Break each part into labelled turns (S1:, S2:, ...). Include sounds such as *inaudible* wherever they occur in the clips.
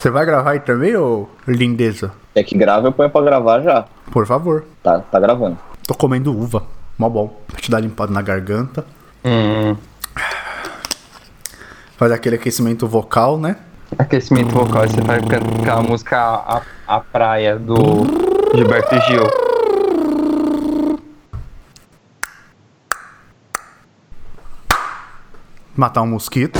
S1: Você vai gravar aí também, ô lindeza?
S2: É que grava, eu ponho pra gravar já.
S1: Por favor.
S2: Tá, tá gravando.
S1: Tô comendo uva. Mó bom. Pra te dar limpado na garganta.
S3: Hum,
S1: Fazer aquele aquecimento vocal, né?
S3: aquecimento vocal, aí você vai can- com a música a, a Praia do Gilberto Gil.
S1: Matar um mosquito.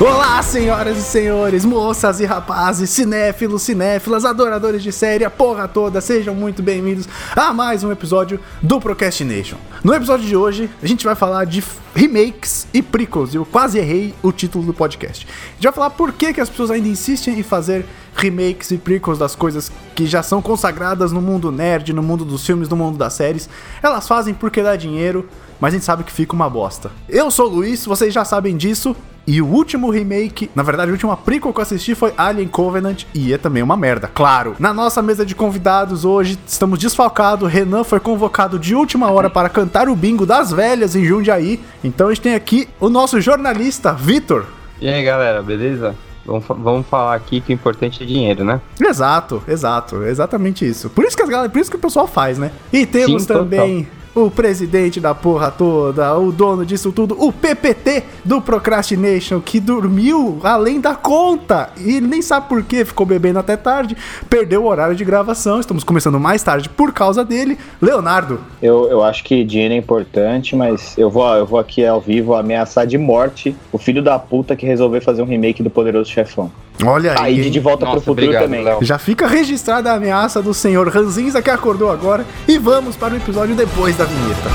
S1: Olá, senhoras e senhores, moças e rapazes, cinéfilos, cinéfilas, adoradores de série, a porra toda, sejam muito bem-vindos a mais um episódio do Procrastination. No episódio de hoje, a gente vai falar de f- remakes e prequels, eu quase errei o título do podcast. A gente vai falar por que, que as pessoas ainda insistem em fazer remakes e prequels das coisas que já são consagradas no mundo nerd, no mundo dos filmes, no mundo das séries. Elas fazem porque dá dinheiro, mas a gente sabe que fica uma bosta. Eu sou o Luiz, vocês já sabem disso. E o último remake, na verdade, a última prequel que eu assisti foi Alien Covenant e é também uma merda, claro. Na nossa mesa de convidados hoje, estamos desfalcados. Renan foi convocado de última hora para cantar o bingo das velhas em Jundiaí. Então a gente tem aqui o nosso jornalista, Vitor.
S3: E aí, galera, beleza? Vamos, fa- vamos falar aqui que o importante é dinheiro, né?
S1: Exato, exato, é exatamente isso. Por isso que as galera, por isso que o pessoal faz, né? E temos
S3: Sim,
S1: também o presidente da porra toda, o dono disso tudo, o PPT do Procrastination que dormiu além da conta e nem sabe por quê, ficou bebendo até tarde, perdeu o horário de gravação. Estamos começando mais tarde por causa dele, Leonardo.
S2: Eu, eu acho que dinheiro é importante, mas eu vou, eu vou aqui ao vivo ameaçar de morte o filho da puta que resolveu fazer um remake do Poderoso Chefão.
S1: Olha
S2: Aí de,
S1: hein?
S2: de volta pro
S3: Nossa,
S2: futuro
S3: obrigado,
S2: também.
S3: Léo.
S1: Já fica registrada a ameaça do senhor Ranzinza que acordou agora e vamos para o episódio depois da vinheta.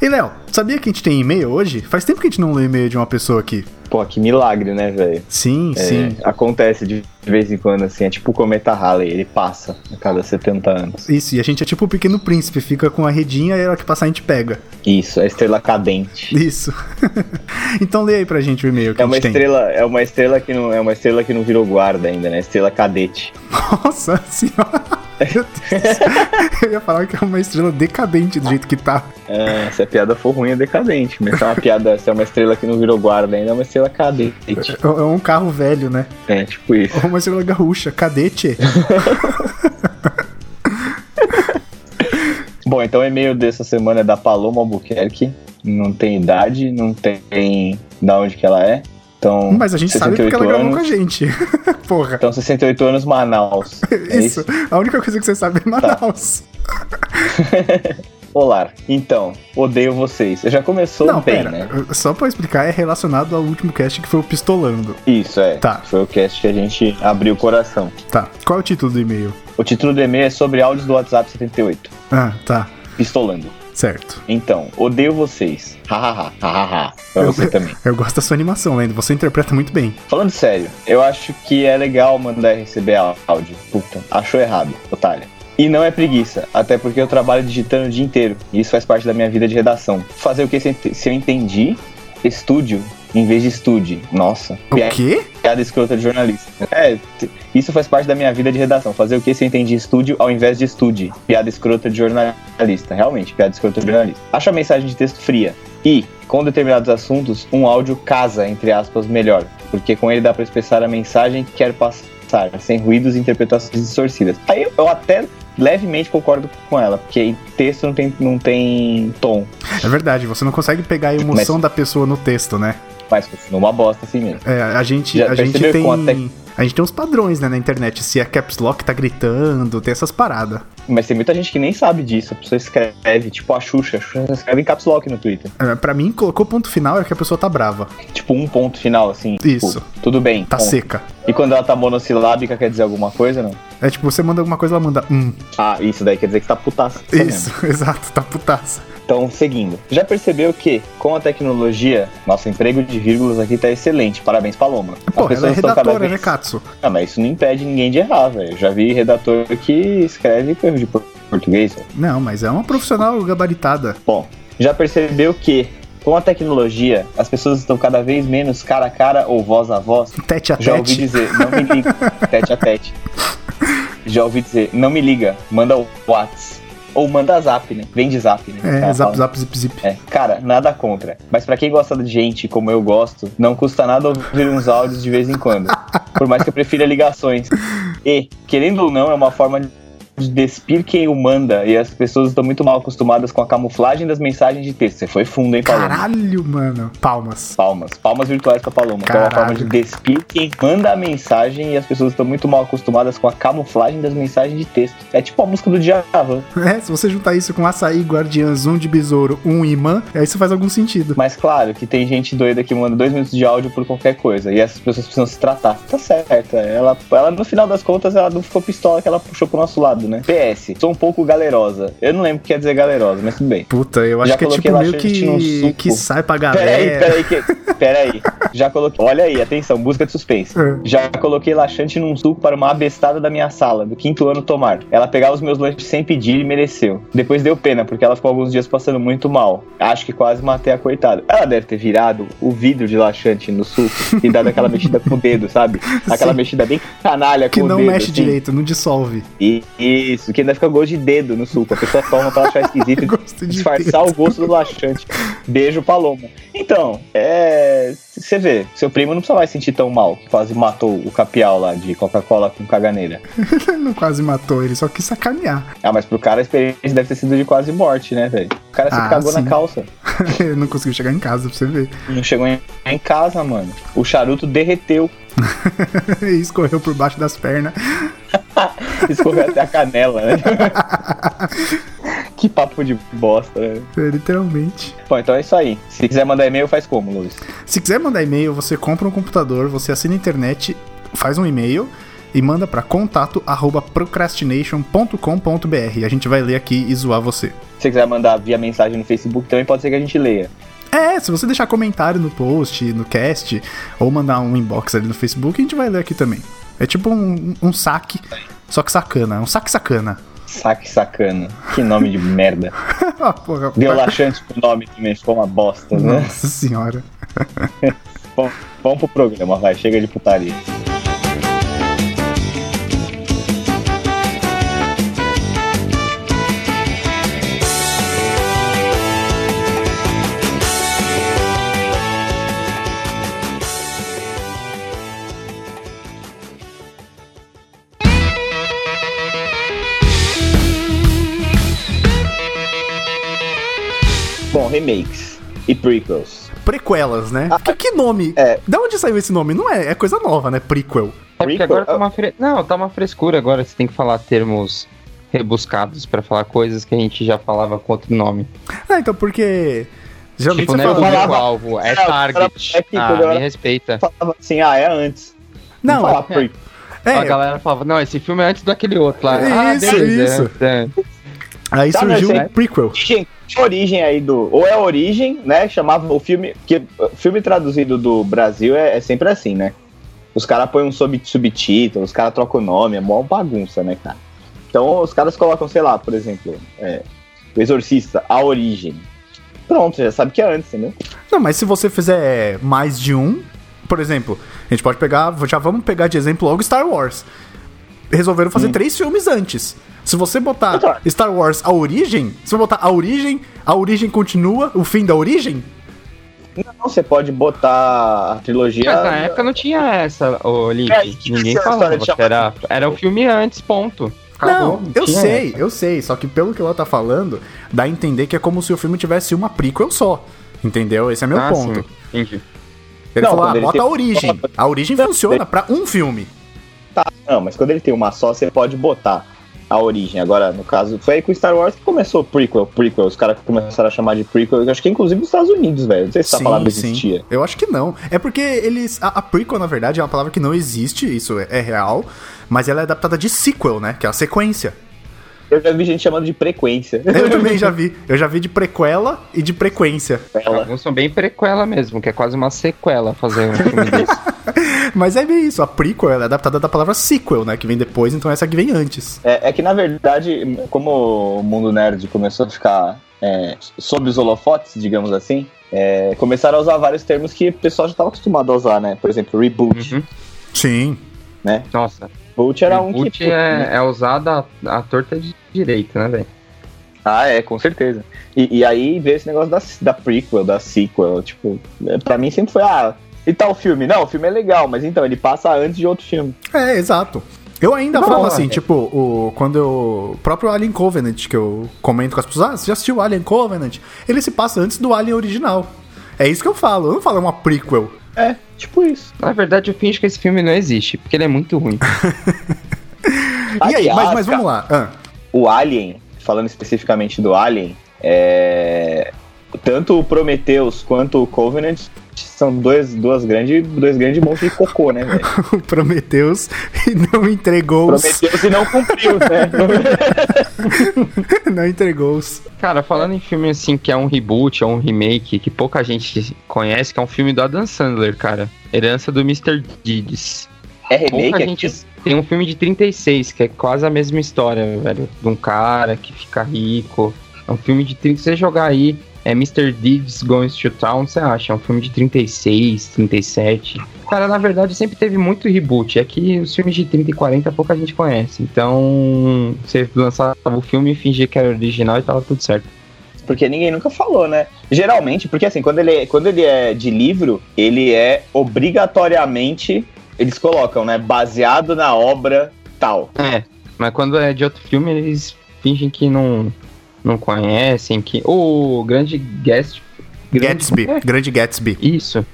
S1: E Léo, sabia que a gente tem e-mail hoje? Faz tempo que a gente não lê e-mail de uma pessoa aqui.
S2: Pô, que milagre, né, velho?
S1: Sim,
S2: É,
S1: sim.
S2: acontece de vez em quando, assim. É tipo o cometa Halley, ele passa a cada 70 anos.
S1: Isso, e a gente é tipo o Pequeno Príncipe, fica com a redinha e ela que passar a gente pega.
S2: Isso, é a estrela cadente.
S1: Isso. *laughs* então lê aí pra gente o e-mail que
S2: É
S1: a
S2: uma
S1: gente
S2: estrela, é uma estrela que não, é uma estrela que não virou guarda ainda, né? Estrela cadete.
S1: tem. Nossa senhora. *laughs* Meu Deus. Eu ia falar que é uma estrela decadente do jeito que tá.
S2: É, se a piada for ruim, é decadente. Mas se é uma piada, se é uma estrela que não virou guarda ainda, é uma estrela cadete.
S1: É um carro velho, né?
S2: É, tipo isso.
S1: Ou uma estrela gaúcha, cadete.
S2: Bom, então o e-mail dessa semana é da Paloma Albuquerque. Não tem idade, não tem da onde que ela é. Então,
S1: Mas a gente sabe porque ela gravou
S2: anos.
S1: com a gente. *laughs* Porra.
S2: Então, 68 anos, Manaus.
S1: *laughs*
S2: É
S1: Isso. A única coisa que você sabe é Manaus.
S2: Olá. Então, odeio vocês. Já começou
S1: Não,
S2: bem,
S1: pera.
S2: né?
S1: Só pra explicar, é relacionado ao último cast que foi o Pistolando.
S2: Isso, é.
S1: Tá.
S2: Foi o cast que a gente abriu o coração.
S1: Tá. Qual é o título do e-mail?
S2: O título do e-mail é sobre áudios do WhatsApp 78.
S1: Ah, tá.
S2: Pistolando.
S1: Certo.
S2: Então, odeio vocês. *laughs* Hahaha, hahaha. Pra você também.
S1: Eu gosto da sua animação, Lendo. Você interpreta muito bem.
S2: Falando sério, eu acho que é legal mandar receber á- áudio. Puta, achou errado, otário. E não é preguiça, até porque eu trabalho digitando o dia inteiro. E isso faz parte da minha vida de redação. Fazer o que se eu ent- se eu entendi? Estúdio em vez de estude. Nossa.
S1: O
S2: pia-
S1: quê?
S2: Piada escrota de jornalista. É, t- isso faz parte da minha vida de redação. Fazer o que se entende estúdio ao invés de estude. Piada escrota de jornalista. Realmente, piada escrota de jornalista. Acho a mensagem de texto fria. E, com determinados assuntos, um áudio casa, entre aspas, melhor. Porque com ele dá pra expressar a mensagem que quer passar, sem ruídos e interpretações distorcidas. Aí eu- eu até levemente concordo com ela, porque em texto não tem, não tem tom,
S1: É verdade, você não consegue pegar a emoção da pessoa no texto, né?
S2: mas continua uma bosta assim mesmo.
S1: É, a gente,
S2: Já
S1: a gente
S2: percebeu é
S1: tem.
S2: com a tec-
S1: A gente tem uns padrões, né, na internet. Se é caps lock, tá gritando, tem essas paradas.
S2: Mas tem muita gente que nem sabe disso. A pessoa escreve, tipo a Xuxa. A Xuxa escreve em caps lock no Twitter.
S1: É, Pra mim, colocou ponto final é que a pessoa tá brava.
S2: Tipo, um ponto final, assim. tipo,
S1: Isso.
S2: tudo bem.
S1: Tá
S2: ponto.
S1: seca.
S2: E quando ela tá monossilábica, quer dizer alguma coisa, não?
S1: É tipo, você manda alguma coisa, ela manda. Hum.
S2: Ah, isso daí quer dizer que tá putaça. tá
S1: Isso, *laughs* exato, tá putaça.
S2: Então, seguindo. Já percebeu que, com a tecnologia, nosso emprego de vírgulas aqui tá excelente. Parabéns, Paloma. As
S1: Pô, ela é
S2: pessoas estão cada
S1: redatora,
S2: vez-
S1: né, Katsu?
S2: Ah, mas isso não impede ninguém de errar, velho. Já vi redator que escreve com erro de por- português. velho.
S1: Não, mas é uma profissional gabaritada.
S2: Bom, já percebeu que, com a tecnologia, as pessoas estão cada vez menos cara a cara ou voz a voz?
S1: Tete a
S2: Já ouvi
S1: tete.
S2: dizer, não me
S1: *laughs*
S2: liga, tete a tete. Já ouvi dizer, não me liga, manda o Whats. Ou manda zap, né? Vem de zap, né? O
S1: É,
S2: cara
S1: zap,
S2: fala.
S1: zap, zip, zip.
S2: É, cara, nada contra. Mas pra quem gosta de gente como eu gosto, não custa nada ouvir uns áudios de vez em quando. Por mais que eu prefira ligações. E, querendo ou não, é uma forma de despir quem o manda. E as pessoas estão muito mal acostumadas com a camuflagem das mensagens de texto. Você foi fundo, hein, Paloma?
S1: Caralho, mano. Palmas.
S2: Palmas, palmas virtuais pra Paloma. Que é uma
S1: Caralho.
S2: forma de despir quem manda a mensagem e as pessoas estão muito mal acostumadas com a camuflagem das mensagens de texto. É tipo a música do Djavan.
S1: É, se você juntar isso com açaí, guardiãs, um de besouro, um imã, aí isso faz algum sentido.
S2: Mas claro que tem gente doida que manda dois minutos de áudio por qualquer coisa. E essas pessoas precisam se tratar. Tá certo. Ela, ela no final das contas, ela não ficou pistola que ela puxou pro nosso lado, né? PS, sou um pouco galerosa. Eu não lembro o que quer dizer galerosa, mas tudo bem.
S1: Puta, eu acho
S2: Já
S1: que é
S2: coloquei
S1: tipo
S2: lá,
S1: meio
S2: gente, num
S1: que,
S2: um suco.
S1: que sai pra
S2: Peraí,
S1: galera.
S2: peraí, que, peraí. Já coloquei. Olha aí, atenção, busca de suspense.
S1: É.
S2: Já coloquei laxante num suco para uma abestada da minha sala, do quinto ano tomar. Ela pegava os meus lanches sem pedir e mereceu. Depois deu pena, porque ela ficou alguns dias passando muito mal. Acho que quase matei a coitada. Ela deve ter virado o vidro de laxante no suco e dado aquela mexida com o dedo, sabe?
S1: *laughs*
S2: Aquela
S1: Sim.
S2: mexida bem canalha
S1: Que
S2: com o
S1: não
S2: dedo.
S1: mexe
S2: assim.
S1: direito, não dissolve. *laughs*
S2: E- Isso, que ainda fica gosto de dedo no suco. A pessoa toma pra achar
S1: *laughs*
S2: esquisito e
S1: Gosto de
S2: disfarçar o gosto do laxante. Beijo, Paloma. Então, é. Você vê, seu primo não precisa mais sentir tão mal que quase matou o capial lá de Coca-Cola com caganeira.
S1: Não quase matou ele, só que sacanear. *laughs*
S2: Ah, mas pro cara a experiência deve ter sido de quase morte, né, velho? O cara se
S1: Ah,
S2: cagou
S1: sim.
S2: na calça.
S1: ele não conseguiu chegar em casa pra você ver. *laughs*
S2: Não chegou em, em casa, mano. O charuto derreteu,
S1: E escorreu por baixo das pernas.
S2: escorreu até a
S1: *laughs*
S2: canela, né? que papo de bosta, né?
S1: É, Literalmente.
S2: Bom, então é isso aí. Se quiser mandar e-mail, faz como, Luiz?
S1: Se quiser mandar e-mail, você compra um computador, você assina a internet, faz um e-mail e manda pra contato arroba procrastination.com.br. A gente vai ler aqui e zoar você.
S2: Se você quiser mandar via mensagem no Facebook, também pode ser que a gente leia.
S1: É, se você deixar comentário no post, no cast, ou mandar um inbox ali no Facebook, a gente vai ler aqui também. É tipo um, um saque, só que sacana. Um saque sacana. *laughs*
S2: Saque sacana. Que nome de merda.
S1: Ah, porra.
S2: Deu laxante pro nome também, ficou uma bosta, né?
S1: Nossa senhora.
S2: Bom, vamos pro programa, vai. Chega de putaria. Bom, remakes e prequels.
S1: Prequelas, né? Que, que nome?
S2: Ah. É.
S1: Da onde saiu esse nome? Não é, é coisa nova, né? Prequel.
S3: É porque
S2: Prequel?
S3: agora tá uma fre... Não, tá uma frescura agora. Você tem que falar termos rebuscados pra falar coisas que a gente já falava com outro nome.
S1: Ah, então porque. Geralmente
S3: Tipo,
S1: você
S3: não é
S1: fala.
S2: falava-
S3: público-alvo, é
S2: Não,
S3: target.
S2: era- é que
S3: Ah,
S2: quando eu
S3: me
S2: era-
S3: respeita.
S2: Falava assim, ah, é antes.
S1: Não,
S2: Fala prequel.
S1: é.
S3: A galera falava, não, esse filme é antes daquele outro lá. ah,
S1: Isso,
S3: beleza.
S1: isso.
S3: É.
S1: Aí
S2: Tá,
S1: surgiu
S2: mas
S1: o prequel.
S2: Origem, origem aí do. Ou é origem, né? Chamava o filme. Porque filme traduzido do Brasil é, é sempre assim, né? Os caras põem um sub, subtítulo, os caras trocam o nome, é mó bagunça, né, cara? Então os caras colocam, sei lá, por exemplo, é, o Exorcista, a origem. Pronto, já sabe que é antes, entendeu?
S1: Não, mas se você fizer mais de um, por exemplo, a gente pode pegar, já vamos pegar de exemplo logo Star Wars. Resolveram fazer
S2: Hum.
S1: três filmes antes. Se você botar
S2: Então.
S1: Star Wars a origem, se você botar a origem, a origem continua, o fim da origem,
S2: Então você pode botar a trilogia.
S1: É,
S3: Mas na época não tinha essa, ô
S2: É, e que
S3: Link. Ninguém
S2: essa
S3: falava.
S2: história de
S3: que Era, era o filme antes, ponto. Acabou,
S1: não, eu
S3: tinha
S1: sei, eu sei. Só que pelo que ela tá falando, dá a entender que é como se o filme tivesse uma prequel só. Entendeu? Esse é meu
S3: Ah,
S1: ponto.
S3: sim, entendi.
S1: Ele
S2: Não,
S1: falou, ah,
S2: quando ele
S1: bota
S2: *laughs* tem-
S1: a origem. A origem funciona pra um filme.
S2: tá. Não, mas quando ele tem uma só, você pode botar a origem. Agora, no caso, foi aí com Star Wars que começou prequel, prequel. Os caras começaram a chamar de prequel. Eu acho que inclusive nos Estados Unidos, velho. Não sei se essa palavra existia.
S1: Eu acho que não. É porque eles. A, a prequel, na verdade, é uma palavra que não existe, isso é, é real. Mas ela é adaptada de sequel, né? Que é a
S2: *laughs*
S1: sequência.
S2: Eu já vi gente chamando de
S3: *laughs*
S2: frequência.
S1: Eu também já vi. Eu já vi de prequela e de frequência.
S2: Ela.
S3: Alguns são bem prequela mesmo, que é quase uma sequela fazer um filme desse.
S1: Mas é bem isso. A prequel ela é adaptada da palavra sequel, né? Que vem depois, então essa que vem antes.
S2: É, é que na verdade, como o mundo nerd começou a ficar é, sob os holofotes, digamos assim, é, começaram a usar vários termos que o pessoal já estava acostumado a usar, né? Por exemplo, reboot,
S3: Uhum.
S1: Sim.
S2: né?
S3: Nossa,
S2: Reboot era um
S3: reboot
S2: que.
S3: é, é usado a, a torta de direito, né, velho?
S2: Ah, é, com certeza. E, e aí veio esse negócio da, da prequel, da sequel. Tipo, é, pra mim sempre foi, ah, e tal filme? Não, o filme é legal, mas então ele passa antes de outro filme.
S1: É, exato. Eu ainda
S3: Não,
S1: falo assim,
S3: é.
S1: tipo, o, quando eu. O próprio Alien Covenant, que eu comento com as pessoas, ah, você já assistiu Alien Covenant? Ele se passa antes do Alien original. É isso que eu falo, eu não falo é uma prequel.
S2: É, tipo isso.
S3: Na verdade, eu finjo que esse filme não existe, porque ele é muito ruim.
S1: e aí, mas,
S2: Aliás,
S1: mas vamos lá. Ah, *laughs*
S2: o Alien, falando especificamente do Alien, é... tanto o Prometheus quanto o Covenant são dois, duas grandes, dois grandes monstros de cocô, né, velho?
S1: o Prometheus e não entregou os.
S2: Prometheus e não cumpriu,
S3: *laughs*
S2: né?
S1: *laughs* não entregou os.
S3: Cara, falando em filme assim, que é um reboot, é um remake, que pouca gente conhece, que é um filme do Adam Sandler, cara. Herança do Mr. Deeds.
S2: É
S3: Pouca
S2: remake
S3: gente
S2: aqui.
S3: tem um filme de 36, que é quase a mesma história, velho. De um cara que fica rico. É um filme de 30. Se você jogar aí, é Mr. Deeds Goes to Town, você acha? É um filme de 36, 37. Cara, na verdade sempre teve muito reboot. É que os filmes de 30 e 40 pouca gente conhece. Então, você lançava o filme e fingia que era original e tava tudo certo.
S2: Porque ninguém nunca falou, né? Geralmente, porque assim, quando ele, quando ele é de livro, ele é obrigatoriamente. Eles colocam, né? Baseado na obra tal.
S3: É, mas quando é de outro filme, eles fingem que não, não conhecem, que. O grande guest. grande-
S1: Gatsby,
S3: É,
S1: grande Gatsby.
S3: Isso.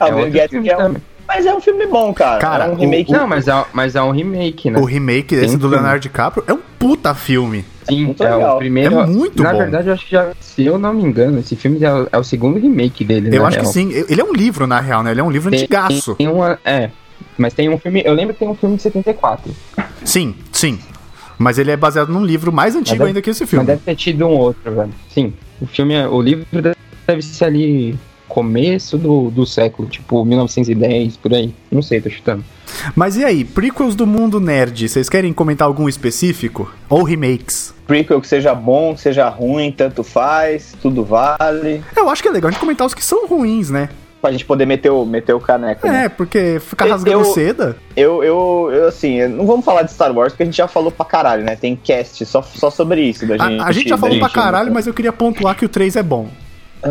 S2: Ah,
S3: é
S2: o
S3: outro
S2: Gatsby
S3: filme
S2: é um-
S3: também.
S2: Mas é um filme bom, cara.
S1: né? Cara,
S2: é um
S1: o-
S2: remake.
S3: Não, mas é, mas é um remake, né?
S1: O remake esse
S3: Tem
S1: do
S3: filme.
S1: Leonardo DiCaprio é um puta filme.
S3: Sim,
S2: muito
S3: é
S2: legal.
S3: o primeiro.
S1: É muito
S3: na
S1: bom.
S3: verdade, eu acho que já, se eu não me engano, esse filme é o, é o segundo remake dele.
S1: Eu
S3: na
S1: acho que
S3: real.
S1: sim. Ele é um livro, na real, né? Ele é um livro
S3: né? Tem-
S1: antigaço.
S3: Tem uma, é, mas tem um filme. Eu lembro que tem um filme de 74.
S1: Sim, sim. Mas ele é baseado num livro mais antigo
S3: deve-
S1: ainda que esse
S3: Mas
S1: filme.
S3: deve ter tido um outro, velho. Sim. O filme, é- o livro deve ser ali começo do, do século, tipo 1910, por aí. Não sei, tô chutando.
S1: Mas e aí, prequels do mundo nerd, vocês querem comentar algum específico? Ou remakes?
S2: um prequel que seja bom, que seja ruim, tanto faz, tudo vale.
S1: Eu acho que é legal a gente comentar os que são ruins, né?
S2: Pra gente poder meter o, meter o caneco. né?
S1: É, porque ficar
S2: Eu-
S1: rasgando
S2: eu-
S1: seda.
S2: Eu, eu, eu, assim, eu- não vamos falar de Star Wars porque a gente já falou pra caralho, né? Tem cast só, só sobre isso da
S1: A,
S2: gente.
S1: a gente já
S2: da
S1: falou pra caralho, mas eu queria pontuar que o 3 é bom.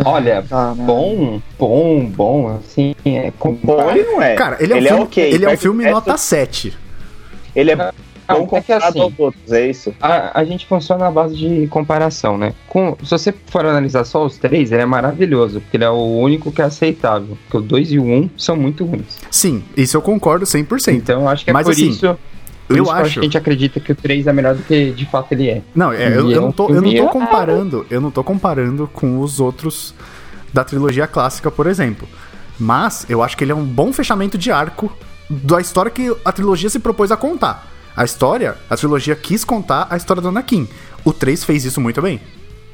S3: Olha,
S2: Ah, né?
S3: bom, bom, bom, assim, é com
S2: Bom, ele não é.
S1: Cara, ele é um
S2: ele
S1: filme,
S2: é ok.
S1: ele é um
S2: perto
S1: filme
S2: do resto,
S1: nota 7.
S2: Ele é bom
S3: Ah, é que
S2: comparado
S3: assim,
S2: aos outros, é isso?
S3: a, a gente funciona na base de comparação, né? Com, se você for analisar só os três, ele é maravilhoso, porque ele é o único que é aceitável. Porque o dois e o um são muito ruins.
S1: Sim, isso eu concordo 100%.
S3: Então eu acho que é
S1: Mas,
S3: por
S1: assim,
S3: isso. por
S1: eu
S3: isso que
S1: acho-
S3: que a gente acredita que o três é melhor do que de fato ele é.
S1: Não, é, eu,
S3: E
S1: eu
S3: é
S1: não
S3: um
S1: tô, eu não tô
S3: filme-
S1: comparando, eu não tô comparando com os outros da trilogia clássica, por exemplo. Mas eu acho que ele é um bom fechamento de arco da história que a trilogia se propôs a contar. A história, a trilogia quis contar a história do Anakin. O 3 fez isso muito bem.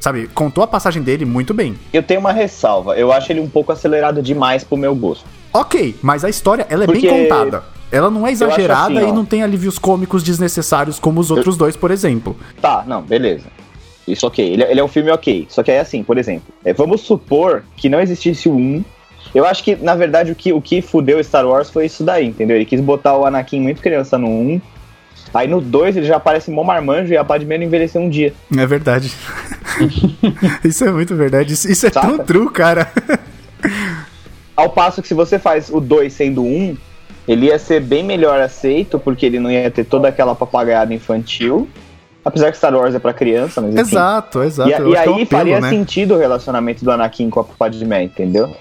S1: Sabe, contou a passagem dele muito bem.
S2: Eu tenho uma ressalva. Eu acho ele um pouco acelerado demais pro meu gosto.
S1: Ok, mas a história, ela é
S2: Porque-
S1: bem contada. Ela não é
S2: acho
S1: exagerada
S2: assim,
S1: e
S2: ó.
S1: não tem alívios cômicos desnecessários como os outros dois, por exemplo.
S2: Tá, não, beleza. Isso ok. Ele, ele é um filme ok. Só que é assim, por exemplo. é, vamos supor que não existisse o 1. Eu acho que, na verdade, o que, o que fudeu Star Wars foi isso daí, entendeu? Ele quis botar o Anakin muito criança no 1. Aí no 2 ele já aparece mó marmanjo e a Padmé não envelheceu um dia.
S1: É
S2: *laughs*
S1: verdade. isso é muito verdade. Isso, isso é
S2: Saca?
S1: tão true, cara.
S2: Ao passo que se você faz o 2 sendo o 1, ele ia ser bem melhor aceito, porque ele não ia ter toda aquela papagaiada infantil. Apesar que Star Wars é pra criança, mas enfim.
S1: Exato, exato.
S2: E, a-
S1: Eu
S2: e
S1: acho que é um
S2: aí
S1: apelo,
S2: faria assim,
S1: né?
S2: sentido o relacionamento do Anakin com a Padmé, entendeu?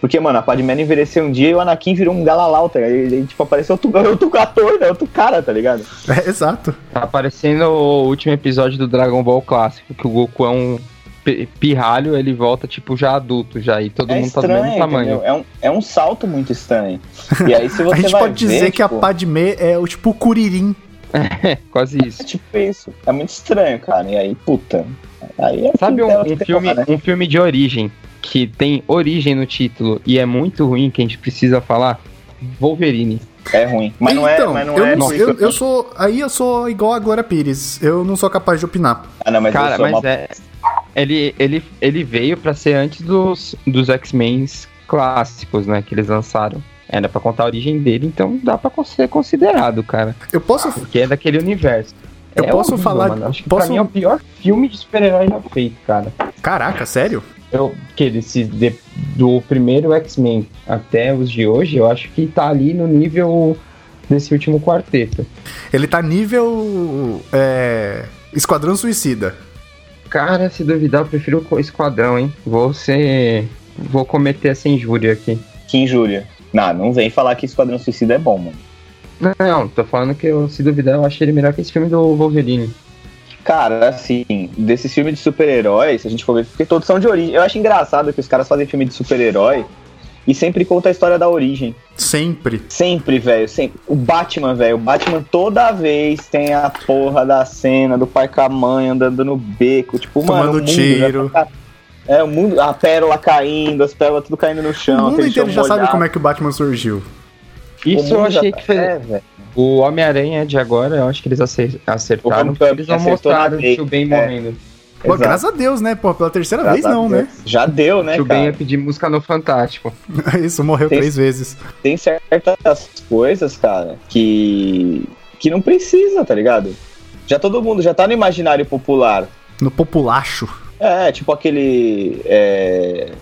S2: Porque, mano, a Padmé envelheceu um dia e o Anakin virou um galalau, tá ligado? Ele, ele, tipo, apareceu outro, *laughs* outro ator, né? outro cara, tá ligado?
S1: É, *laughs* exato.
S3: Tá aparecendo o último episódio do Dragon Ball clássico, que o Goku é um pi- pirralho, ele volta, tipo, já adulto, já, e todo
S2: é
S3: mundo
S2: estranho,
S3: tá do mesmo tamanho.
S2: entendeu? É um, é um salto muito estranho. E aí, se
S1: *laughs*
S2: você
S1: a gente
S2: vai
S1: pode
S2: ver,
S1: dizer que a
S2: tipo,
S1: Padmé é o tipo o Curirim.
S3: *laughs* É, quase isso.
S2: É tipo isso. É muito estranho, cara. E aí, puta. Aí é
S3: Sabe um,
S2: tela
S3: um
S2: de terror,
S3: filme,
S2: né?
S3: um filme de origem que tem origem no título e é muito ruim que a gente precisa falar? Wolverine.
S2: É ruim. Mas não é.
S1: então,
S2: Mas não
S1: eu,
S2: é
S1: não-
S2: tipo-
S1: eu, eu sou. Aí eu sou igual a Glória Pires. Eu não sou capaz de opinar.
S2: Ah, não, mas
S3: Cara,
S2: eu sou
S3: mas
S2: uma...
S3: é. Ele, ele, ele veio pra ser antes dos, dos X-Men clássicos, né? Que eles lançaram. Era pra contar a origem dele, então dá pra ser considerado, cara.
S1: Eu posso.
S3: Porque é daquele universo.
S1: Eu
S3: É
S1: posso
S3: horrível,
S1: falar-
S3: Mano. Acho que
S1: posso-
S3: pra mim é o pior filme de super-herói já feito, cara.
S1: Caraca, sério?
S3: eu, que desse, de- do primeiro X-Men até os de hoje, eu acho que tá ali no nível desse último quarteto.
S1: Ele tá nível. É, Esquadrão Suicida.
S3: Cara, se duvidar, eu prefiro o co- Esquadrão, hein? Vou ser. Vou cometer essa injúria aqui.
S2: Que injúria. Não, não vem falar que Esquadrão Suicida é bom, mano.
S3: Não, tô falando que eu, se duvidar, eu achei ele melhor que esse filme do Wolverine.
S2: Cara, assim, desses filmes de super-heróis, se a gente for ver, porque todos são de origem. Eu acho engraçado que os caras fazem filme de super-herói e sempre conta a história da origem.
S1: Sempre.
S2: Sempre, velho, sempre. O Batman, velho, o Batman toda vez tem a porra da cena do pai com a mãe andando no beco, tipo, mano,
S1: Tomando
S2: o mundo
S1: tiro.
S2: já tá- É, o mundo, a pérola caindo, as pérolas tudo caindo no chão.
S1: o mundo
S2: aquele
S1: inteiro
S2: chão
S1: já sabe
S2: molhado.
S1: como é que o Batman surgiu.
S2: O
S3: Isso eu
S2: mundo já
S3: achei
S2: tá-
S3: que fez.
S2: É, velho.
S3: O Homem-Aranha de agora, eu acho que eles acer- acertaram.
S2: Homem-Aranha
S3: porque Eles não né?
S2: acertou na
S3: mostraram o
S2: veia,
S3: Tio Ben
S2: é.
S3: morrendo.
S1: Pô,
S2: Exato.
S1: graças a Deus, né? Pô, pela terceira
S2: Graças
S1: vez
S2: a
S1: não,
S2: Deus.
S1: né?
S2: Já deu, né,
S3: o Tio
S2: cara?
S3: Ben ia pedir música no Fantástico.
S1: *laughs* Isso, morreu
S2: Tem-
S1: três vezes.
S2: tem certas coisas, cara, que que não precisa, tá ligado? Já todo mundo já tá no imaginário popular.
S1: No populacho.
S2: É, tipo aquele é,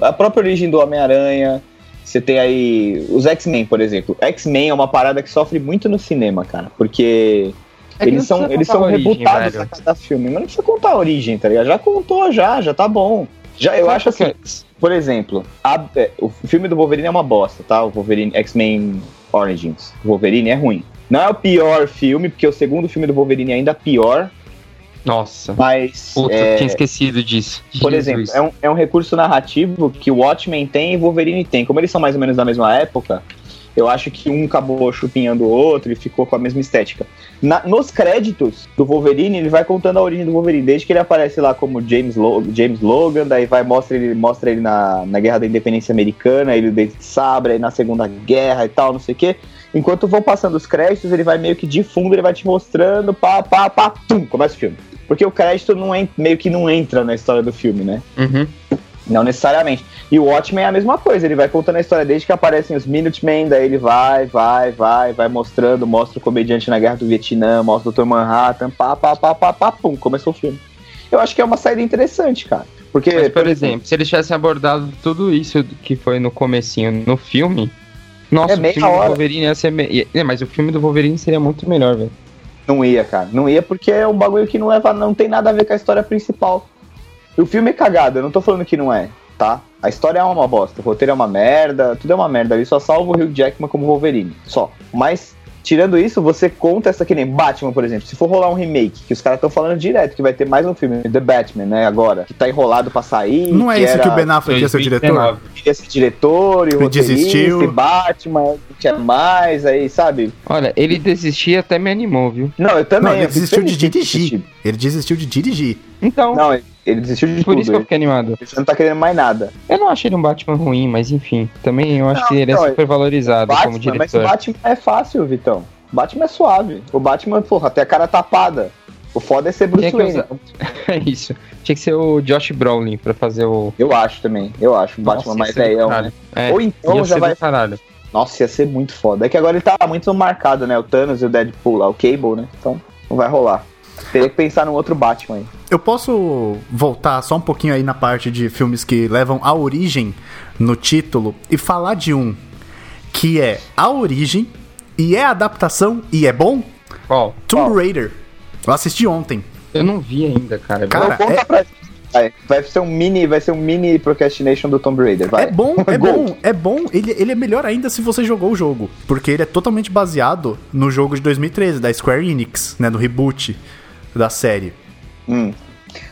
S2: a própria origem do Homem-Aranha. Você tem aí os X-Men, por exemplo. X-Men é uma parada que sofre muito no cinema, cara, porque
S3: É que não
S2: eles são
S3: precisa
S2: eles
S3: contar
S2: são
S3: a origem,
S2: rebutados
S3: velho.
S2: a cada filme, mas não precisa contar a origem, tá ligado? Já contou já, já tá bom. Já eu
S3: Sabe
S2: acho
S3: por quê?
S2: assim, por exemplo, a- é, o filme do Wolverine é uma bosta, tá? O Wolverine X-Men Origins. O Wolverine é ruim. Não é o pior filme, porque o segundo filme do Wolverine é ainda pior,
S3: Nossa.
S2: mas.
S3: Puta,
S2: é,
S3: eu tinha esquecido disso.
S2: por
S3: Jesus.
S2: exemplo, é um, é um recurso narrativo que o Watchmen tem e o Wolverine tem. Como eles são mais ou menos da mesma época, eu acho que um acabou chupinhando o outro e ficou com a mesma estética. Na- nos créditos do Wolverine, ele vai contando a origem do Wolverine, desde que ele aparece lá como James, Lo- James Logan, daí vai mostra ele, mostra ele na, na Guerra da Independência Americana, ele de Sabre, aí na Segunda Guerra e tal, não sei o quê. Enquanto vão passando os créditos, ele vai meio que de fundo, ele vai te mostrando, pá, pá, pá, pum, começa o filme. Porque o crédito não en- meio que não entra na história do filme, né?
S3: Uhum.
S2: Não necessariamente. E o Watchmen é a mesma coisa, ele vai contando a história desde que aparecem os Minutemen, daí ele vai, vai, vai, vai mostrando, mostra o comediante na Guerra do Vietnã, mostra o Dr. Manhattan, pá, pá, pá, pá, pá, pum, começou o filme. Eu acho que é uma saída interessante, cara. Porque,
S3: Mas, por exemplo, se eles tivessem abordado tudo isso que foi no comecinho no filme, nossa,
S2: É
S3: o
S2: meia
S3: filme do
S2: hora.
S3: Wolverine ia ser. Me... ia- É, mas o filme do Wolverine seria muito melhor, velho.
S2: não ia, cara. Não ia porque é um bagulho que não leva, não tem nada a ver com a história principal. E o filme é cagado, eu não tô falando que não é, tá? A história é uma bosta, o roteiro é uma merda, tudo é uma merda. Ele só salva o Hugh Jackman como Wolverine, só. Mas, tirando isso, você conta essa que nem Batman, por exemplo. Se for rolar um remake, que os caras estão falando direto que vai ter mais um filme, The Batman, né, agora, que tá enrolado pra sair.
S1: Não é isso que
S2: era-
S1: o Ben Affleck é seu diretor?
S3: 2019.
S2: queria ser diretor, e o
S1: Ele
S2: roteirista,
S1: desistiu.
S2: e Batman, não quer mais, aí, sabe?
S3: Olha, ele desistir até me animou, viu?
S2: Não, eu também.
S1: Não, ele
S2: eu fico
S1: desistiu de
S2: feliz tipo. que ele
S1: dirigir.
S2: desistiu.
S1: Ele desistiu de dirigir.
S3: Então,
S2: Não, ele- ele desistiu de
S3: por
S2: tudo.
S3: isso que eu
S2: Ele
S3: fiquei animado.
S2: ele não tá querendo mais nada.
S3: Eu não achei ele um Batman ruim, mas enfim, também eu acho
S2: Não,
S3: que ele é
S2: não,
S3: super valorizado como
S2: Batman, mas o
S3: diretor. *laughs*
S2: Batman é fácil, Vitão. Batman é suave. O Batman, porra, tem a cara tapada. O foda é ser Bruce
S3: Tinha que
S2: Wayne.
S3: usar- É isso. Tinha que ser o Josh Brolin pra fazer o.
S2: Eu acho também. Eu acho. O Batman
S3: Nossa,
S2: mais
S3: ia ser do
S2: velhão,
S3: caralho.
S2: né?
S3: É,
S2: Ou
S3: ia
S2: então
S3: ser
S2: já
S3: do
S2: vai.
S3: caralho.
S2: Nossa, ia ser muito foda. É que agora ele tá muito marcado, né? O Thanos e o Deadpool lá, o Cable, né? Então não vai rolar. Teria que pensar num outro Batman aí.
S1: Eu posso voltar só um pouquinho aí na parte de filmes que levam a origem no título e falar de um que é a origem e é adaptação e é bom?
S3: Qual?
S1: Tomb Raider. Eu assisti ontem.
S3: Eu não vi ainda, cara.
S1: Cara,
S2: não Então, conta
S1: é-
S2: pra gente Vai, vai ser um mini, vai ser um mini procrastination do Tomb Raider, vai.
S1: É bom, é
S2: *laughs* Gol.
S1: bom, é bom. Ele, ele é melhor ainda se você jogou o jogo. Porque ele é totalmente baseado no jogo de 2013, da Square Enix, né? Do reboot da série.
S2: Hum.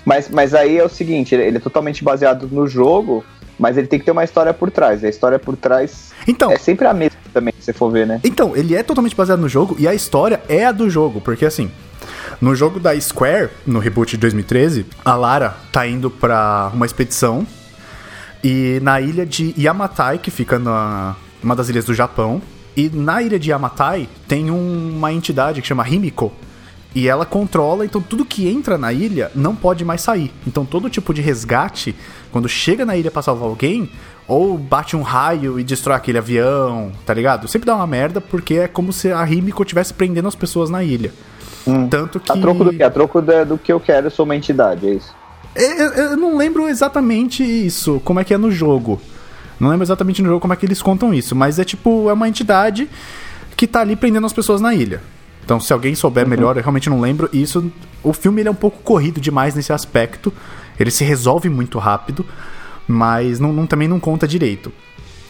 S2: Mas, mas aí é o seguinte, ele, ele é totalmente baseado no jogo, mas ele tem que ter uma história por trás. A história por trás
S1: Então,
S2: é sempre a mesma também, se você for ver, né?
S1: Então, ele é totalmente baseado no jogo e a história é a do jogo, porque assim, no jogo da Square, no reboot de 2013, a Lara tá indo pra uma expedição e na ilha de Yamatai, que fica na uma das ilhas do Japão, e na ilha de Yamatai tem um- uma entidade que chama Himiko. E ela controla, então tudo que entra na ilha não pode mais sair. Então todo tipo de resgate, quando chega na ilha pra salvar alguém, ou bate um raio e destrói aquele avião, tá ligado? Sempre dá uma merda, porque é como se a Himiko estivesse prendendo as pessoas na ilha. Tanto que.
S2: Hum. A troco do que? A troco da- do que eu quero, eu sou uma entidade, é isso.
S1: Eu, eu- eu não lembro exatamente isso, como é que é no jogo. Não lembro exatamente no jogo como é que eles contam isso, mas é tipo, é uma entidade que tá ali prendendo as pessoas na ilha. Então, se alguém souber melhor, eu realmente não lembro. E isso, o filme ele é um pouco corrido demais nesse aspecto. Ele se resolve muito rápido, mas não- não- também não conta direito.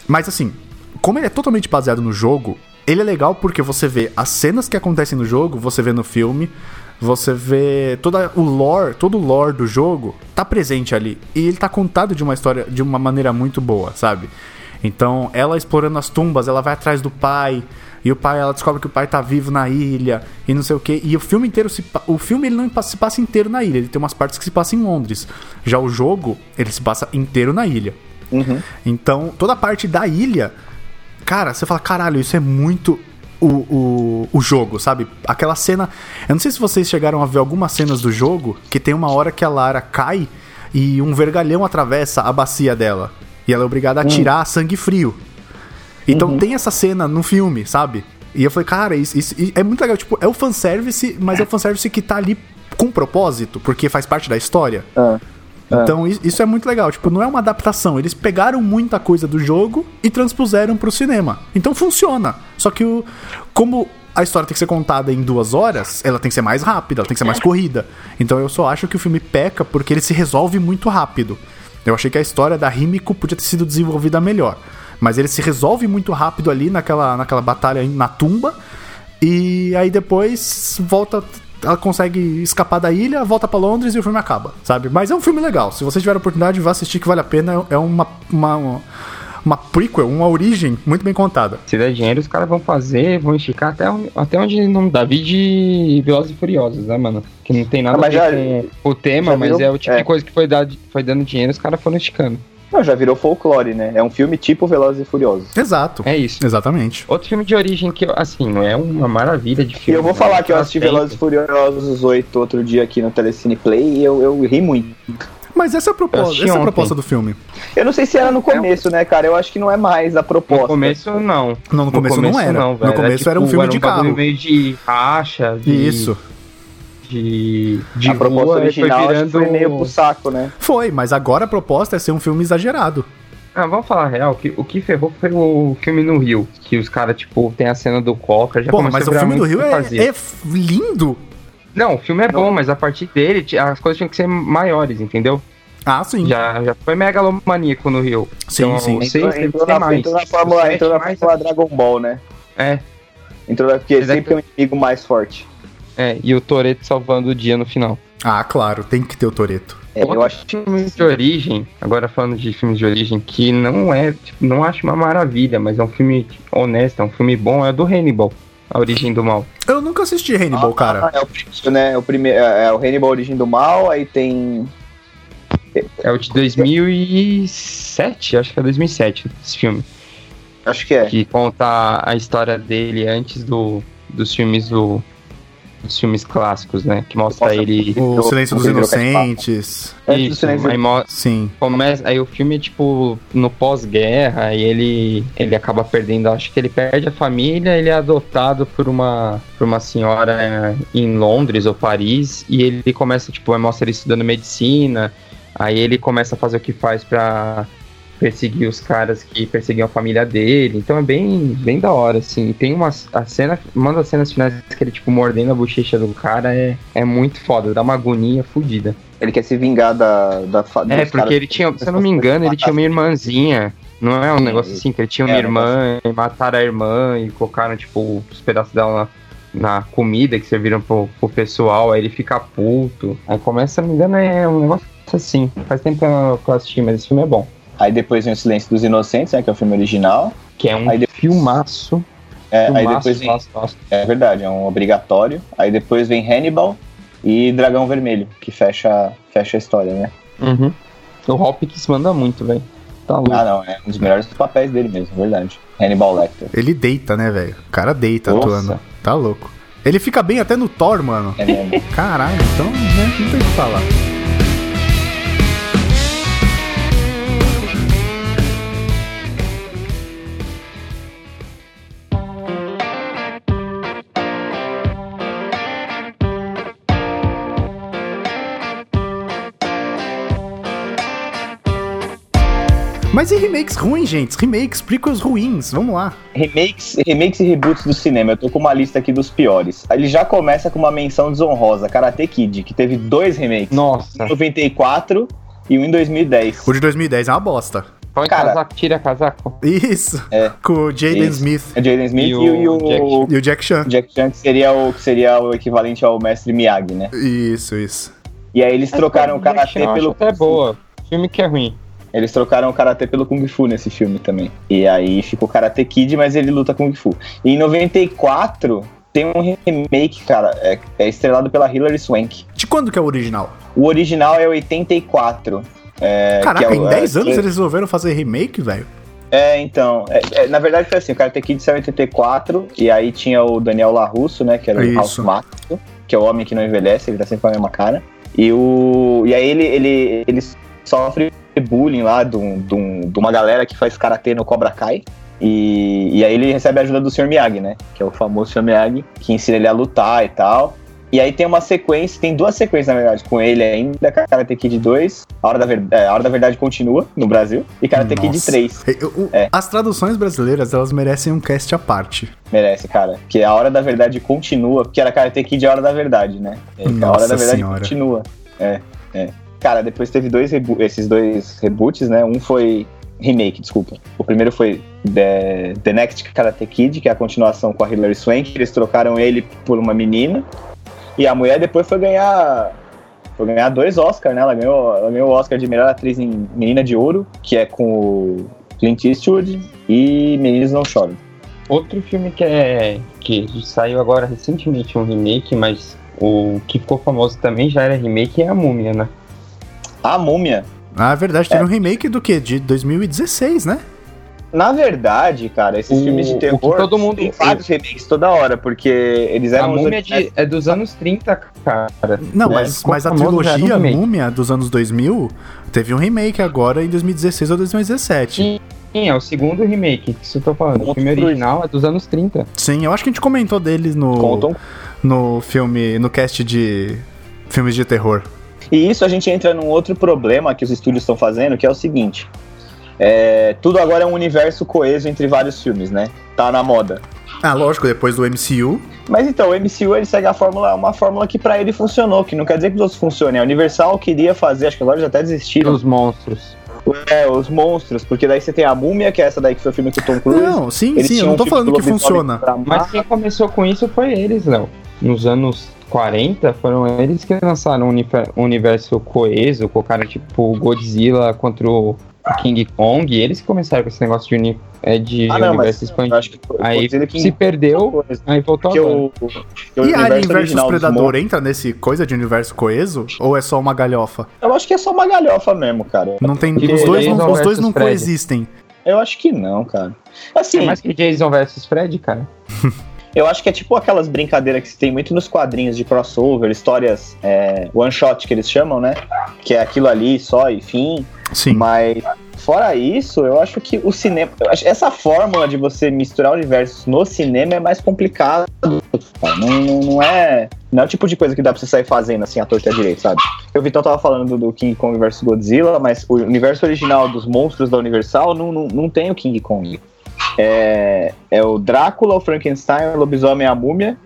S1: Mas assim, como ele é totalmente baseado no jogo, ele é legal porque você vê as cenas que acontecem no jogo, você vê no filme, você vê toda o lore, todo o lore do jogo tá presente ali e ele tá contado de uma história de uma maneira muito boa, sabe? Então, ela explorando as tumbas, ela vai atrás do pai, e o pai, ela descobre que o pai tá vivo na ilha, e não sei o quê. E o filme inteiro se pa- o filme ele não pa- se passa inteiro na ilha, ele tem umas partes que se passa em Londres. Já o jogo, ele se passa inteiro na ilha.
S3: Uhum.
S1: Então, toda a parte da ilha, cara, você fala, caralho, isso é muito o, o, o jogo, sabe? Aquela cena. Eu não sei se vocês chegaram a ver algumas cenas do jogo que tem uma hora que a Lara cai e um vergalhão atravessa a bacia dela. E ela é obrigada a tirar sangue frio. Então tem essa cena no filme, sabe? E eu falei, cara, isso, isso- e é muito legal. Tipo, é o fanservice, mas é o fanservice que tá ali com propósito, porque faz parte da história.
S2: Ah.
S1: Então i- isso é muito legal. Tipo, não é uma adaptação. Eles pegaram muita coisa do jogo e transpuseram pro cinema. Então funciona. Só que o. Como a história tem que ser contada em duas horas, ela tem que ser mais rápida, ela tem que ser mais corrida. Então eu só acho que o filme peca porque ele se resolve muito rápido. Eu achei que a história da Rímico podia ter sido desenvolvida melhor. Mas ele se resolve muito rápido ali naquela, naquela batalha em- na tumba. E aí depois volta. Ela consegue escapar da ilha, volta pra Londres e o filme acaba, sabe? Mas é um filme legal. Se você tiver a oportunidade, vá assistir que vale a pena. É uma. uma uma prequel, uma origem muito bem contada.
S3: Se der dinheiro, os caras vão fazer, vão esticar até, onde- até onde não dá. Vide Velozes e Furiosos, né, mano? Que não tem nada
S2: Ah,
S3: a ver
S2: mas já-
S3: com o tema,
S2: já
S3: mas
S2: virou-
S3: é o tipo
S2: é.
S3: de coisa que foi, dado, foi dando dinheiro, os caras foram esticando.
S2: Não, já virou folclore, né? É um filme tipo Velozes e Furiosos.
S1: Exato.
S3: É isso.
S1: Exatamente.
S3: Outro filme de origem que, eu- assim, não é uma maravilha de
S2: E
S3: filme.
S2: eu vou
S3: né?
S2: falar que eu assisti
S3: Aceito.
S2: Velozes e Furiosos 8 outro dia aqui no Telecine Play e eu, eu ri muito.
S1: Mas essa é a
S3: Eu
S1: proposta,
S3: assisti
S1: essa é a
S3: ontem.
S1: proposta do filme.
S2: Eu não sei se era no começo, né, cara? Eu acho que não é mais a proposta.
S3: No começo, não.
S1: Não, no, começo, não era.
S3: velho.
S1: no começo era um
S3: tipo,
S1: filme de
S3: bagulho
S1: carro.
S3: meio de racha, de...
S1: Isso.
S3: De, de
S2: a proposta
S3: rua, aí
S2: original acho que
S3: foi virando...
S2: foi meio pro saco, né?
S1: Foi, mas agora a proposta é ser um filme exagerado.
S3: Ah, vamos falar a real, que o que ferrou foi o filme no Rio, que os caras, tipo, tem a cena do Coca, já
S1: Porra,
S3: começou
S1: mas o
S3: a virar
S1: filme do
S3: muito
S1: Rio
S3: o que
S1: é,
S3: fazer.
S1: é f- lindo.
S3: Não, o filme é bom, mas a partir dele, ti- as coisas tinham que ser maiores, entendeu?
S1: Ah, sim.
S3: Já, um já foi megalomaníaco no Rio.
S1: Sim, sim.
S3: o seis
S2: Entrou,
S3: teve que
S2: entrou
S3: ser
S2: na,
S3: mais.
S2: entrou na
S3: O
S2: fórmula, um,
S3: sete
S2: entrou na
S3: mais-
S2: fórmula Dragon Ball, né?
S3: É,
S2: Entrou na, porque
S3: Mas é
S2: sempre
S3: que-
S2: tem um inimigo mais forte.
S3: é, e o Toreto salvando o dia no final.
S1: Ah, claro, tem que ter o Toreto.
S2: É, eu
S3: Outro
S2: acho que
S3: filme de origem, agora falando de filmes de origem, que não é, tipo, não acho uma maravilha, mas é um filme honesto, é um filme bom, é o do Hannibal, A Origem do Mal.
S1: Eu nunca assisti Hannibal, cara.
S2: Ah, é o primeiro, né? É o, primeiro, é, é o Hannibal Origem do Mal, aí tem.
S3: É o de 2007, acho que é 2007 esse filme.
S2: Acho que é.
S3: que conta a história dele antes do, dos filmes do, dos filmes clássicos, né? Que mostra
S2: Mostra-
S3: ele.
S1: O
S2: Eu-
S1: Silêncio dos
S2: eu- eu-
S1: Inocentes.
S2: Antes do
S3: Isso,
S2: silêncio.
S3: aí, mo-
S1: Sim.
S3: começa, aí o filme é tipo no pós-guerra e ele, ele acaba perdendo. Acho que ele perde a família, ele é adotado por uma, por uma senhora em Londres ou Paris, e ele começa, tipo, aí mostra ele estudando medicina, aí ele começa a fazer o que faz pra perseguir os caras que perseguiam a família dele. Então é bem, bem da hora, assim. Tem uma a cena, uma das cenas finais que ele, tipo, mordendo a bochecha do cara é, é muito foda, dá uma agonia fodida.
S2: Ele quer se vingar da, da família.
S3: É, porque ele tinha, se eu não me engano, ele tinha um- uma irmãzinha. Não é um negócio assim, que ele tinha uma
S2: É,
S3: irmã, e mataram a irmã e colocaram, tipo, os pedaços dela na, na comida que serviram pro, pro pessoal, aí ele fica puto. Aí começa, se eu não me engano, é um negócio assim. Faz tempo que eu não que eu assisti, mas esse filme é bom.
S2: Aí depois vem o Silêncio dos Inocentes, né? Que é o filme original.
S3: Que é um
S2: Aí depois-
S3: filmaço.
S2: É, aí
S3: filmaço,
S2: depois vem.
S3: filmaço, filmaço.
S2: É verdade, é um obrigatório. Aí depois vem Hannibal e Dragão Vermelho, que fecha, fecha a história, né?
S3: Uhum. O Hopkins manda muito, velho. Tá louco.
S2: Ah, não, é um dos melhores papéis dele mesmo, é verdade. Hannibal Lecter.
S1: Ele deita, né, velho? O cara deita
S2: Nossa.
S1: atuando. Tá louco. Ele fica bem até no Thor, mano.
S2: É mesmo.
S1: Caralho, então, né? Não tem o que falar. Mas e remakes ruins, gente? Remakes, prequels ruins, vamos lá.
S2: Remakes, remakes e reboots do cinema. Eu tô com uma lista aqui dos piores. Ele já começa com uma menção desonrosa, Karate Kid, que teve dois remakes.
S3: Nossa.
S2: Em 94 e um em 2010.
S1: O de 2010 é uma bosta.
S3: Põe
S2: Cara.
S3: casaco, tira casaco.
S1: Isso.
S2: É.
S1: Com o Jaden
S2: Isso.
S1: Smith
S2: É Jaden Smith e,
S3: E
S2: o,
S3: o
S2: e o
S3: Jack-
S1: e o Jack Chan.
S2: Jack Chan, que seria o, que seria o equivalente ao mestre Miyagi, né?
S1: Isso, isso.
S2: E aí
S3: É,
S2: eles trocaram o Karate
S3: Eu acho
S2: pelo
S3: até
S2: Kung Fu.
S3: boa. Filme que é ruim.
S2: Eles trocaram o Karate pelo Kung Fu nesse filme também. E aí ficou Karate Kid, mas ele luta Kung Fu. E em 94 tem um remake, cara. É, é estrelado pela Hilary Swank.
S1: De quando que é o original?
S2: O original é 84. É,
S1: Caraca,
S2: que é o-
S1: em 10
S2: é,
S1: anos
S2: que-
S1: eles resolveram fazer remake, velho?
S2: É, então. é, é, na verdade foi assim, o Karate Kid saiu em 84, e aí tinha o Daniel LaRusso, né? Que era
S1: Isso.
S2: o House Mato, que é o homem que não envelhece, ele tá sempre com a mesma cara. E o. E aí ele, ele, ele sofre bullying lá de, um- de um- de uma galera que faz karatê no Cobra Kai. E, e aí ele recebe a ajuda do Sr. Miyagi, né? Que é o famoso Sr. Miyagi, que ensina ele a lutar e tal. E aí tem uma sequência, tem duas sequências, na verdade, com ele ainda, Karate Kid 2, A Hora da, Ver- é, a Hora da Verdade continua no Brasil, e Karate Kid
S1: Nossa.
S2: 3.
S1: E- o-
S2: É.
S1: As traduções brasileiras, elas merecem um cast à parte.
S2: Merece, cara. Porque a hora da verdade continua. Porque era Karate Kid é a hora da verdade, né? É, a
S1: Nossa
S2: hora da verdade
S1: Senhora.
S2: continua. É, é. Cara, depois teve dois rebo- esses dois reboots, né? Um foi remake, desculpa. O primeiro foi The, The Next Karate Kid, que é a continuação com a Hilary Swank. Eles trocaram ele por uma menina. E a mulher depois foi ganhar. Foi ganhar dois Oscars, né? Ela ganhou, ela ganhou o Oscar de melhor atriz em Menina de Ouro, que é com o Clint Eastwood e Meninos Não Choram.
S3: Outro filme que é. que saiu agora recentemente um remake, mas o que ficou famoso também já era remake é a múmia, né?
S2: A múmia.
S1: Na verdade,
S2: É.
S1: teve um remake do quê? De 2016, né?
S2: Na verdade, cara, esses
S3: O-
S2: filmes de
S3: o que
S2: terror
S3: todo mundo-
S2: tem vários remakes toda hora, porque eles
S3: a
S2: eram os
S3: múmia é, de-
S2: originais.
S3: é dos anos 30, cara.
S1: Não,
S2: É,
S1: mas,
S3: ficou
S1: mas a
S3: famoso, já era um
S1: trilogia
S3: remake.
S1: Múmia dos anos 2000 teve um remake agora em 2016 ou 2017.
S3: Sim. Sim, é o segundo remake que isso eu tô falando. O filme
S2: Construído.
S3: original é dos anos 30.
S1: Sim, eu acho que a gente comentou deles no,
S2: Contam.
S1: no filme, no cast de filmes de terror.
S2: E isso a gente entra num outro problema que os estúdios estão fazendo, que é o seguinte. É, tudo agora é um universo coeso entre vários filmes, né? Tá na moda.
S1: Ah, lógico, depois do MCU.
S2: Mas então, o MCU ele segue a fórmula, uma fórmula que pra ele funcionou, que não quer dizer que os outros funcionem. A Universal queria fazer, acho que agora já até desistiram,
S3: Dos monstros.
S2: é, os monstros, porque daí você tem a Múmia, que é essa daí que foi o filme que o Tom Cruise.
S1: Não, sim,
S2: Eles
S1: sim, eu
S2: tinham
S1: não tô
S2: um filme
S1: falando
S2: do
S1: que
S2: lobisomem
S1: funciona.
S2: pra amar.
S3: Mas quem começou com isso foi eles, Léo. Nos anos 40, foram eles que lançaram um unife- um universo coeso, colocaram tipo o Godzilla contra o King Kong, e eles que começaram com esse negócio de, uni- é, de
S2: Ah, não,
S3: universo
S2: mas eu
S3: expandido.
S2: acho que foi-
S3: Aí
S2: foi ele que
S3: se perdeu,
S2: coisa.
S3: aí voltou
S2: Porque
S3: agora.
S2: o, porque o
S1: E Alien
S2: um universo
S1: vs
S2: original dos
S1: Predador
S2: monstros-
S1: entra nesse coisa de universo coeso? Ou é só uma galhofa?
S2: Eu acho que é só uma galhofa mesmo, cara.
S1: Não tem,
S3: Porque
S1: os dois
S3: Jason
S1: não, os dois
S3: versus
S1: não
S3: Fred.
S1: coexistem.
S2: Eu acho que não, cara.
S3: É
S2: Assim,
S3: mais que Jason versus Fred, cara.
S2: eu acho que é tipo aquelas brincadeiras que se tem muito nos quadrinhos de crossover, histórias é, one shot que eles chamam, né? Que é aquilo ali só e fim.
S1: Sim.
S2: Mas Fora isso, eu acho que o cinema. eu acho- Essa fórmula de você misturar universos no cinema é mais complicado. cara. Não, não- não é. Não é o tipo de coisa que dá pra você sair fazendo assim à torta e à direita, sabe? Eu Vitão tava falando do King Kong vs Godzilla, mas o universo original dos monstros da Universal não, não, não tem o King Kong. É, é o Drácula, o Frankenstein, o Lobisomem e a Múmia,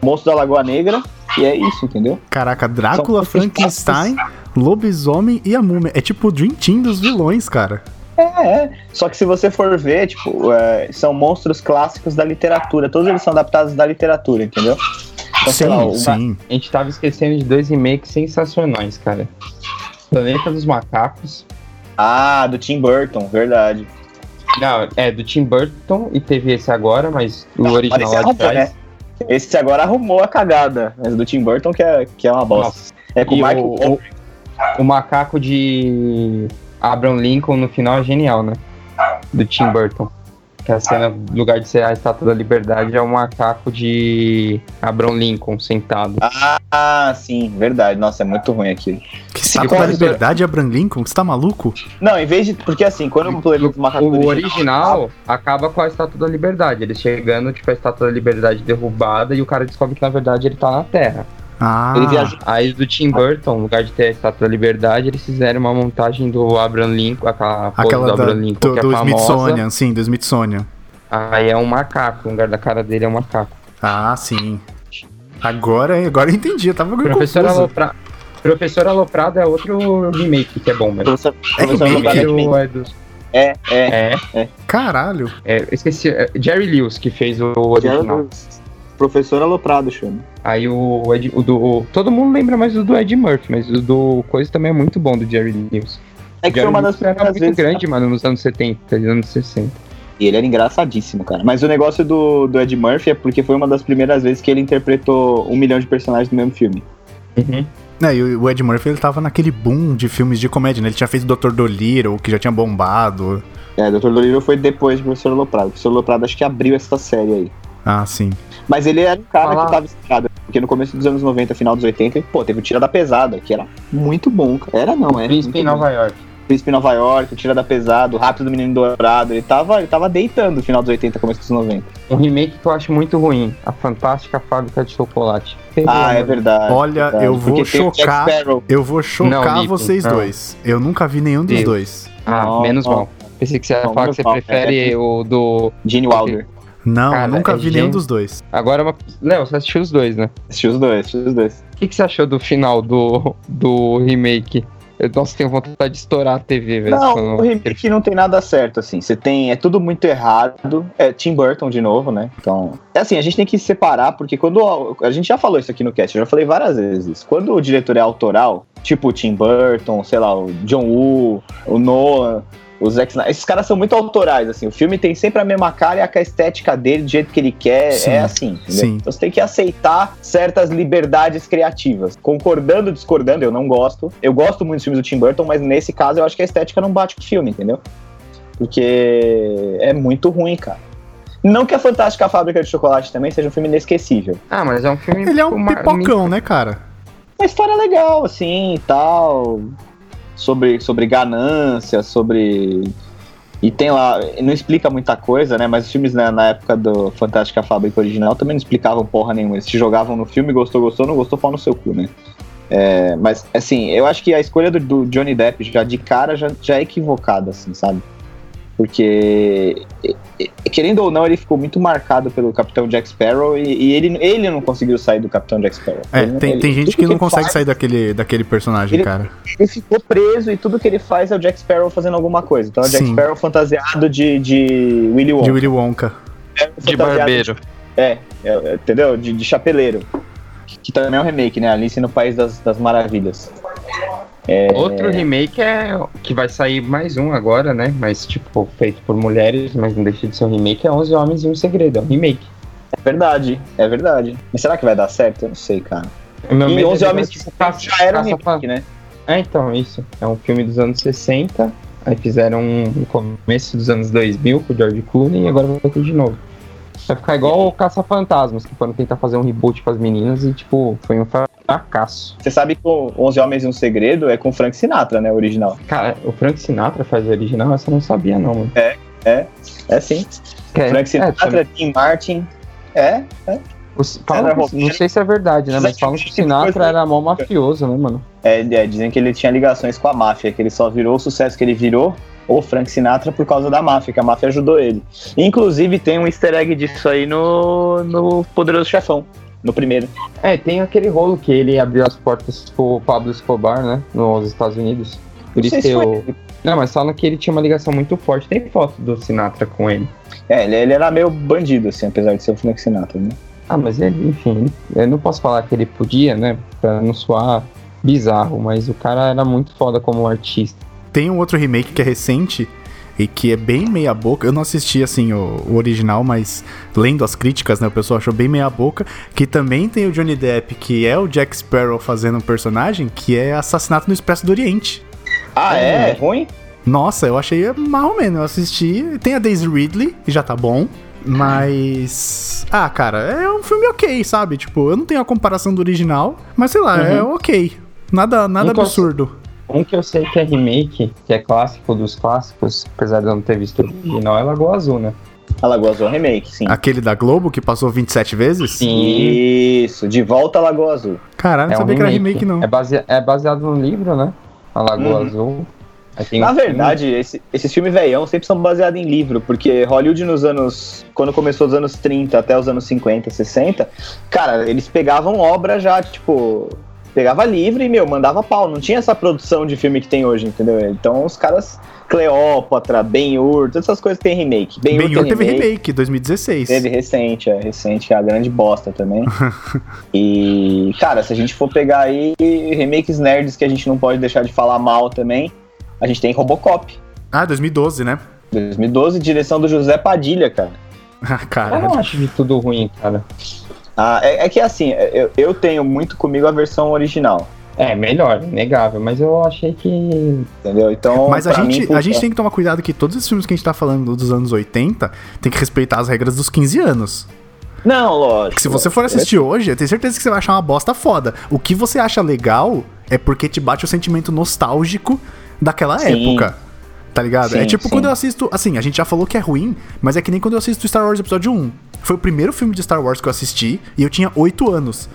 S2: o Monstro da Lagoa Negra, e é isso, entendeu?
S1: Caraca, Drácula,
S2: São muitos
S1: Frankenstein, Lobisomem e a Múmia. É tipo o Dream Team dos vilões, cara.
S2: É, é. Só que se você for ver, tipo, é, são monstros clássicos da literatura. Todos eles são adaptados da literatura, entendeu? Então, sei lá, o-
S1: sim, sim.
S3: A gente tava esquecendo de dois remakes sensacionais, cara. Planeta dos Macacos.
S2: Ah, do Tim Burton, verdade.
S3: Não, é do Tim Burton e teve esse agora, mas o
S2: Mas
S3: original
S2: esse
S3: lá de
S2: arrumou,
S3: trás.
S2: né? Esse agora arrumou a cagada. Mas do Tim Burton que é, que é uma bosta.
S3: Nossa,
S2: É com o
S3: e
S2: Michael
S3: o, o, o macaco de Abraham Lincoln no final é genial, né? Do Tim Burton. Que é a cena, no lugar de ser a estátua da liberdade, é o macaco de Abraham Lincoln sentado.
S2: Ah, sim, verdade. Nossa, é muito ruim aquilo.
S1: Que
S2: Sim,
S1: estátua da
S2: quase-
S1: liberdade, Abraham Lincoln? Você tá maluco?
S2: Não, em vez de. Porque assim, quando o planeta do
S1: Ah,
S2: macaco
S3: O
S2: original-
S3: original acaba com a Estátua da Liberdade. Ele chegando, tipo, a Estátua da Liberdade derrubada e o cara descobre que, na verdade, ele tá na Terra.
S1: Ah,
S2: Ele viaja-
S3: Aí, do Tim Burton, no lugar de ter a Estátua da Liberdade, eles fizeram uma montagem do Abraham Lincoln, aquela, pose
S1: aquela
S3: do
S1: da,
S3: Abraham Lincoln
S1: do,
S3: que é
S1: do
S3: famosa.
S1: Smithsonian, sim, do Smithsonian.
S3: Aí é um macaco, no lugar da cara dele é um macaco.
S1: Ah, sim. Agora, agora eu entendi, eu tava meio
S3: Professor
S1: confuso.
S3: Aloprado... Professor Aloprado é outro remake que é bom, velho.
S2: Professor-
S1: É
S2: professor
S1: remake?
S2: Lobato
S3: Primeiro
S2: Remake.
S3: é do-
S2: É, é.
S3: É,
S1: Caralho.
S3: é, eu esqueci. é Jerry Lewis que fez o original.
S2: Professor Aloprado chama.
S3: Aí o, Ed, o do. Todo mundo lembra mais do do Ed Murphy, mas o do Coisa também é muito bom do Jerry Lewis.
S2: É que foi
S3: Jerry
S2: uma das
S3: Lewis era
S2: primeiras
S3: muito
S2: vezes. né?
S3: grande, mano, nos anos 70 e anos 60.
S2: E ele era engraçadíssimo, cara. Mas o negócio do, do Ed Murphy é porque foi uma das primeiras vezes que ele interpretou um milhão de personagens no mesmo filme.
S1: É, e o Ed Murphy ele tava naquele boom de filmes de comédia, né? Ele tinha feito Dr. Dolittle, que já tinha bombado.
S2: É, Dr. Dolittle foi depois do Professor Loprado. O Professor Loprado acho que abriu essa série aí.
S1: Ah, sim.
S2: Mas ele era um cara
S3: Falar-
S2: que tava estrado. Porque no começo dos anos 90, final dos 80, pô, teve o Tira da Pesada, que era muito bom. cara. Era não, era.
S3: Príncipe
S2: muito
S3: em
S2: bom.
S3: Nova York.
S2: Príncipe em Nova York, o Tira da Pesada, o Rápido do Menino Dourado. Ele tava, ele tava deitando no final dos 80, começo dos 90.
S3: Um remake que eu acho muito ruim. A Fantástica Fábrica de Chocolate.
S2: Ah, é verdade.
S1: Olha,
S2: verdade.
S1: eu vou
S2: Porque tem o Jack
S1: chocar-
S2: Sparrow.
S1: Eu vou chocar
S3: Lipe,
S1: vocês
S3: não.
S1: dois. Eu nunca vi nenhum dos
S3: Deus.
S1: dois.
S3: Ah,
S2: Não,
S3: menos
S2: não.
S3: mal. Pensei que você ia
S2: Não,
S3: falar que
S2: menos
S3: você
S2: mal.
S3: prefere
S2: É.
S3: o do.
S2: Gene Wilder.
S1: Não,
S3: Cara,
S1: nunca
S3: é
S1: vi nenhum
S3: gênio.
S1: dos dois.
S3: Agora, uma- Léo, você assistiu os dois, né?
S2: Assisti os dois, assisti os dois.
S3: O que, que você achou do final do, do remake? Eu, nossa, tenho vontade de estourar a TV, velho.
S2: Não,
S3: quando-
S2: o remake não tem nada certo, assim. Você tem. É tudo muito errado. É Tim Burton de novo, né? Então. É assim, a gente tem que separar, porque quando. A gente já falou isso aqui no cast, eu já falei várias vezes. Quando o diretor é autoral, tipo o Tim Burton, sei lá, o John Woo, o Noah. O Zack Snyder, esses caras são muito autorais, assim. O filme tem sempre a mesma cara e a estética dele, do jeito que ele quer,
S1: Sim.
S2: é assim. Entendeu?
S1: Sim.
S2: Então você tem que aceitar certas liberdades criativas. Concordando, discordando, eu não gosto. Eu gosto muito dos filmes do Tim Burton, mas nesse caso eu acho que a estética não bate com o filme, entendeu? Porque é muito ruim, cara. Não que a Fantástica Fábrica de Chocolate também seja um filme inesquecível.
S3: Ah, mas é um filme.
S1: Ele é um
S3: uma-
S1: pipocão, né, cara?
S2: Uma história legal, assim, e tal. Sobre, sobre ganância, sobre. E tem lá. Não explica muita coisa, né? Mas os filmes né, na época do Fantástica Fábrica original também não explicavam porra nenhuma. Eles te jogavam no filme, gostou, gostou, não gostou, pau no seu cu, né? É, mas, assim, eu acho que a escolha do, do Johnny Depp já de cara já, já é equivocada, assim, sabe? Porque, e- e- querendo ou não, ele ficou muito marcado pelo Capitão Jack Sparrow e, e ele, ele não conseguiu sair do Capitão Jack Sparrow.
S1: É,
S2: Ele-
S1: tem,
S2: ele-
S1: tem gente
S2: tudo
S1: que não
S2: ele
S1: consegue
S2: faz,
S1: sair daquele, daquele personagem,
S2: Ele- é
S1: cara.
S2: Ele ficou preso e tudo que ele faz é o Jack Sparrow fazendo alguma coisa. Então é o Jack
S1: Sim.
S2: Sparrow fantasiado de, de Willy Wonka.
S1: De Willy Wonka.
S3: De barbeiro.
S2: É, é, entendeu? De, de chapeleiro. Que, que também é um remake, né? Alice no País das, das Maravilhas.
S3: Outro remake é que vai sair mais um agora, né? Mas tipo, feito por mulheres, mas não deixa de ser um remake, é 11 Homens e um Segredo, é um remake.
S2: É verdade, é verdade. Mas será que vai dar certo? Eu não sei, cara.
S3: O meu
S2: E
S3: medo é
S2: 11
S3: legal,
S2: Homens
S3: tipo, caça-
S2: já era um
S3: caça
S2: remake, né?
S3: pra- É, então, isso. É um filme dos anos 60, aí fizeram um no começo dos anos 2000 com o George Clooney e agora vai fazer de novo. Vai ficar igual o Caça-Fantasmas, que foram tentar fazer um reboot com as meninas e, tipo, foi um fracasso.
S2: Você sabe que o 11 Homens e um Segredo é com Frank Sinatra, né? O original.
S3: Cara, o Frank Sinatra faz o original, essa eu não sabia, não, mano.
S2: É, é sim.
S3: É,
S2: Frank Sinatra,
S3: é,
S2: Tim Martin. É, é.
S3: os- falam
S2: era
S3: que-
S2: roqueiro.
S3: não sei se é verdade, né? Mas falam que o Sinatra era mó mafioso, né, mano?
S2: É, é, Dizem que ele tinha ligações com a máfia, que ele só virou o sucesso que ele virou, ou Frank Sinatra, por causa da máfia, que a máfia ajudou ele. Inclusive, tem um easter egg disso aí no, no Poderoso Chefão, no primeiro.
S3: É, tem aquele rolo que ele abriu as portas pro Pablo Escobar, né? Nos Estados Unidos.
S2: Não
S3: Por isso
S2: sei se
S3: que
S2: foi
S3: eu- Não, mas falam que ele tinha uma ligação muito forte. Tem foto do Sinatra com ele.
S2: É, ele, ele era meio bandido, assim, apesar de ser o Frank Sinatra, né?
S3: Ah, mas ele, enfim, eu não posso falar que ele podia, né? Pra não soar bizarro, mas o cara era muito foda como artista.
S1: Tem um outro remake que é recente e que é bem meia boca. Eu não assisti assim o, o original, mas lendo as críticas, né, o pessoal achou bem meia boca, que também tem o Johnny Depp, que é o Jack Sparrow fazendo um personagem que é Assassinato no Expresso do Oriente.
S2: Ah, é? é ruim?
S1: Nossa, eu achei mal menos. Eu assisti, tem a Daisy Ridley, que já tá bom. Mas. Ah, cara, é um filme ok, sabe? Tipo, eu não tenho a comparação do original, mas sei lá, é ok. Nada, nada
S3: Então,
S1: absurdo.
S3: Um que eu sei que é remake, que é clássico dos clássicos, apesar de eu não ter visto o original, é Lagoa Azul, né?
S2: Alagoa Azul Remake, sim.
S1: Aquele da Globo que passou 27 vezes?
S2: Isso, de volta a Lagoa Azul.
S1: Caralho, não
S3: é um
S1: sabia que era remake, não.
S3: É, basea- é baseado num livro, né? A Lagoa
S2: Uhum.
S3: Azul. Aí tem
S2: Na
S3: um filme.
S2: verdade, esse- esses filmes velhão sempre são baseados em livro, porque Hollywood nos anos. Quando começou os anos 30 até os anos 50, 60, cara, eles pegavam obra já, tipo. Pegava livro e, meu, mandava pau. Não tinha essa produção de filme que tem hoje, entendeu? Então os caras. Cleópatra, Ben-Hur, todas essas coisas tem remake.
S1: Ben
S2: Ben-Hur
S1: Hur
S2: tem
S1: teve
S2: remake.
S1: remake, 2016.
S2: Teve recente, é recente, que é a grande bosta
S1: *laughs*
S2: também. e, cara, se a gente for pegar aí remakes nerds que a gente não pode deixar de falar mal também, a gente tem Robocop.
S1: Ah, 2012, né? *laughs*
S2: 2012, direção do José Padilha, cara.
S1: Ah,
S3: Eu
S1: caralho.
S3: não acho de tudo ruim, cara.
S2: Ah, é, é que assim, eu, eu tenho muito comigo a versão original,
S3: É, melhor, inegável, mas eu achei que.
S2: entendeu? Então,
S1: Mas a
S2: pra
S1: gente,
S2: mim, puta,
S1: a gente tem que tomar cuidado que todos esses filmes que a gente tá falando dos anos 80 tem que respeitar as regras dos 15 anos.
S2: Não, lógico.
S1: Porque se você for assistir hoje, eu tenho certeza que você vai achar uma bosta foda. O que você acha legal é porque te bate o sentimento nostálgico daquela
S2: Sim.
S1: época. Tá ligado? é
S2: Sim,
S1: tipo
S2: sim.
S1: quando eu assisto. Assim, a gente já falou que é ruim, mas é que nem quando eu assisto Star Wars Episódio 1. Foi o primeiro filme de Star Wars que eu assisti e eu tinha 8 anos.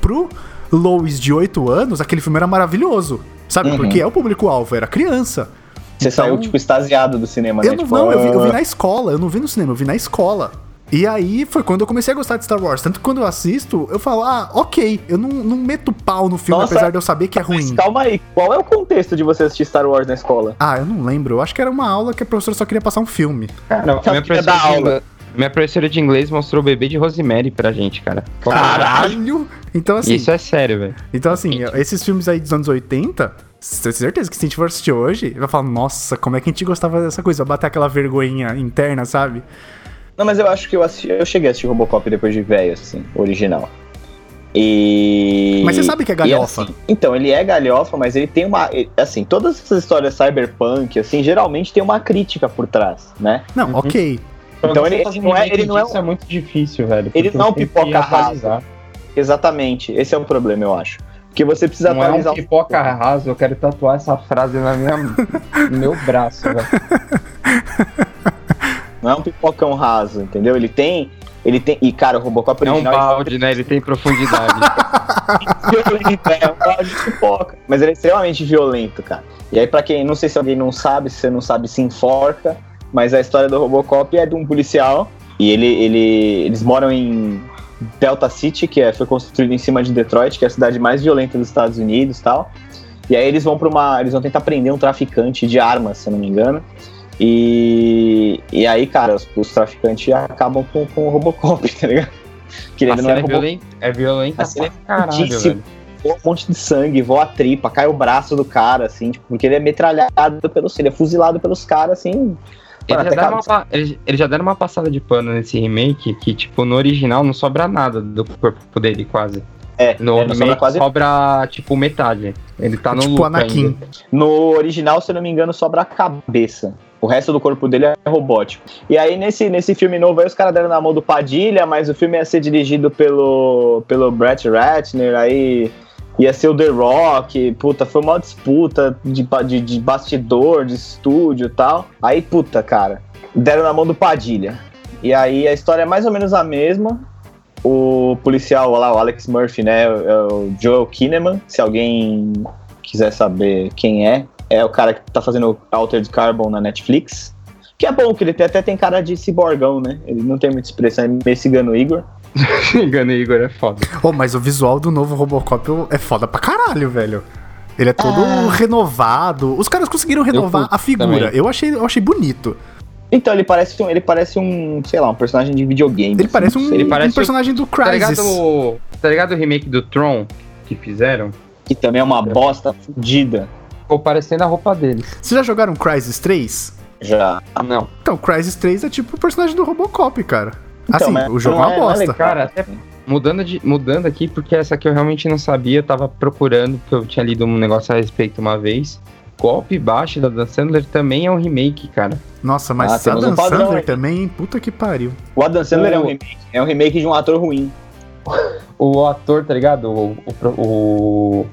S1: Pro Lois de 8 anos, aquele filme era maravilhoso. Sabe?
S2: Uhum.
S1: Porque é o público-alvo, era criança.
S2: Você
S1: Então-
S2: saiu, tipo, extasiado do cinema,
S1: Eu
S2: né?
S1: não,
S2: Tipo,
S1: não eu, vi, eu vi
S2: ah,
S1: na escola, eu não vi no cinema, eu vi na escola. E aí foi quando eu comecei a gostar de Star Wars. Tanto que quando eu assisto, eu falo, ah, ok, eu não, não meto pau no filme,
S2: Nossa,
S1: apesar de eu saber
S3: tá
S1: que é
S2: mas
S1: ruim.
S2: calma aí, qual é o contexto de você assistir Star Wars na escola?
S1: Ah, eu não lembro. Eu acho que era uma aula que a professora só queria passar um filme.
S3: Cara,
S2: Tá
S3: minha
S2: filha
S3: professora,
S2: da
S3: de
S2: aula.
S3: inglês, minha professora de inglês mostrou o bebê de Rosemary pra gente, cara.
S1: Caralho! Então assim,
S3: Isso é sério, velho.
S1: então, assim esses filmes aí dos anos 80, tenho certeza que se a gente for assistir hoje, vai falar, nossa, como é que a gente gostava dessa coisa? Vai bater aquela vergonhinha interna, sabe?
S2: Não, mas eu acho que eu, assisti, eu cheguei a assistir Robocop depois de velho, assim, original. E.
S1: Mas você sabe que é
S2: e
S1: galhofa.
S2: assim, então, ele é galhofa, mas ele tem uma. ele- Assim, todas essas histórias cyberpunk, assim, geralmente tem uma crítica por trás, né?
S1: Não,
S3: Uhum.
S1: ok.
S2: Então ele- ele não é- ele não é
S3: Isso é muito difícil, velho.
S2: Ele
S3: porque
S2: não é um
S3: tem que
S2: pipoca
S3: atualizar.
S2: Exatamente. Esse é o problema, eu acho. Porque você precisa
S3: Não é
S2: atualizar.
S3: um
S2: o-
S3: pipoca raso, eu quero tatuar essa frase na minha, no meu braço, velho.
S2: não é um pipocão raso, entendeu? Ele tem. Ele tem. E, cara, o Robocop
S3: É um
S2: original.
S3: balde, né? Ele tem profundidade.
S2: violento, é um balde de pipoca. Mas ele é extremamente violento, cara. E aí, pra quem não sei se alguém não sabe, se você não sabe, se enforca. Mas a história do Robocop é de um policial. E ele, ele, eles moram em Delta City, que é, foi construído em cima de Detroit, que é a cidade mais violenta dos Estados Unidos e tal. E aí eles vão para uma. Eles vão tentar prender um traficante de armas, se eu não me engano. E, e aí, cara, os, os traficantes acabam com, com o Robocop, *laughs* tá ligado? Que
S3: A
S2: ele não
S3: cena
S2: era
S3: é
S2: Robocop
S3: violenta, é violenta
S2: A cena
S3: pra caralho,
S2: fortíssima.
S3: velho.
S2: voa um monte de sangue, voa a tripa, cai o braço do cara, assim, tipo, porque ele é metralhado pelos. Ele é fuzilado pelos caras, assim.
S3: Eles
S2: até
S3: já, deram
S2: cabe-
S3: uma, pa- eles- eles já deram uma passada de pano nesse remake que, tipo, no original não sobra nada do corpo dele, quase.
S2: É,
S3: No
S2: é, não
S3: remake
S2: sobra
S3: sobra,
S2: quase.
S3: tipo, metade. Ele tá no
S1: tipo
S3: luto
S1: Anakin.
S3: ainda. *laughs*
S2: No original, se eu não me engano, sobra a cabeça. O resto do corpo dele é robótico. E aí, nesse, nesse filme novo, aí os caras deram na mão do Padilha, mas o filme ia ser dirigido pelo, pelo Brett Ratner, aí ia ser o The Rock, puta, foi uma disputa de, ba- de, de bastidor, de estúdio e tal. Aí, puta, cara, deram na mão do Padilha. E aí a história é mais ou menos a mesma. O policial lá, o Alex Murphy, né? é o Joel Kinnaman. Se alguém quiser saber quem é, é o cara que tá fazendo Altered Carbon na Netflix. Que é bom, que ele tem- até tem cara de ciborgão, né? Ele não tem muita expressão, é meio cigano Igor.
S3: Enganei, Igor, é foda.
S1: Oh, mas o visual do novo Robocop é foda pra caralho, velho. Ele é todo
S2: Ah.
S1: renovado. Os caras conseguiram renovar
S3: curto
S1: a figura.
S3: também.
S1: Eu achei, eu achei bonito.
S2: Então, ele parece um, ele parece um, sei lá, um personagem de videogame.
S1: Ele
S2: assim,
S1: parece
S2: não
S1: um,
S2: sei.
S1: um
S3: parece-
S1: personagem do
S3: Tá
S1: Crysis.
S3: ligado, o- tá ligado o remake do Tron que fizeram?
S2: Que também é uma
S3: um
S2: bosta fudida
S3: Ficou parecendo a roupa deles.
S1: Vocês já jogaram Crysis 3?
S2: já.
S3: Não.
S1: Então, Crysis 3 é tipo o personagem do Robocop, cara.
S2: Então,
S1: assim,
S2: mas
S1: o jogo é
S2: não
S1: uma
S2: é- não é
S1: bosta.
S2: legal.
S3: Cara, até mudando, de, mudando aqui, porque essa aqui eu realmente não sabia, eu tava procurando, porque eu tinha lido um negócio a respeito uma vez. Golpe baixo da Dan Sandler também é um remake, cara.
S1: Nossa, mas
S2: Ah, temos
S1: Adam
S2: um padrão
S1: Sandler
S2: aí.
S1: também, hein? puta que pariu.
S2: O Adam Sandler é um
S3: O-
S2: remake, é um remake de um ator ruim.
S3: O ator, tá ligado? O, o, pro- o,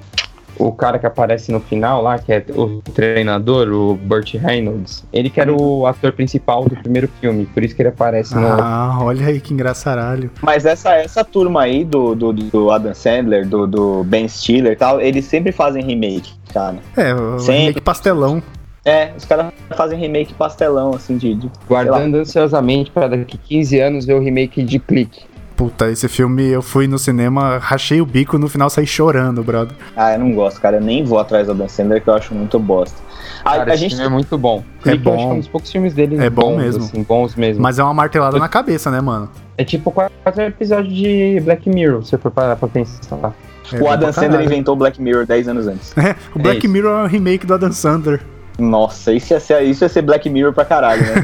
S3: o cara que aparece no final lá, que é o treinador, o Burt Reynolds, ele que era o ator principal do primeiro filme, por isso que ele aparece no.
S1: Ah, olha aí que engraçaralho.
S2: Mas essa, essa turma aí do, do, do Adam Sandler, do, do Ben Stiller e tal, eles sempre fazem remake, cara.
S1: É, o
S2: Sempre.
S1: remake pastelão.
S2: É, os caras fazem remake pastelão, assim, de. de-
S3: Guardando ansiosamente para daqui 15 anos ver o remake de Clique.
S1: Puta, esse filme eu fui no cinema, rachei o bico no final saí chorando, brother.
S2: Ah, eu não gosto, cara. Eu nem vou atrás do Adam Sandler, que eu acho muito bosta. A,
S3: Cara,
S2: a
S3: esse
S2: gente.
S3: filme é muito bom.
S1: É
S3: Clique eu acho que
S1: bom.
S3: um dos poucos filmes dele
S1: É bom mesmo.
S3: Assim, bons mesmo.
S1: Mas é uma martelada na cabeça, né, mano?
S3: É tipo quase um episódio de Black Mirror, se você for parar pra pensar.
S1: É
S2: o
S1: bom
S2: Adam
S1: pra caralho.
S2: Sandler inventou Black Mirror 10 anos antes. *laughs*
S1: O Black
S3: isso.
S1: Mirror é um remake do Adam Sandler.
S2: Nossa, isso ia, ser, isso ia ser Black Mirror pra
S1: *laughs*
S2: caralho, né?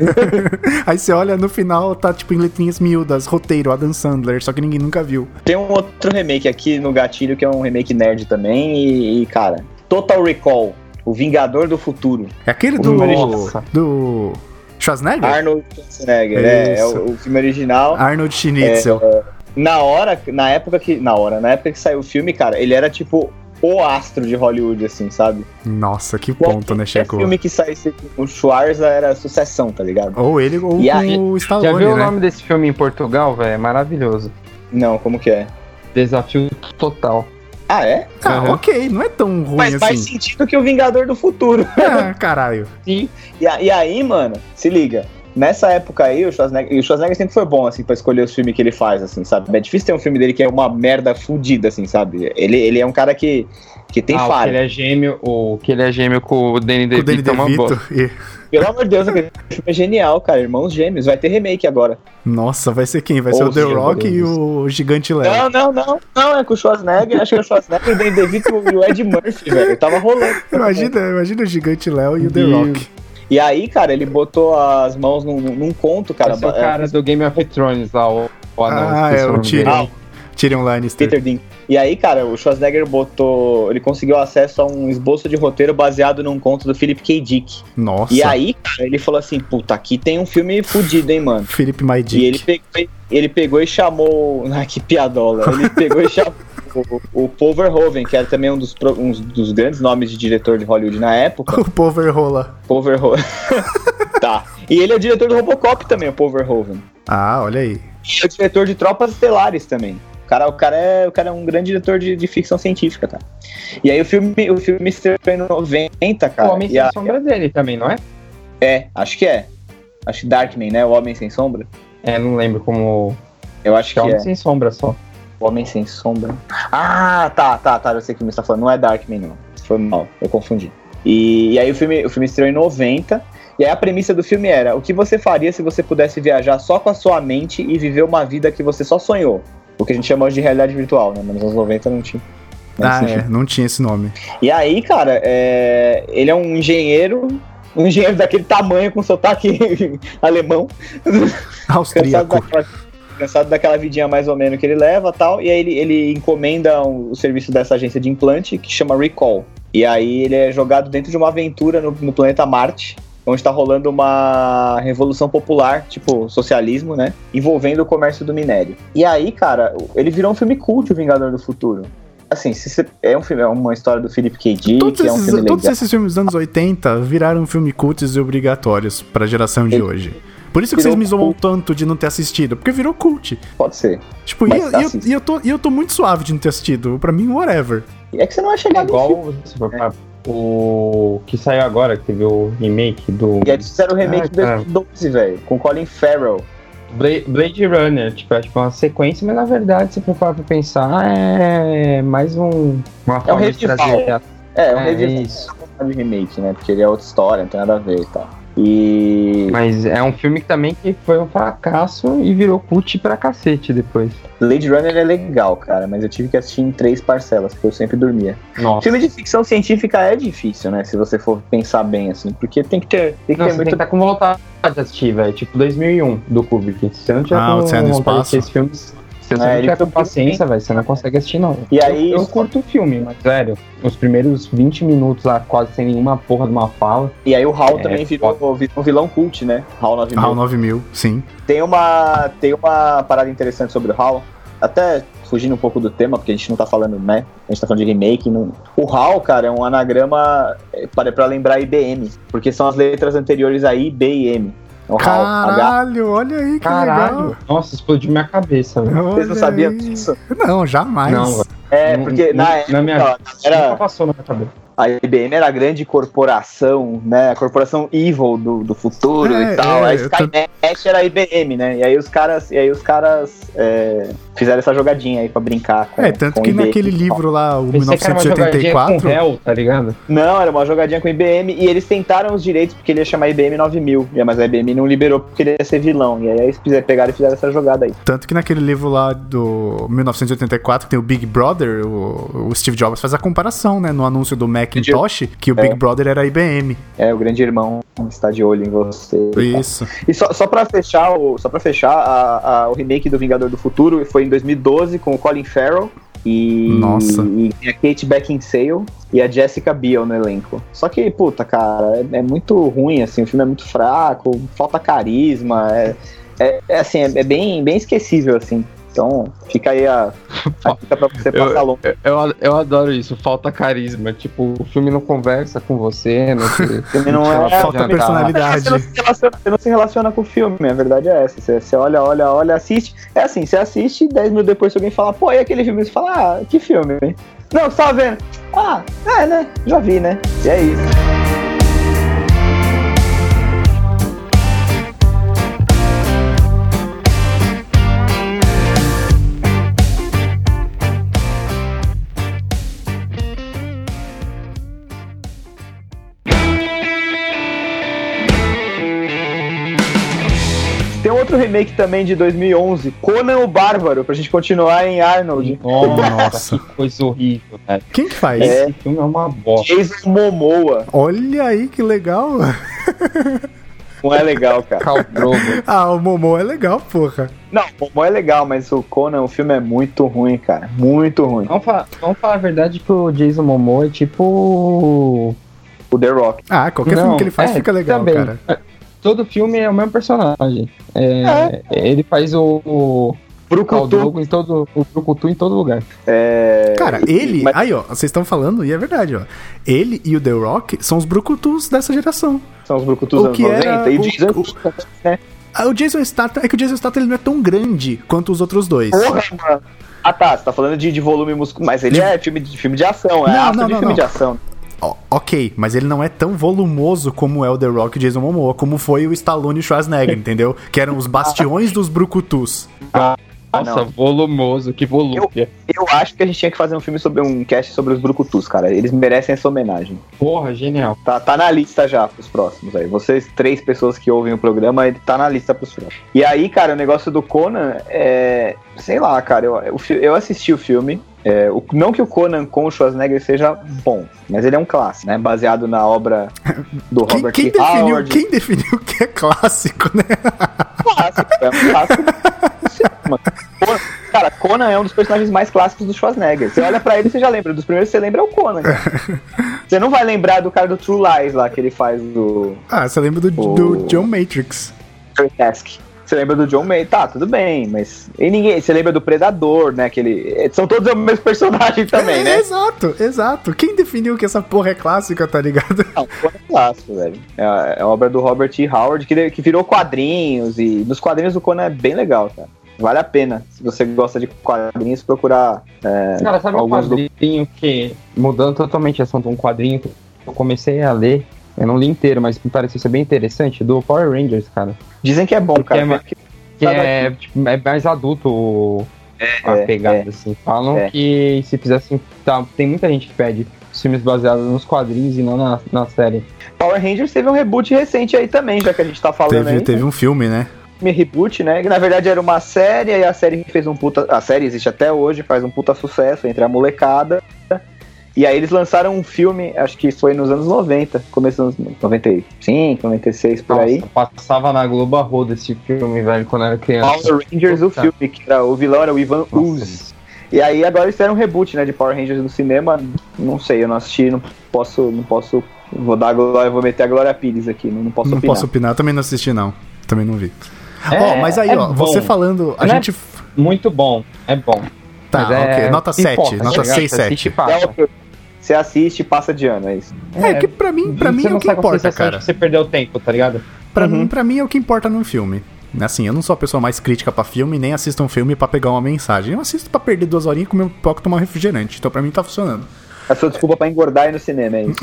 S1: Aí você olha no final, tá tipo em letrinhas miúdas, roteiro, Adam Sandler, só que ninguém nunca viu.
S2: Tem um outro remake aqui no gatilho que é um remake nerd também. E, e, cara, Total Recall O Vingador do Futuro.
S1: É aquele
S2: O
S1: do.
S2: filme
S3: original.
S1: Do. Schwarzenegger?
S2: Arnold Schwarzenegger, é, é
S1: Isso. Ah.
S2: o, o filme original.
S1: Arnold Schnitzel.
S2: Na hora, na época que. Na hora, na época que saiu o filme, cara, ele era tipo o astro de Hollywood, assim, sabe?
S1: Nossa, que ponto, né,
S2: Qualquer
S1: Checo?
S2: filme que saísse com o Schwarza era sucessão, tá ligado?
S1: Ou ele ou
S2: E
S1: com
S2: aí-
S1: o
S3: Já viu
S1: Stallone,
S3: o
S1: né?
S3: nome desse filme em Portugal, velho? É maravilhoso.
S1: Oh.
S2: Não, como que é?
S3: Desafio total.
S2: Ah, é?
S1: Ah,
S3: Aham.
S1: ok, não é tão ruim
S2: Mas faz
S1: assim.
S2: sentido que o Vingador do Futuro. *laughs*
S1: Ah, caralho.
S3: Sim.
S2: E, a- e aí, mano, se liga. Nessa época aí, o Schwarzenegger, e o Schwarzenegger sempre foi bom, assim, pra escolher os filmes que ele faz, assim, sabe? É difícil ter um filme dele que é uma merda fudida, assim, sabe? Ele, ele é um cara que, que tem
S3: ah, o que
S2: falha.
S3: ele é gêmeo, o que ele é gêmeo com o Danny
S1: Com o Danny
S3: DeVito é uma
S1: DeVito.
S3: boa.
S1: e-
S2: Pelo amor de Deus, aquele filme é genial, cara. Irmãos Gêmeos, vai ter remake agora.
S1: Nossa, vai ser quem? Vai ser
S3: Ou
S1: o The
S3: seja,
S1: Rock e o Gigante
S3: É.
S1: Léo.
S2: Não, não, não, não, é com o Schwarzenegger, acho que é o Schwarzenegger, o Danny DeVito e o Ed Murphy, velho. Tava rolando.
S1: Imagina, imagina o Gigante Léo e o The
S3: E-
S1: Rock.
S2: E aí, cara, ele botou as mãos num, num conto, cara.
S3: Cara, Esse é o
S2: É,
S3: cara do Game of Thrones lá, o, o anão.
S1: Ah,
S3: esqueci
S1: é o
S3: nome dele.
S1: Tyrion. Tyrion Lannister.
S2: Peter Dink. E aí, cara, o Schwarzenegger botou. Ele conseguiu acesso a um esboço de roteiro baseado num conto do Philip K. Dick.
S1: Nossa.
S2: E aí, cara, ele falou assim: puta, aqui tem um filme fudido, hein, mano.
S1: Felipe Maidic.
S2: E ele pegou, ele pegou e chamou. *laughs* Ah, que piadola. Ele pegou e chamou o, o Paul Verhoeven, que era também um dos, pro- um dos grandes nomes de diretor de Hollywood na época.
S1: *laughs* O Power rola.
S2: Paul Verhoeven. *laughs* tá. E ele é o diretor do Robocop também, o Paul Verhoeven.
S1: Ah, olha aí.
S2: E é o diretor de Tropas Estelares também. O cara, o cara, é, o cara é um grande diretor de, de ficção científica, cara. E aí o filme, o filme se estreou em 90, cara.
S3: o Homem
S2: e
S3: Sem
S2: a-
S3: Sombra dele também, não é?
S2: É, acho que é. Acho que Darkman, né? O Homem Sem Sombra.
S3: É, não lembro como.
S2: Eu acho que
S3: Homem
S2: é.
S3: Sem Sombra só.
S2: O Homem Sem Sombra. Ah, tá, tá, tá. Eu sei o que você tá falando. Não é Darkman, não. Foi mal, eu confundi. E, e aí o filme, o filme estreou em 90. E aí a premissa do filme era: o que você faria se você pudesse viajar só com a sua mente e viver uma vida que você só sonhou? O que a gente chama hoje de realidade virtual, né? Mas nos anos 90 não tinha. Não
S1: Ah,
S2: existia.
S1: é. Não tinha esse
S2: *laughs*
S1: nome.
S2: E aí, cara, é, ele é um engenheiro, um engenheiro daquele tamanho com sotaque *laughs* alemão, cansado
S1: Austríaco.
S2: daquela, cansado daquela vidinha mais ou menos que ele leva tal. E aí ele, ele encomenda um- o serviço dessa agência de implante que chama Recall. E aí ele é jogado dentro de uma aventura no, no planeta Marte. Onde está rolando uma revolução popular, tipo socialismo, né? Envolvendo o comércio do minério. E aí, cara, ele virou um filme cult, O Vingador do Futuro. assim, se você- é um filme, é uma história do Philip K. Dick,
S1: Todos,
S2: é um
S1: esses,
S2: filme
S1: todos
S2: legal.
S1: esses filmes dos anos 80 viraram filme cultos e obrigatórios pra geração de
S2: Ele-
S1: hoje. Por isso que vocês
S2: virou
S1: me zoam
S2: cult.
S1: tanto de não ter assistido, porque virou cult.
S2: Pode ser.
S1: Tipo, e,
S2: Mas
S1: eu-
S2: tá
S1: e eu,
S2: assistindo.
S1: e eu tô, e eu tô muito suave de não ter assistido. Pra mim, whatever.
S2: É que você não vai
S3: É
S2: chegar no filme.
S3: igual se for pra- o que saiu agora, que teve o remake do
S2: E aí eles fizeram o remake
S3: Ah,
S2: de
S3: cara.
S2: 2012, velho, com Colin Farrell.
S3: Bla- Blade Runner. Tipo, é tipo uma sequência, mas na verdade, se for parar pra pensar, é mais um, uma forma de
S2: revival.
S3: trazer a
S2: É, um
S3: É,
S2: revista
S3: isso.
S2: de remake, né? Porque ele é outra história, não tem nada a ver e tal. E
S3: Mas é um filme que também que foi um fracasso e virou cult pra cacete depois.
S2: Blade Runner é legal, cara, mas eu tive que assistir em três parcelas, porque eu sempre dormia.
S3: Nossa.
S2: Filme de ficção científica é difícil, né? Se você for pensar bem, assim, porque tem que ter, tem que
S3: Não,
S2: ter
S3: você tem que
S2: muito.
S3: estar com vontade de assistir, velho. Tipo 2001 do Kubrick. Se você não tiver
S1: Ah, o
S3: com
S1: Odisseia no
S3: vontade de assistir
S1: Espaço.
S3: esse filme, se você
S2: É,
S3: não
S2: ele
S3: tiver
S2: foi
S3: com paciência, velho, você não consegue assistir, não.
S2: E aí,
S3: Eu curto o filme, mas, velho, os primeiros 20 minutos lá, quase sem nenhuma porra de uma fala.
S2: e aí o Hal
S3: É,
S2: também virou, virou um vilão cult, né? Hal 9000.
S1: HAL 9000, sim.
S2: Tem uma, tem uma parada interessante sobre o HAL. Até fugindo um pouco do tema, porque a gente não tá falando, né? A gente tá falando de remake. Não... O HAL, cara, é um anagrama é, para pra lembrar IBM, porque são as letras anteriores a I, B e M. É O HAL. H.
S1: Caralho, olha aí que
S3: Caralho! Nossa, explodiu minha cabeça, velho.
S1: legal.
S2: Vocês não
S1: Olha
S2: sabiam
S1: aí.
S2: disso?
S1: Não, jamais.
S3: Não, velho.
S2: É,
S3: Não-
S2: porque na
S3: não-
S2: época
S3: minha
S2: ó, era-
S3: Nunca passou na minha cabeça.
S2: a IBM era a grande corporação, né? A corporação evil do, do futuro
S1: É,
S2: e tal.
S1: é,
S2: a
S1: eu tô-
S2: Skynet era a IBM, né? E aí os caras, e aí os caras é, fizeram essa jogadinha aí pra brincar. Com,
S1: É, tanto
S2: com
S1: que
S2: IBM
S1: naquele
S2: e tal.
S1: livro lá, o
S3: Pensei que era uma jogadinha com
S1: 1984,
S3: réu, tá ligado?
S2: Não, era uma jogadinha com IBM e eles tentaram os direitos porque ele ia chamar IBM 9000, e- mas a IBM não liberou porque ele ia ser vilão. E aí eles fizeram- pegaram e fizeram essa jogada aí.
S1: tanto que naquele livro lá do 1984, que tem o Big Brother, o, o Steve Jobs faz a comparação, né, no anúncio do Macintosh, que o Big Brother era IBM.
S2: É, o grande irmão está de olho em você.
S1: Isso.
S2: E só, só pra fechar, o, só pra fechar a- a- o remake do Vingador do Futuro foi em 2012 com o Colin Farrell e,
S1: Nossa.
S2: e a Kate Beckinsale e a Jessica Biel no elenco. Só que, puta, cara, é, é muito ruim, assim, o filme é muito fraco, falta carisma, é, é- é, assim, é, é bem, bem esquecível, assim. Então, fica aí a, a dica pra você
S3: Eu-
S2: passar longe.
S3: Eu, eu adoro isso, falta carisma. Tipo, o filme não conversa com você, *laughs* não te-
S2: O filme não
S3: te
S2: é...
S3: chama pra
S1: Falta
S3: jantar.
S1: personalidade.
S2: Você *laughs* não, se relaciona, você não se relaciona com o filme, a verdade é essa. Você, você olha, olha, olha, assiste. É assim, você assiste, 10 minutos depois se alguém fala, pô, e aquele filme? Você fala, ah, que filme? hein? Não, você tava vendo? Ah, é, né? Já vi, né? E é isso. Tem outro remake também de 2011, Conan o Bárbaro, pra gente continuar em Arnold.
S1: Nossa.
S3: Nossa, que coisa horrível, velho.
S1: Quem que faz?
S2: É.
S3: Esse filme é uma bosta.
S2: Jason Momoa.
S1: Olha aí que legal. *laughs*
S2: Não é legal, cara.
S3: Caldrogo.
S1: Ah, o Momô é legal, porra.
S2: Não, o Momoa é legal, mas o Conan, o filme é muito ruim, cara. Muito ruim.
S3: Vamos falar, vamos falar a verdade que o Jason Momoa é tipo.
S2: O The Rock.
S1: Ah, qualquer
S3: Não,
S1: filme que ele faz
S3: é,
S1: fica legal,
S3: também.
S1: cara.
S3: Todo filme é o mesmo personagem. É, Ele faz o, o
S2: Brucutu.
S3: Caldrogo em todo. O Brucutu em todo lugar.
S2: É...
S1: Ah, Cara, ele.
S2: Mas-
S1: Aí, ó, vocês estão falando, e é verdade, ó. Ele e o The Rock são os brucutus dessa geração.
S2: São os Brucutus
S1: O
S2: anos
S1: que era
S2: 90 e
S1: o-
S2: Jason
S1: o- Ah, o Jason Statham. É que o Jason Statham ele não é tão grande quanto os outros dois.
S2: Porra, mano. Ah tá, você tá falando de, de volume muscular. Mas ele
S1: De-
S2: é filme de, filme de ação, é
S1: Não,
S2: apto
S1: não,
S2: de
S1: não,
S2: filme
S1: não.
S2: de ação.
S1: Ó, ok, mas ele não é tão volumoso como é o The Rock e o Jason Momoa, como foi o Stallone e o
S2: *laughs*
S1: Schwarzenegger, entendeu? Que eram os bastiões dos brucutus.
S2: Ah,
S3: Nossa,
S2: não.
S3: volumoso, que volúpia.
S2: Eu acho que a gente tinha que fazer um filme sobre um cast sobre os Brucutus, cara. Eles merecem essa homenagem.
S3: Porra, genial.
S2: Tá, tá na lista já pros próximos aí. Vocês, três pessoas que ouvem o programa, ele tá na lista pros próximos. E aí, cara, o negócio do Conan é. Sei lá, cara, eu, eu, fi- eu assisti o filme. é, o- não que o Conan com o Schwarzenegger seja bom, mas ele é um clássico, né? Baseado na obra do
S1: Quem,
S2: Robert
S1: quem
S2: T.
S1: definiu,
S2: Howard.
S1: quem definiu que é clássico, né?
S2: clássico, é um clássico. *laughs* Mano, Conan- Cara, Conan é um dos personagens mais clássicos do Schwarzenegger. Você olha pra ele, você já lembra. Dos primeiros que você lembra é o Conan.
S1: *laughs*
S2: cara. Você não vai lembrar do cara do True Lies lá que ele faz do
S1: Ah, você lembra do, do
S2: O-
S1: John Matrix.
S2: Task. Você lembra do John May? Tá, tudo bem, mas. E ninguém. Você lembra do Predador, né? Aquele... São todos o mesmo personagem também,
S1: É,
S2: né?
S1: Exato, exato. Quem definiu que essa porra é clássica, tá ligado?
S2: Não, é clássico, velho. É a, é a obra do Robert E. Howard, que, de- que virou quadrinhos, e nos quadrinhos do Conan é bem legal, cara. Vale a pena, se você gosta de quadrinhos, procurar. é,
S3: Cara, sabe
S2: alguns
S3: um quadrinho que, mudando totalmente de assunto, um quadrinho que eu comecei a ler, eu não li inteiro, mas me pareceu ser bem interessante, do Power Rangers, cara.
S2: Dizem que é bom, cara.
S3: é
S2: mas
S3: mais-
S2: que-
S3: Que
S2: Sabe
S3: é, tipo, é mais adulto o- a
S2: é,
S3: pegada,
S2: é.
S3: assim. Falam
S2: É.
S3: que se fizessem. Tá, tem muita gente que pede filmes baseados nos quadrinhos e não na, na série.
S2: Power Rangers teve um reboot recente aí também, já que a gente tá falando
S1: Teve,
S2: aí.
S1: teve um filme, né?
S2: Me reboot, né? Que na verdade era uma série, aí a série fez um puta. A série existe até hoje, faz um puta sucesso entre a molecada. E aí eles lançaram um filme, acho que foi nos anos 90, começo dos anos 95, 96, por aí.
S3: Nossa, passava na Globo a roda esse filme, velho, quando eu era criança.
S2: Power Rangers, o
S3: Puta.
S2: filme, que era, o vilão era o Ivan Uz.
S3: Nossa,
S2: E aí agora eles fizeram um reboot, né, de Power Rangers no cinema. Não sei, eu não assisti, não posso. Não posso. Vou dar a glória, vou meter a Glória Pires aqui, não, não posso
S1: não
S2: opinar.
S1: posso opinar, também não assisti, não. Também não vi.
S3: É,
S1: ó, mas aí,
S3: é
S1: ó,
S3: bom.
S1: você falando, a
S3: Não é-
S1: gente.
S3: Muito bom, é bom.
S1: Tá,
S3: Mas é-
S1: ok. Nota 7,
S3: pipoca,
S1: nota
S3: tá ligado?
S1: 6,
S3: Você assiste
S1: 7.
S3: e passa.
S2: É o- Você assiste e passa de ano, é isso.
S1: É, que pra mim, pra mim
S3: você
S1: é o
S3: não
S1: que
S3: sai com a
S1: importa,
S3: sensação de
S1: cara.
S3: que Você perdeu tempo, tá ligado?
S1: Pra, mim, pra mim é o que importa num filme. Assim, eu não sou a pessoa mais crítica pra filme, nem assisto um filme pra pegar uma mensagem. Eu assisto pra perder duas horinhas, comer um pipoca e tomar um refrigerante. Então pra mim tá funcionando.
S2: É sua desculpa pra engordar e ir no cinema, é isso.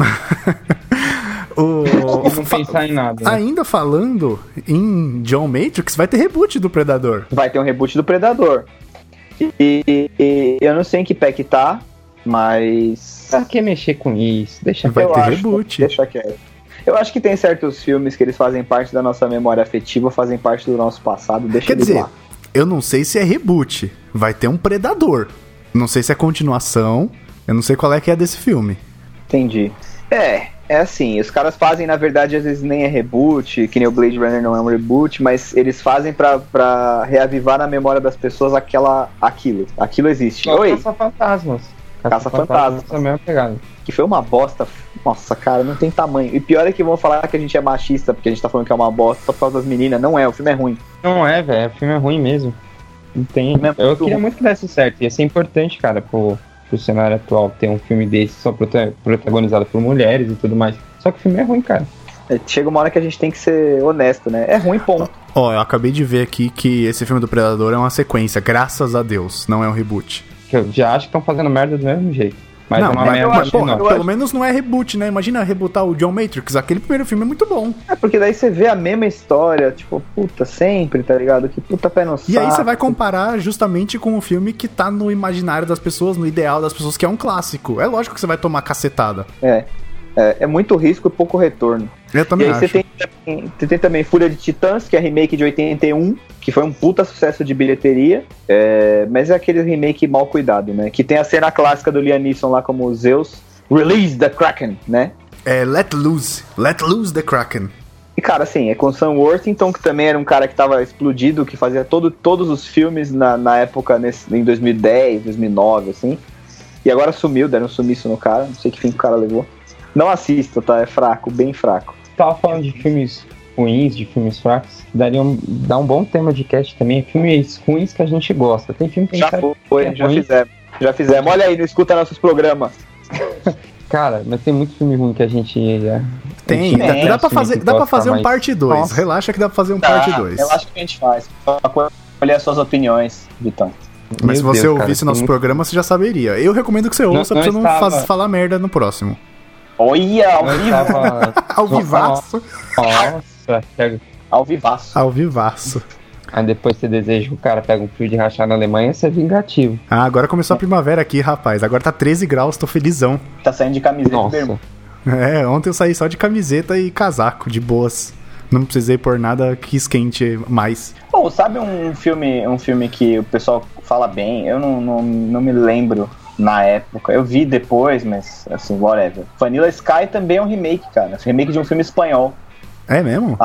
S1: *laughs* O,
S3: Ou não pensar em nada. né?
S1: ainda falando em John Matrix, vai ter reboot do Predador.
S2: Vai ter um reboot do Predador. E, e- e eu não sei em que pé que tá, mas.
S3: Pra que mexer com isso? Deixa
S1: Vai
S3: pra
S2: eu
S1: ter
S2: acho.
S1: reboot.
S2: Deixa quieto. Eu acho que tem certos filmes que eles fazem parte da nossa memória afetiva, fazem parte do nosso passado, deixa
S1: Quer
S2: eles
S1: dizer,
S2: lá.
S1: eu não sei se é reboot. Vai ter um Predador. Não sei se é continuação. Eu não sei qual é que é desse filme.
S2: Entendi. É, é assim, os caras fazem, na verdade, às vezes nem é reboot, que nem o Blade Runner não é um reboot, mas eles fazem pra, pra reavivar na memória das pessoas aquela, aquilo. Aquilo existe.
S3: Igual
S2: Oi,
S3: Caça-fantasmas.
S2: Caça-fantasmas.
S3: Também é uma pegada.
S2: que foi uma bosta. Nossa, cara, não tem tamanho. E pior é que vão falar que a gente é machista, porque a gente tá falando que é uma bosta só por causa das meninas. Não é, o filme é ruim.
S3: Não é, velho. O filme é ruim mesmo. Não tem.
S2: O filme é
S3: Eu
S2: muito
S3: queria
S2: ruim.
S3: muito que desse certo. Ia ser importante, cara, pro, pro cenário atual ter um filme desse só prota- protagonizado por mulheres e tudo mais. Só que o filme é ruim, cara.
S2: É, Chega uma hora que a gente tem que ser honesto, né? É ruim, ponto.
S1: Ó, eu acabei de ver aqui que esse filme do Predador é uma sequência, graças a Deus, não é um reboot.
S3: Que eu já acho que estão fazendo merda do mesmo jeito. Mas
S1: não,
S3: é uma
S1: mas,
S3: merda.
S1: mas,
S2: acho que
S1: porra,
S3: não.
S1: pelo menos não é reboot, né? Imagina rebootar o John Matrix, aquele primeiro filme é muito bom.
S2: É porque daí você vê a mesma história, tipo, puta, sempre, tá ligado? Que puta pé no saco.
S1: E aí você vai comparar justamente com o filme que tá no imaginário das pessoas, no ideal das pessoas, que é um clássico. É lógico que você vai tomar cacetada.
S2: É, é, é muito risco e pouco retorno.
S1: Eu
S2: E
S1: também
S2: aí
S1: acho.
S2: você tem, também- você tem também Fúria de Titãs, que é remake de 81, que foi um puta sucesso de bilheteria, é, mas é aquele remake mal cuidado, né? Que tem a cena clássica do Liam Neeson lá como Zeus, Release the Kraken, né?
S1: É Let Loose. Let Loose the Kraken.
S2: E cara, assim, é com Sam Worthington, que também era um cara que tava explodido, que fazia todo, todos os filmes na, na época, nesse, em 2010, 2009, assim. E agora sumiu, deram um sumiço no cara, não sei que fim que o cara levou. Não assista, tá? É fraco, bem fraco.
S3: tava falando de filmes ruins, de filmes fracos, que daria um, dá um bom tema de cast também. Filmes ruins que a gente gosta. Tem filme que a
S2: Já
S3: gente sabe-
S2: foi, já
S3: ruim.
S2: fizemos. Já fizemos. Olha aí, não escuta nossos programas.
S3: Cara, mas tem muito filme ruim que a gente. é, a
S1: Tem,
S3: gente
S1: dá,
S3: não
S1: dá
S3: gosta,
S1: pra fazer,
S3: gente
S1: dá pra
S3: gosta,
S1: fazer um
S3: mas-
S1: parte 2.
S3: Nossa.
S1: Relaxa que dá pra fazer
S3: Tá,
S1: um parte 2.
S2: Eu acho que a gente faz. Olha as suas opiniões, Vitão.
S1: Mas se
S3: Meu
S1: você
S3: Deus, cara,
S1: ouvisse
S3: tem
S1: nosso
S3: muito-
S1: programa, você já saberia. Eu recomendo que você ouça
S3: não
S1: pra você não
S3: estava.
S1: faz- falar merda no próximo.
S2: Olha, ao
S3: Eu
S2: vivo.
S3: tava.
S1: Ao
S3: Não,
S1: vivaço.
S3: Nossa, pega-
S2: Ao vivaço.
S1: Ao vivaço.
S3: Aí depois você deseja que o cara pega um fio de rachar na Alemanha, você é vingativo.
S1: Ah, agora começou a primavera aqui, rapaz. Agora tá 13 graus, tô felizão. *laughs*
S2: Tá saindo de camiseta e bermuda.
S3: Nossa.
S1: É, ontem eu saí só de camiseta e casaco, de boas. Não precisei pôr nada que esquente mais.
S2: Bom, sabe um filme, um filme que o pessoal fala bem? Eu não, não, não me lembro na época. Eu vi depois, mas assim, whatever. Vanilla Sky também é um remake, cara. Remake de um filme espanhol.
S1: É mesmo?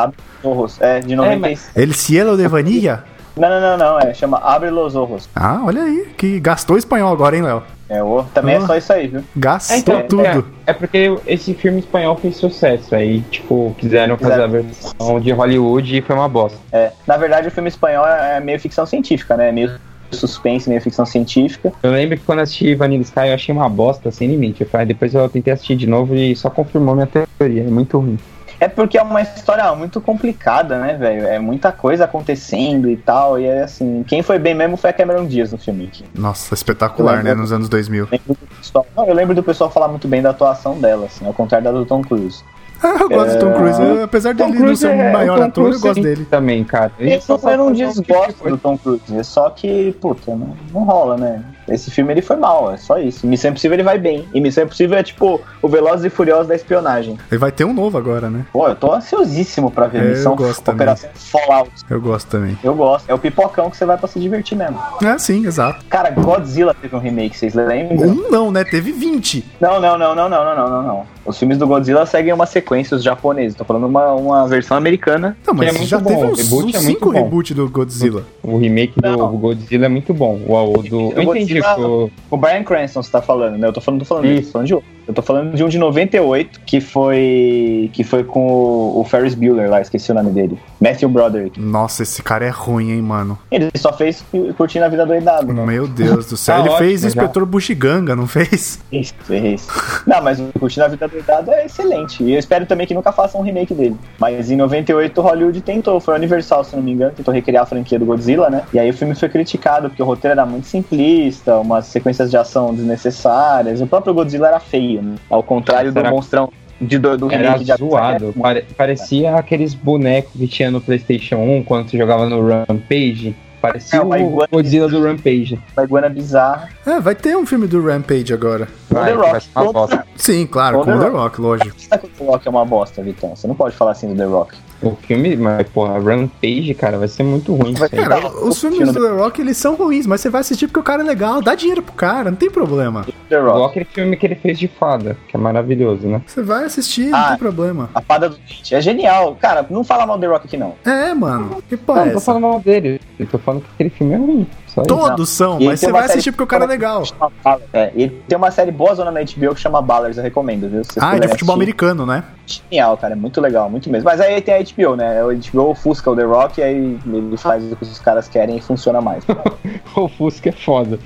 S2: Horror. É, de 96.
S1: El cielo de vanilla?
S2: Não, não, não, não. É, chama Abre Los Ojos.
S1: Ah, olha aí, que gastou espanhol agora, hein, Léo?
S2: É, o... Também
S1: Ah.
S2: é só isso aí, viu?
S1: Gastou
S3: É, então,
S1: tudo.
S3: É, é porque esse filme espanhol fez sucesso. Aí, tipo, quiseram fazer a versão de Hollywood e foi uma bosta.
S2: É. Na verdade, o filme espanhol é meio ficção científica, né? É meio suspense, meio ficção científica.
S3: Eu lembro que quando eu assisti Vanilla Sky eu achei uma bosta sem limite. Eu falei, "Ah, depois eu tentei assistir de novo e só confirmou minha teoria. É muito ruim.
S2: É porque é uma história muito complicada, né, velho? É muita coisa acontecendo e tal. E é assim, quem foi bem mesmo foi a Cameron Diaz no filme. que-
S1: Nossa, espetacular, né? Nos anos 2000.
S2: lembro do pessoal- não, eu lembro do pessoal falar muito bem da atuação dela, assim, ao contrário da do Tom Cruise.
S1: Ah, *laughs* eu gosto do
S3: É.
S1: Tom Então, Cruise. Eu, apesar dele não ser
S2: é
S1: o maior
S3: Tom
S1: ator, eu
S3: Cruise
S1: gosto
S3: tem
S1: dele.
S3: Também, cara. Ele
S2: Esse não
S3: só
S2: era um
S3: faz tipo de
S2: desgosto
S3: coisa.
S2: do Tom Cruise, é só que, puta, não, não rola, né? Esse filme ele foi mal, é só isso. Missão Impossível ele vai bem. E Missão Impossível é tipo o Velozes e Furiosos da espionagem.
S1: Ele vai ter um novo agora, né?
S2: Pô, eu tô ansiosíssimo pra ver
S1: É, eu
S2: Missão
S1: gosto também.
S2: Operação Fallout.
S1: Eu gosto também.
S2: Eu gosto. É o pipocão que você vai pra se divertir mesmo.
S1: É, sim, exato.
S2: Cara, Godzilla teve um remake, vocês lembram?
S1: Um não, né? Teve 20.
S2: Não, não, não, não, não, não, não, não, não. Os filmes do Godzilla seguem uma sequência, os japoneses. Tô falando uma, uma versão americana.
S1: Não,
S3: Que
S1: mas
S3: é muito
S1: já
S3: bom,
S1: teve
S3: o
S1: uns
S3: reboot
S1: 5
S3: é muito
S1: cinco
S3: bom.
S1: reboot do Godzilla.
S3: O remake do
S2: Não.
S3: Godzilla é muito bom. O, o do... Eu
S2: O
S3: entendi.
S2: Godzilla-
S3: Tipo,
S2: O Brian Cranston você tá falando, né? Eu tô falando, tô falando
S3: Isso.
S2: disso, tô falando de outro. Eu tô falando de um de 98, que foi. que foi com o, o Ferris Bueller lá, esqueci o nome dele. Matthew Broderick.
S1: Nossa, esse cara é ruim, hein, mano.
S2: Ele só fez cu- curtindo a vida doidado, né?
S1: Meu Deus do céu.
S3: Tá
S1: Ele
S3: ótimo,
S1: fez
S3: já.
S1: Inspetor Bushiganga, não fez?
S2: Isso, errei isso. Não, mas o Curtindo a Vida Doidado é excelente. E eu espero também que nunca façam um remake dele. Mas em 98 o Hollywood tentou, foi a Universal, se não me engano, tentou recriar a franquia do Godzilla, né? E aí o filme foi criticado, porque o roteiro era muito simplista, umas sequências de ação desnecessárias. O próprio Godzilla era feio, né? Ao contrário
S3: Será
S2: do
S3: que-
S2: monstrão de, do, do
S3: era
S2: é um remake de
S3: zoado. Pare- parecia aqueles bonecos que tinha no PlayStation 1 quando você jogava no Rampage. Parecia
S2: Não, mas
S3: o
S2: igual-
S3: Godzilla do Rampage.
S2: Uma iguana bizarra.
S1: É, vai ter um filme do Rampage agora.
S3: Vai,
S2: The
S3: vai
S2: Rock.
S3: ser uma bosta.
S1: Sim, claro,
S2: Com
S1: com o
S2: The
S1: The Rock, lógico.
S2: Por que o The Rock é uma bosta, Vitão? Você não pode falar assim do The Rock.
S3: O filme, mas, porra, Rampage, cara, vai ser muito ruim.
S2: Vai
S3: isso aí.
S2: ser-
S1: Cara, os filmes do The
S2: né?
S1: Rock, eles são ruins, mas você vai assistir porque o cara é legal, dá dinheiro pro cara, não tem problema.
S2: The
S3: Igual
S2: Rock.
S3: aquele filme que ele fez de fada, que é maravilhoso, né?
S1: Você vai assistir, não
S2: Ah.
S1: tem problema.
S2: A fada do dente. É genial. Cara, não fala mal do The Rock aqui, não.
S1: É, mano, que porra
S3: Não,
S1: é
S3: não tô
S1: essa?
S3: falando mal dele. Eu tô falando que aquele filme é ruim. Só isso. *laughs*
S1: Todos são,
S2: E
S1: mas você
S2: tem uma
S1: vai
S2: série
S1: assistir porque o cara é legal.
S2: Chama Ballers. É, e tem uma série boa zona na HBO que chama Ballers, eu recomendo, viu? Se vocês
S1: Ah, é de
S2: puderem
S1: futebol
S2: assistir.
S1: americano, né?
S2: Genial, cara, é muito legal, muito mesmo. Mas aí tem a HBO, né? O HBO ofusca o The Rock e aí ele faz o que os caras querem e funciona mais. *laughs*
S3: O Fusca é foda.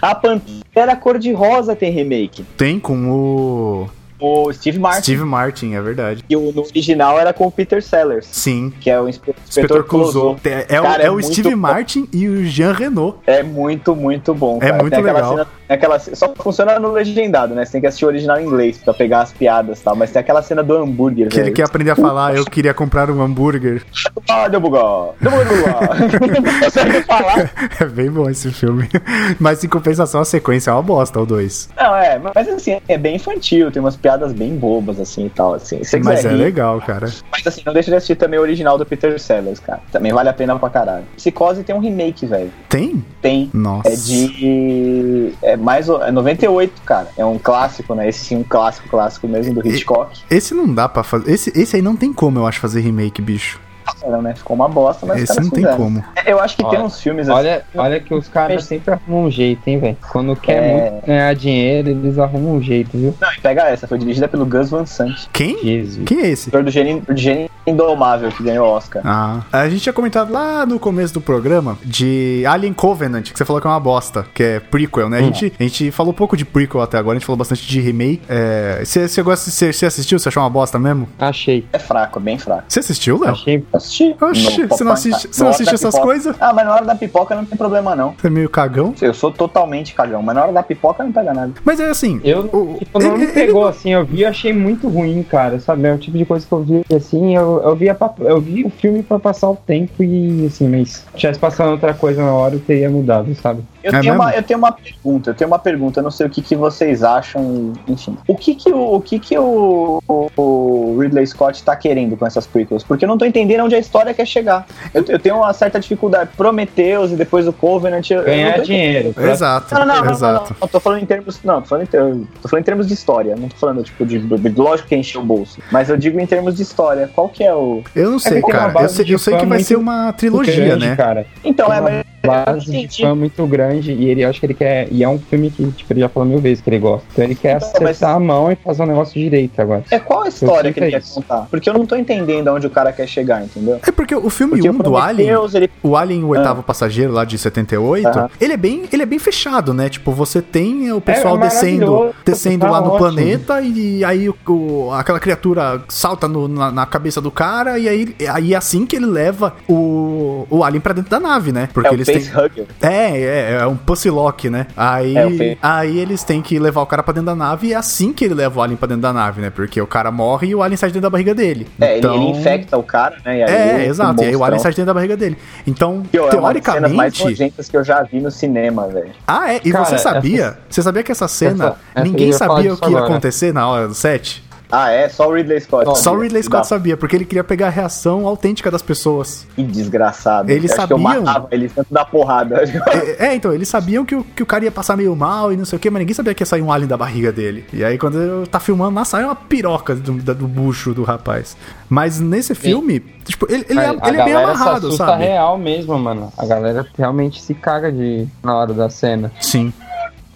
S2: a Pantera Cor-de-Rosa tem remake.
S1: Tem com o
S2: O Steve Martin.
S1: Steve Martin, é verdade.
S2: E o no original era com o Peter Sellers,
S1: Sim,
S2: que é o inspe- inspetor,
S1: Inspetor
S2: Clouseau.
S1: Clouseau. É, é o-
S2: Cara,
S1: é
S2: é
S1: o
S2: muito
S1: Steve
S2: bom.
S1: Martin e o Jean Renault.
S2: É muito, muito bom.
S1: É
S2: cara.
S1: muito
S2: tem aquela
S1: legal.
S2: Cena, tem aquela, ce- só funciona no legendado, né? Você tem que assistir o original em inglês pra pegar as piadas e tal. Mas tem aquela cena do hambúrguer.
S1: Que ele
S2: velho.
S1: quer aprender a falar, eu queria comprar um hambúrguer. *laughs*
S2: Ah, deu bugó. Deu bugó. Não consegue falar.
S1: É bem bom esse filme. *laughs* Mas em compensação, a sequência é uma bosta, o 2.
S2: Não, é, mas assim, é bem infantil, tem umas piadas bem bobas, assim e tal, assim. Se você
S1: Mas é
S2: quiser rir,
S1: legal, cara.
S2: mas assim, não deixa de assistir também o original do Peter Sellers, cara. Também vale a pena pra caralho. Psicose tem um remake, velho.
S1: Tem?
S2: Tem.
S1: Nossa.
S2: É de. É mais. o- É 98, cara. É um clássico, né? Esse sim, um clássico, clássico mesmo do Hitchcock.
S1: Esse não dá pra fazer. Esse, esse aí não tem como, eu acho, fazer remake, bicho.
S2: Era, né? Ficou uma bosta, mas os
S1: esse
S2: caras
S1: não tem
S2: fizeram.
S1: como.
S2: Eu acho que
S3: Olha-
S2: tem uns filmes assim.
S3: Olha, olha que os caras sempre arrumam um jeito, hein, velho? Quando quer
S2: É.
S3: muito ganhar dinheiro, eles arrumam um jeito, viu?
S2: assim, Pega essa, foi dirigida pelo Gus Van Sant,
S1: Quem?
S3: Jesus.
S1: Quem é esse?
S2: autor do Gênio, do Gênio Indomável, que ganhou o Oscar.
S1: Ah, a gente tinha comentado lá no começo do programa de Alien Covenant, que você falou que é uma bosta, que é prequel, né? A,
S3: Hum.
S1: gente, a gente falou pouco de prequel até agora, a gente falou bastante de remake. É, você, você gosta, você, você assistiu? Você achou uma bosta mesmo?
S3: Achei.
S2: É fraco, é bem fraco.
S1: Você assistiu, Léo?
S3: Achei.
S2: Assisti.
S1: Oxi,
S2: No
S1: você não
S2: Popeye,
S1: assiste,
S2: cara.
S1: você não
S2: Na
S1: assiste
S2: hora da
S1: essas
S2: pipoca.
S1: coisas?
S2: Ah, mas na hora da pipoca não tem problema, não.
S1: Você é meio cagão.
S2: Eu sou totalmente cagão, mas na hora da pipoca não pega nada.
S1: Mas é assim.
S3: Eu,
S1: o-
S3: tipo, não me
S1: ele-
S3: pegou, assim, eu vi e achei muito ruim, cara, sabe? É o tipo de coisa que eu vi, assim, eu, eu, via pra- eu vi o filme pra passar o tempo e, assim, mas se tivesse passando outra coisa na hora, eu teria mudado, sabe?
S2: Eu,
S1: É
S2: tenho uma,
S1: mesmo?
S2: eu tenho uma pergunta, eu tenho uma pergunta, eu não sei o que, que vocês acham, enfim. O que que o, o, que que o, o- o Ridley Scott tá querendo com essas prequels? Porque eu não tô entendendo onde onde a história quer chegar. Eu, eu tenho uma certa dificuldade. Prometheus e depois o Covenant. eu- eu não
S3: Ganhar
S2: tenho-
S3: dinheiro. pra-
S1: Exato.
S2: Não, não, não, não,
S1: exato.
S2: não, não, tô falando em termos. Não, tô falando em, termos, tô falando em termos de história. Não tô falando, tipo, de, de- Lógico que encheu o bolso. Mas eu digo em termos de história. Qual que é o.
S1: Eu não sei,
S3: tem uma
S1: cara. Eu
S3: base
S1: sei,
S3: de
S1: eu sei
S3: fã
S1: que vai
S3: muito
S1: ser uma trilogia,
S3: é grande,
S1: né?
S3: Cara.
S2: Então, é,
S3: Uma
S2: mas.
S3: base de
S2: entendi.
S3: fã é muito grande e ele acho que ele quer. E é um filme que, tipo, ele já falou mil vezes que ele gosta. Então ele quer
S2: Então,
S3: acertar
S2: mas-
S3: a mão e fazer um negócio direito agora.
S2: É qual a história que ele
S3: sinto
S2: quer
S3: isso.
S2: contar? Porque eu não tô entendendo aonde o cara quer chegar, entendeu?
S1: É porque o filme
S2: Porque
S1: 1
S2: o
S1: do Alien,
S2: Prometheus, ele
S1: o Alien o oitavo passageiro lá de 78,
S2: Ah. Aham. É,
S1: ele é bem, ele é bem fechado, né? Tipo, você tem o pessoal descendo,
S3: maravilhoso,
S1: descendo
S3: tá
S1: lá no
S3: ótimo.
S1: planeta e aí o- o- aquela criatura salta no- na, na cabeça do cara e aí, aí é assim que ele leva o, o Alien pra dentro da nave, né? Porque
S2: é o
S1: eles têm
S2: facehugger.
S1: é, é, é um pussy lock, né? Aí,
S2: É, o fe-
S1: aí eles têm que levar o cara pra dentro da nave e é assim que ele leva o alien pra dentro da nave, né? Porque o cara morre e o alien sai de dentro da barriga dele.
S2: É, ele,
S1: Então-
S2: ele infecta o cara, né? E aí
S1: É,
S2: o-
S1: exato. E aí o alien
S2: monstrão-
S1: sai de dentro da barriga dele. Então,
S2: Pô, é uma das cenas mais
S1: teoricamente.
S2: nojentas que eu já vi no cinema, velho.
S1: ah, é. E
S3: Cara,
S1: você sabia? Você sabia que essa cena
S3: essa- essa eu
S1: ninguém
S3: ia falar
S1: sabia o
S3: disso
S1: que ia
S3: agora.
S1: acontecer na hora do set?
S2: Ah, é? Só o Ridley Scott.
S1: Só o Ridley Scott
S2: Não,
S1: sabia, porque ele queria pegar a reação autêntica das pessoas.
S2: Que desgraçado.
S1: Eles
S2: Eu acho que eu
S1: sabiam.
S2: matava eles dentro da porrada. *laughs*
S1: É, é, então, eles sabiam que o, que o cara ia passar meio mal e não sei o que, mas ninguém sabia que ia sair um alien da barriga dele. E aí, quando eu tá filmando lá, sai uma piroca do, da- do bucho do rapaz. Mas nesse filme, tipo, ele, ele é,
S3: Aí, a
S1: ele é bem
S3: galera se
S1: amarrado,
S3: assusta né?
S1: sabe?
S3: real mesmo, mano. A galera realmente se caga de na hora da cena.
S1: Sim.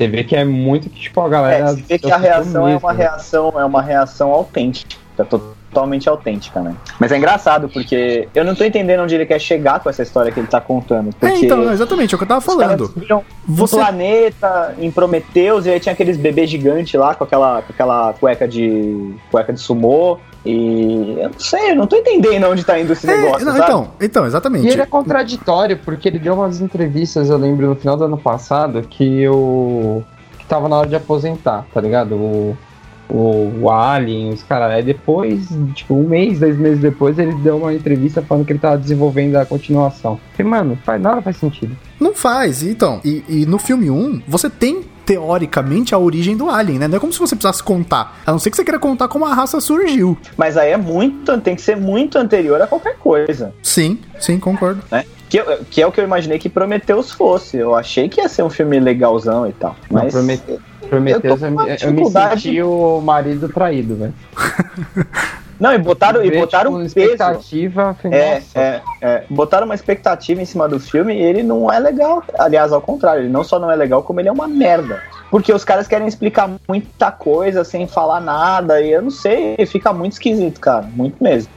S3: Você vê que é muito que, tipo, a
S2: É,
S3: galera.
S2: você vê que
S3: se
S2: a
S3: assusta né?
S2: reação é
S3: mesmo.
S2: uma reação, é uma reação autêntica, totalmente autêntica, né? Mas é engraçado, porque eu não tô entendendo onde ele quer chegar com essa história que ele tá contando. Porque
S1: É, então, exatamente, é o que eu tava
S2: os caras
S1: falando.
S2: viram
S1: Você.
S2: um planeta em Prometeus, e aí tinha aqueles bebês gigantes lá com aquela, com aquela cueca de. cueca de sumô. E eu não sei, eu não tô entendendo onde tá indo esse
S1: É,
S2: negócio.
S1: não,
S2: sabe?
S1: então, então,
S3: E ele é
S1: exatamente.
S3: contraditório, porque ele deu umas entrevistas, eu lembro, no final do ano passado, que o. que tava na hora de aposentar, tá ligado? O. O, o Alien, os caras. Aí depois, tipo, um mês, dois meses depois, ele deu uma entrevista falando que ele tava desenvolvendo a continuação. Falei, mano, faz, nada faz sentido.
S1: Não faz, então. E, e no filme 1, você tem, teoricamente, a origem do alien, né? Não é como se você precisasse contar. A não ser que você queira contar como a raça surgiu.
S2: Mas aí é muito. tem que ser muito anterior a qualquer coisa.
S1: Sim, sim, concordo.
S2: né? Que, eu- que é o que eu imaginei que Prometheus fosse. Eu achei que ia ser um filme legalzão e tal.
S3: Não,
S2: Mas
S3: Promete-
S2: Eu tô
S3: Prometheus,
S2: com
S3: eu,
S2: uma
S3: me- eu me
S2: dificuldade.
S3: senti o marido traído, velho.
S2: Não, e botaram, e
S3: Ver,
S2: botaram
S3: tipo,
S2: um peso.
S3: expectativa, falei,
S2: É,
S3: nossa,
S2: é, é. Botaram uma expectativa em cima do filme e ele não é legal. Aliás, ao contrário, ele não só não é legal, como ele é uma merda. Porque os caras querem explicar muita coisa sem falar nada. E eu não sei, fica muito esquisito, cara. Muito mesmo.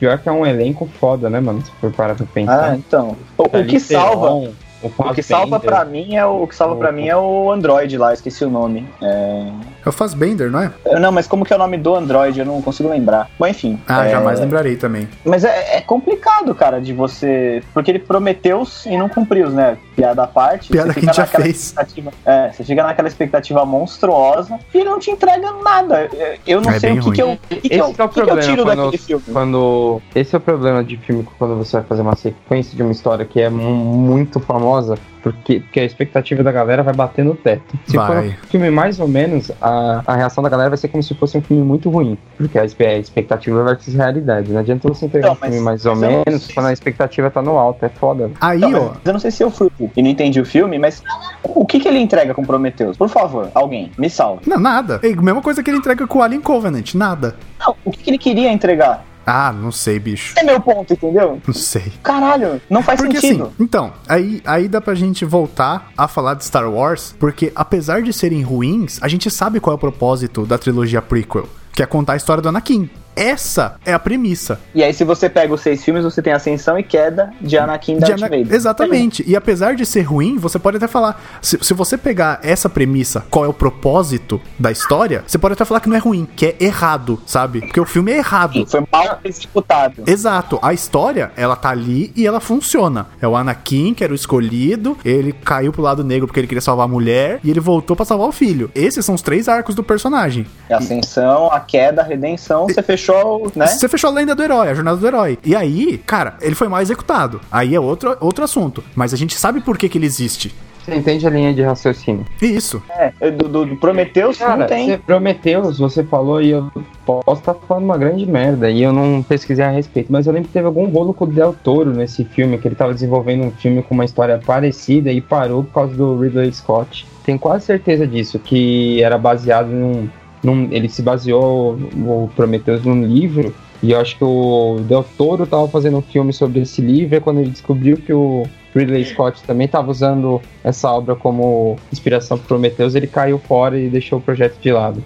S3: Pior que é um elenco foda, né, mano? Se for parar pra pensar.
S2: Ah, então. O, o que
S3: Charlize
S2: salva.
S3: Theron,
S2: O que salva pra mim é o, o que salva para mim é o Android lá, esqueci o nome.
S1: É o Fassbender, não é?
S2: É, Não, mas como que é o nome do Android? Eu não consigo lembrar. Bom, enfim.
S1: Ah,
S2: é,
S1: jamais lembrarei também.
S2: Mas é, é complicado, cara, de você. Porque ele prometeu e não cumpriu, né? Piada à parte.
S1: Piada
S2: você
S1: que a
S2: fica
S1: gente já
S2: naquela
S1: fez.
S2: expectativa- É, você fica naquela expectativa monstruosa e não te entrega nada. É, Eu não
S1: É
S2: sei
S1: bem
S2: o que, que eu. o que que
S3: Esse
S2: eu-
S3: que é o
S2: o que que eu
S3: problema
S2: tiro
S3: quando
S2: daquele
S3: eu-
S2: filme?
S3: Quando. Esse é o problema de filme quando você vai fazer uma sequência de uma história que é mu- muito famosa, porque, porque a expectativa da galera vai bater no teto. Se for
S1: Vai.
S3: um filme mais ou menos, a, a reação da galera vai ser como se fosse um filme muito ruim. Porque a, espe- a expectativa vai ser realidade. Não adianta você entregar
S2: Não,
S3: um filme
S2: mas-
S3: mais ou
S2: mas eu não
S3: menos
S2: sei
S3: quando a expectativa tá no alto. É foda.
S1: Aí,
S2: Não,
S1: ó.
S2: Então, mas eu não sei se eu fui e não entendi o filme, mas o que, que ele entrega com Prometheus? Por favor, alguém, me salve.
S1: Não, nada. É a mesma coisa que ele entrega com o Alien Covenant, nada.
S2: Não, o que, que ele queria entregar?
S1: Ah, não sei, bicho.
S2: Esse é meu ponto, entendeu?
S1: Não sei.
S2: Caralho, não faz
S1: Porque
S2: sentido.
S1: assim, então, aí, aí dá pra gente voltar a falar de Star Wars, porque apesar de serem ruins, a gente sabe qual é o propósito da trilogia prequel, que é contar a história do Anakin. Essa é a premissa.
S2: E aí, se você pega os seis filmes, você tem Ascensão e Queda de Anakin
S1: De
S2: Darth
S1: Ana-
S2: Vader.
S1: Exatamente. E apesar de ser ruim, você pode até falar. Se, se você pegar essa premissa, qual é o propósito da história, você pode até falar que não é ruim, que é errado, sabe? Porque o filme é errado.
S2: Sim, Foi mal executado.
S1: Exato, a história, ela tá ali e ela funciona. É o Anakin, que era o escolhido, ele caiu pro lado negro porque ele queria salvar a mulher e ele voltou pra salvar o filho. Esses são os três arcos do personagem.
S2: É Ascensão, a Queda, a Redenção, você fechou,
S3: É?
S2: né?
S1: Você fechou a lenda do herói, a jornada do herói. E aí, cara, ele foi mal executado. Aí é outro, outro assunto. Mas a gente sabe por que, que ele existe.
S3: Você entende a linha de raciocínio.
S1: Isso.
S2: É, do, do, do Prometheus
S3: Cara,
S2: não tem.
S3: você Prometeus, você falou e eu posso estar falando uma grande merda e eu não pesquisei a respeito, mas eu lembro que teve algum rolo com o Del Toro nesse filme, que ele tava desenvolvendo um filme com uma história parecida e parou por causa do Ridley Scott. Tenho quase certeza disso, que era baseado num. num- ele se baseou, o Prometheus, num livro. E eu acho que o Del Toro tava fazendo um filme sobre esse livro, é quando ele descobriu que o Ridley Scott também tava usando essa obra como inspiração pro Prometheus, ele caiu fora e deixou o projeto de lado.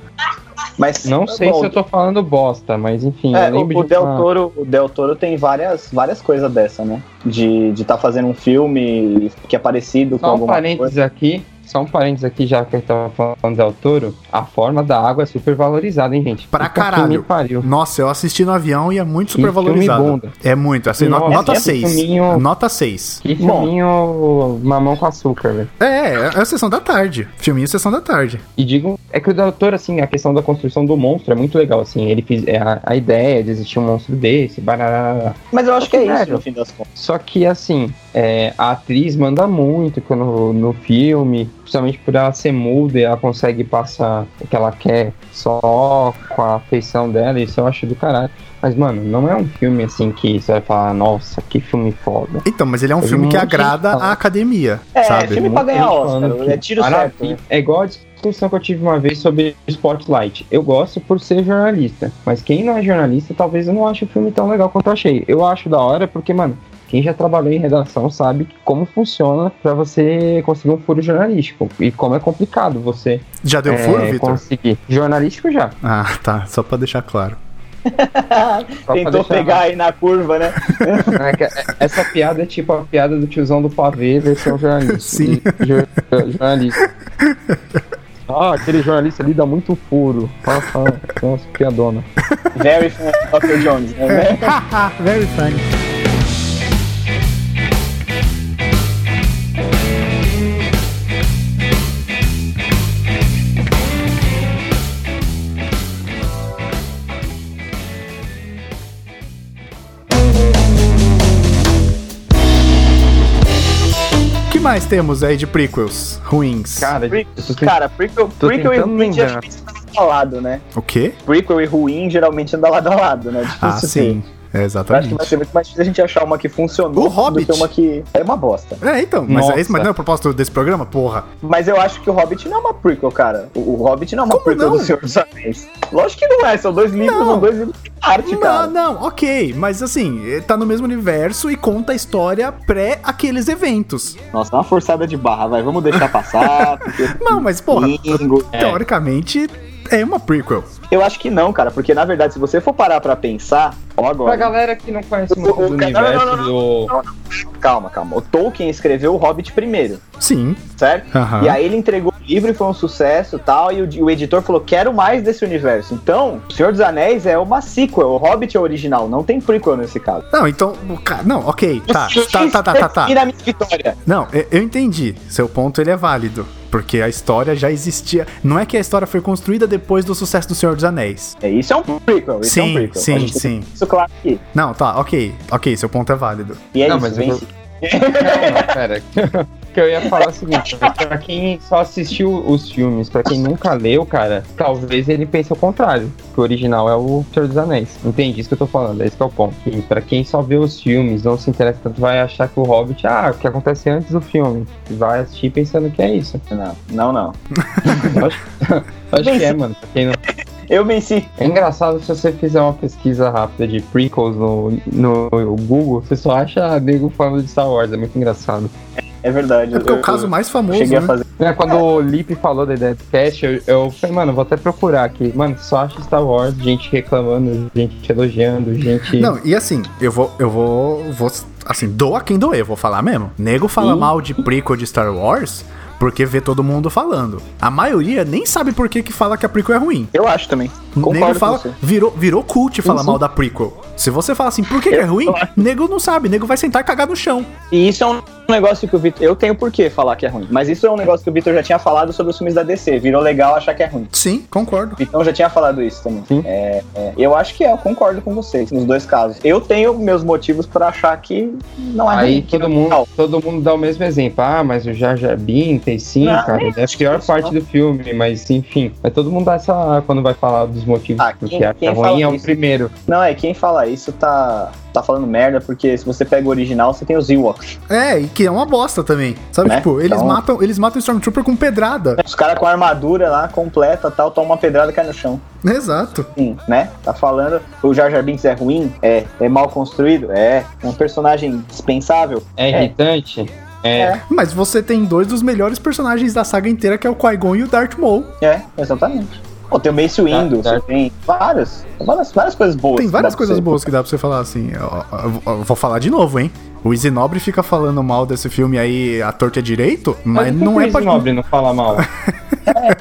S2: Mas tá
S3: Não sei
S2: bom,
S3: se eu tô falando bosta, mas enfim,
S2: É,
S3: eu
S2: o,
S3: lembro
S2: o
S3: de
S2: Del
S3: uma-
S2: Toro, o Del Toro tem várias, várias coisas dessa, né? De estar de tá fazendo um filme que é parecido com
S3: Só um
S2: alguma coisa.
S3: parênteses aqui, só um parênteses aqui, já que eu tava falando Del Toro, a forma da água é super valorizada, hein, gente?
S1: Pra
S3: Puta que
S1: caralho.
S3: me pariu.
S1: Nossa, eu assisti no avião e é muito
S3: Que
S1: super valorizado.
S3: filme bunda.
S1: É muito, assim, no-
S3: Nossa,
S1: nota
S3: que
S1: 6.
S3: filminho- é um
S1: Nota 6.
S3: Que
S2: Bom.
S3: filminho mamão com açúcar, velho.
S1: É, é, é a sessão da tarde. Filminho sessão da tarde.
S3: E digo, é que o Del Toro, assim, a questão da construção do monstro é muito legal, assim. Ele fez é, a, a ideia de existir um monstro desse, barará.
S2: Mas eu acho que é isso,
S3: Velho.
S2: no fim das contas.
S3: Só que assim, é, a atriz manda muito quando, no filme, principalmente por ela ser muda e ela consegue passar o que ela quer só com a feição dela, isso eu acho do caralho. Mas, mano, não é um filme assim que você vai falar, nossa, que filme foda.
S1: Então, mas ele é um
S3: Teve
S1: filme
S3: um
S1: que
S3: monte de
S1: agrada
S3: fala.
S1: a academia,
S2: É,
S1: sabe?
S2: filme pra
S3: Muita
S2: ganhar
S3: gente
S2: Oscar,
S3: falando que
S2: é tiro
S3: maravilha.
S2: certo, né?
S3: É igual a discussão que eu tive uma vez sobre Spotlight. Eu gosto por ser jornalista, mas quem não é jornalista, talvez eu não ache o filme tão legal quanto eu achei. Eu acho da hora porque, mano, quem já trabalhou em redação sabe como funciona pra você conseguir um furo jornalístico e como é complicado você
S1: Já deu
S3: é,
S1: um furo, Vitor?
S3: conseguir. Jornalístico já.
S1: Ah, tá. Só pra deixar claro.
S3: Só pra
S2: Tentou
S3: deixar-
S2: pegar aí na curva, né?
S3: *laughs* É que Essa piada é tipo a piada do tiozão do pavê versão jornalista.
S1: Sim.
S3: Jo- jo- jornalista. Ah, aquele jornalista ali dá muito furo. Ah, ah, nossa, piadona.
S2: Very fun, Dr. Jones.
S1: É.
S2: Né?
S1: Ah, Very funny. que mais temos aí de prequels ruins?
S3: Cara,
S2: Pre-
S3: eu tô
S2: Cara, prequel,
S3: tô
S2: prequel e
S3: tentando
S2: ruim
S3: lembrar.
S2: geralmente anda é lado a lado, né?
S1: O quê?
S2: Prequel e ruim geralmente anda lado a lado, né? Difícil
S1: Ah,
S2: ter.
S1: sim. É,
S2: Eu acho que
S1: exatamente.
S2: vai ser muito mais difícil a gente achar uma que funcionou
S1: O Hobbit.
S2: do que uma que é uma bosta.
S1: É, então, mas é isso, mas
S3: Nossa.
S1: não é o propósito desse programa, porra.
S2: Mas eu acho que o Hobbit não é uma prequel, cara. O, o Hobbit não é uma
S1: Como
S2: prequel
S1: não?
S2: do Senhor dos Anéis. Lógico que não é, são dois livros,
S1: Não.
S2: são dois livros de arte,
S1: Não,
S2: cara.
S1: não, ok, mas assim, eh, tá no mesmo universo e conta a história pré aqueles eventos.
S2: Nossa, dá uma forçada de barra, vai, vamos deixar
S1: *laughs*
S2: passar. porque-
S1: Não, mas porra,
S2: Bingo. É.
S1: teoricamente é uma prequel.
S2: Eu acho que não, cara, porque na verdade, se você for parar pra pensar, ó
S3: pra
S2: agora.
S3: galera que não conhece muito
S2: Não,
S3: do
S2: não,
S3: universo
S2: não, não,
S3: do.
S2: Calma, calma. O Tolkien escreveu o Hobbit primeiro,
S1: Sim.
S2: certo?
S1: aham.
S2: E aí ele entregou o livro e foi um sucesso e tal, e o, o editor falou, quero mais desse universo. Então, o Senhor dos Anéis é uma sequel, o Hobbit é o original, não tem prequel nesse caso.
S1: Não, então, o ca- não, ok, tá, tá, tá, tá, tá, tá.
S2: E na minha vitória.
S1: Não, eu- eu entendi. Seu ponto ele é válido, porque a história já existia. Não é que a história foi construída depois do sucesso do Senhor dos Anéis.
S2: É, isso é um prequel, isso é um
S1: Sim,
S2: prequel.
S1: sim,
S2: A gente tem
S1: sim.
S2: Isso claro aqui.
S1: Não, tá, ok, ok, seu ponto é válido.
S2: E é
S3: Não,
S2: isso,
S3: mas eu
S2: vem
S3: vou-
S2: sim.
S3: *laughs* Não, pera. Que eu ia falar o seguinte, né, pra quem só assistiu os filmes, pra quem nunca leu, cara, talvez ele pense o contrário, que o original é o Senhor dos Anéis. Entende isso que eu tô falando, é esse que é o ponto. E pra quem só vê os filmes, não se interessa tanto, vai achar que o Hobbit, ah, o que acontece antes do filme. E Vai assistir pensando que é isso.
S2: Não, não, não.
S3: Eu Acho, eu acho que é, mano. pra quem não-
S2: Eu venci.
S3: É engraçado se você fizer uma pesquisa rápida de prequels no, no Google, você só acha nego falando de Star Wars, é muito engraçado.
S2: É verdade.
S1: É porque
S2: eu-
S1: é o caso
S2: eu
S1: mais famoso,
S2: Cheguei
S1: né?
S2: a fazer.
S3: É, quando o Lipe falou da ideia do cast, eu, eu falei, mano, vou até procurar aqui. Mano, só acha Star Wars, gente reclamando, gente elogiando, gente.
S1: Não, e assim, eu vou, eu vou, vou, assim, doa quem doer, eu vou falar mesmo. Nego fala
S2: Ih.
S1: mal de prequel de Star Wars porque vê todo mundo falando. A maioria nem sabe por que que fala que a prequel é ruim.
S2: Eu acho também.
S1: nego
S2: Concordo
S1: fala,
S2: com você.
S1: virou, virou cult falar
S3: Sim.
S1: mal da prequel. Se você fala assim, por que, que é ruim? Nego não sabe, nego vai sentar e cagar no chão.
S2: E isso é um negócio que o Vitor. Eu tenho por que falar que é ruim, mas isso é um negócio que o Vitor já tinha falado sobre os filmes da DC. Virou legal achar que é ruim.
S1: Sim, concordo.
S2: Então já tinha falado isso também. É, é, eu acho que é, eu concordo com vocês nos dois casos. Eu tenho meus motivos pra achar que não é
S3: Aí
S2: ruim.
S3: todo
S2: não é
S3: mundo,
S2: legal.
S3: todo mundo dá o mesmo exemplo. Ah, mas o Jar Jar Binks tem sim,
S2: Não,
S3: cara. É a pior
S2: isso
S3: parte
S2: não.
S3: do filme, mas enfim. Mas todo mundo dá essa quando vai falar dos motivos
S2: Ah,
S3: porque
S2: quem-
S3: acha
S2: quem fala
S3: ruim é o
S2: isso?
S3: primeiro.
S2: Não, é quem fala isso tá, tá falando merda, porque se você pega o original, você tem os Ewoks.
S1: É, e que é uma bosta também. Sabe,
S2: Né?
S1: tipo, eles
S2: Então-
S1: matam, eles matam o Stormtrooper com pedrada.
S2: Os caras com a armadura lá completa tal, toma uma pedrada e cai no chão.
S1: Exato.
S2: Sim, né? Tá falando, o Jar Jar Binks é ruim, é, é mal construído, é um personagem dispensável.
S3: É
S2: É.
S3: irritante? É.
S2: É.
S1: Mas você tem dois dos melhores personagens da saga inteira, que é o Qui-Gon e o Darth Maul.
S2: É, exatamente. Pô, tem o Mace Windu,
S3: Tá, tá.
S2: você tem vários, várias, várias coisas boas.
S1: Tem
S2: que
S1: várias
S2: dá pra
S1: coisas
S2: você-
S1: boas que dá pra você falar assim. ó, ó, Eu, eu vou falar de novo, hein? O Isinobre fica falando mal desse filme aí, a torta é direito, mas
S3: Mas
S1: não é, pra,
S3: nobre, não fala mal.
S1: *laughs*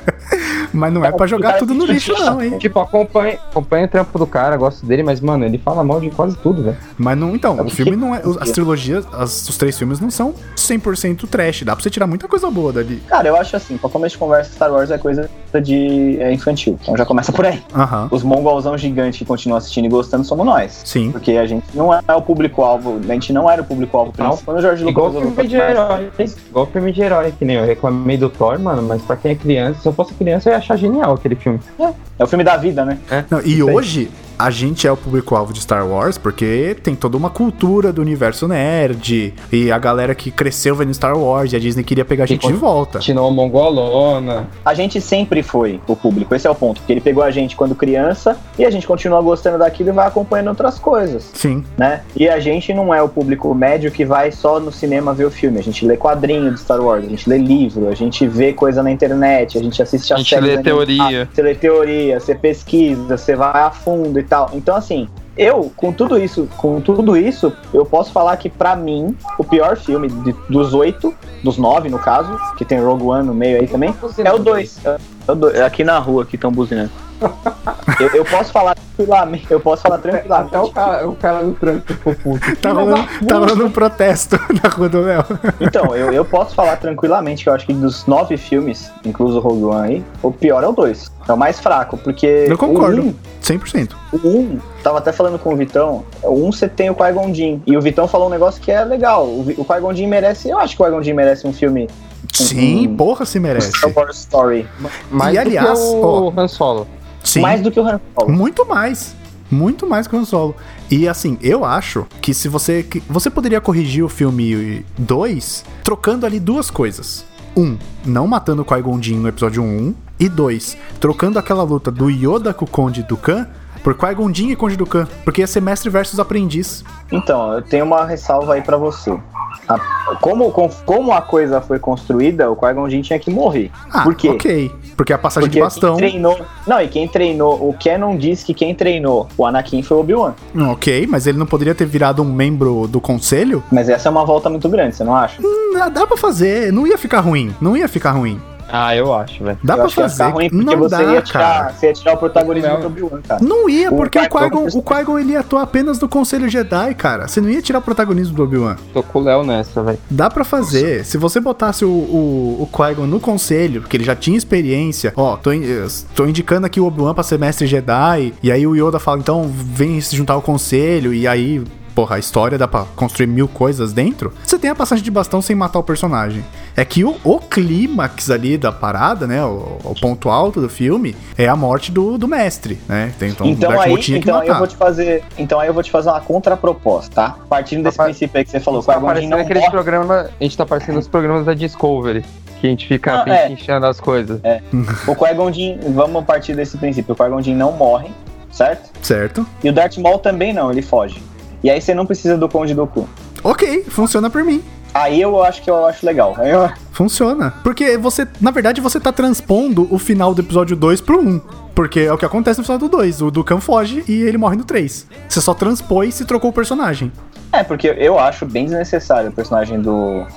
S1: mas não é pra jogar
S2: Cara,
S1: tudo no lixo, não, hein?
S3: tipo, acompanha, acompanha o trampo do cara, gosto dele, mas, mano, ele fala mal de quase tudo, velho.
S1: Mas não, então, o
S2: que-
S1: filme não é. As trilogias, as- os três filmes não são 100% trash, dá pra você tirar muita coisa boa dali.
S2: Cara, eu acho assim, pra começo de conversa, Star Wars é coisa de é infantil. Então já começa por aí.
S1: Aham,
S2: Os mongolzão gigante que continuam assistindo e gostando somos nós.
S1: sim.
S2: Porque a gente não é o público-alvo, a gente não era o público-alvo
S3: Não.
S2: principal. Quando o Jorge Lucas
S3: Igual
S2: resolveu
S3: filme de
S2: fazer- um
S3: herói. né? Igual filme de herói, que nem eu reclamei do Thor, mano, mas pra quem é criança, se eu fosse criança, eu ia achar genial aquele filme.
S2: É o filme da vida, né?
S1: Não, e
S3: Isso aí.
S1: hoje a gente é o público-alvo de Star Wars porque tem toda uma cultura do universo nerd e a galera que cresceu vendo Star Wars e a Disney queria pegar a
S3: Que
S1: gente de
S3: con-
S1: volta.
S3: Tinou a mongolona.
S2: A gente sempre foi o público, esse é o ponto. Porque ele pegou a gente quando criança e a gente continua gostando daquilo e vai acompanhando outras coisas,
S1: Sim,
S2: né? E a gente não é o público médio que vai só no cinema ver o filme. A gente lê quadrinho de Star Wars, a gente lê livro, a gente vê coisa na internet, a gente assiste a, séries animadas. Você lê teoria, você pesquisa, você vai a fundo e tal. Então, assim, eu, com tudo isso, com tudo isso, eu posso falar que, pra mim, o pior filme de- dos oito, dos nove, no caso, que tem Rogue One no meio aí também, é o dois. É o dois. Aqui na rua, que estão buzinando. eu, eu posso falar tranquilamente. Eu posso falar tranquilamente.
S3: Até é o cara, o cara do trânsito
S1: *laughs*
S3: ficou puto.
S1: tá rolando, tá rolando um protesto *laughs* na Rua do Léo.
S2: Então, eu, eu posso falar tranquilamente que eu acho que dos nove filmes, incluso o Rogue One aí, o pior é o dois. É o mais fraco, porque.
S1: Eu concordo.
S2: o um
S1: 100%.
S2: O 1, tava até falando com o Vitão, o 1 você tem o Qui-Gon Jinn, e o Vitão falou um negócio que é legal, o, Vi- o Qui-Gon Jinn merece, eu acho que o Qui-Gon Jinn merece um filme
S1: Sim,
S2: Uhum.
S1: porra, se merece.
S2: Star Wars Story,
S3: Mais
S1: E,
S3: do que
S1: aliás,
S3: o Han Solo.
S1: Sim. Hum.
S2: mais do que o Han Solo.
S1: Muito mais. Muito mais que o Han Solo. E assim, eu acho que se você. que você poderia corrigir o filme 2 trocando ali duas coisas. Um, não matando o Qui-Gon Jinn no episódio 1. E dois, trocando aquela luta do Yoda com o Conde Dukan por Qui-Gon Jinn e Conde Dukan. Porque ia ser mestre versus aprendiz.
S2: Então, eu tenho uma ressalva aí pra você. A- como, com- como a coisa foi construída, o Qui-Gon Jinn tinha que morrer.
S1: Ah,
S2: Por quê?
S1: ok. Porque é a passagem
S2: Porque
S1: de bastão.
S2: quem treinou... Não, e quem treinou... O Canon diz que quem treinou o Anakin foi o Obi-Wan.
S1: Hum, Ok, mas ele não poderia ter virado um membro do conselho?
S2: Mas essa é uma volta muito grande, você não acha?
S1: Dá, dá pra fazer, não ia ficar ruim. Não ia ficar ruim.
S3: Ah, eu acho, velho.
S1: Dá
S2: eu
S1: pra
S2: acho que ia
S1: fazer.
S2: ficar ruim, porque
S1: não
S2: você,
S1: dá,
S2: ia
S1: cara.
S2: tirar, você ia tirar o protagonismo
S3: Não.
S2: do Obi-Wan, cara.
S1: Não ia,
S2: O
S1: porque o
S2: Qui-Gon-
S1: Qui-Gon o Qui-Gon, ele ia atuar apenas do Conselho Jedi, cara. Você não ia tirar protagonismo do Obi-Wan.
S3: Tô com o Léo nessa, velho.
S1: Dá pra fazer. Se você botasse o, o, o Qui-Gon no Conselho, porque ele já tinha experiência, ó, tô, in- eh, tô indicando aqui o Obi-Wan pra ser mestre Jedi, e aí o Yoda fala, então vem se juntar ao Conselho, e aí... Porra, a história dá pra construir mil coisas dentro. Você tem a passagem de bastão sem matar o personagem. É que o, o clímax ali da parada, né? O, o ponto alto do filme é a morte do, do mestre, né? Tem, então,
S2: Então,
S1: o Darth
S2: aí,
S1: Maul tinha que
S2: então aí eu
S1: matar.
S2: vou te fazer, então aí eu vou te fazer uma contraproposta, tá? Partindo desse
S3: Rapaz,
S2: princípio aí que você falou,
S3: Tá
S2: que o Jinn
S3: aparecendo
S2: não
S3: aqueles
S2: morre.
S3: programas. A gente tá aparecendo nos programas da Discovery. Que a gente fica
S2: Ah, é.
S3: pinchando as coisas.
S2: O Qui-Gon Jinn, vamos partir desse princípio, o Qui-Gon Jinn não morre, certo?
S1: Certo?
S2: E o Darth Maul também não, ele foge. E aí você não precisa do Conde do Cu.
S1: Ok, funciona por mim.
S2: Aí eu acho que eu acho legal. Aí eu-
S1: Funciona. Porque você, na verdade, você tá transpondo o final do episódio 2 pro 1. Porque é o que acontece no final do 2. O Dukan foge e ele morre no 3. Você só transpôs e trocou o personagem.
S2: É, porque eu acho bem desnecessário o personagem do, do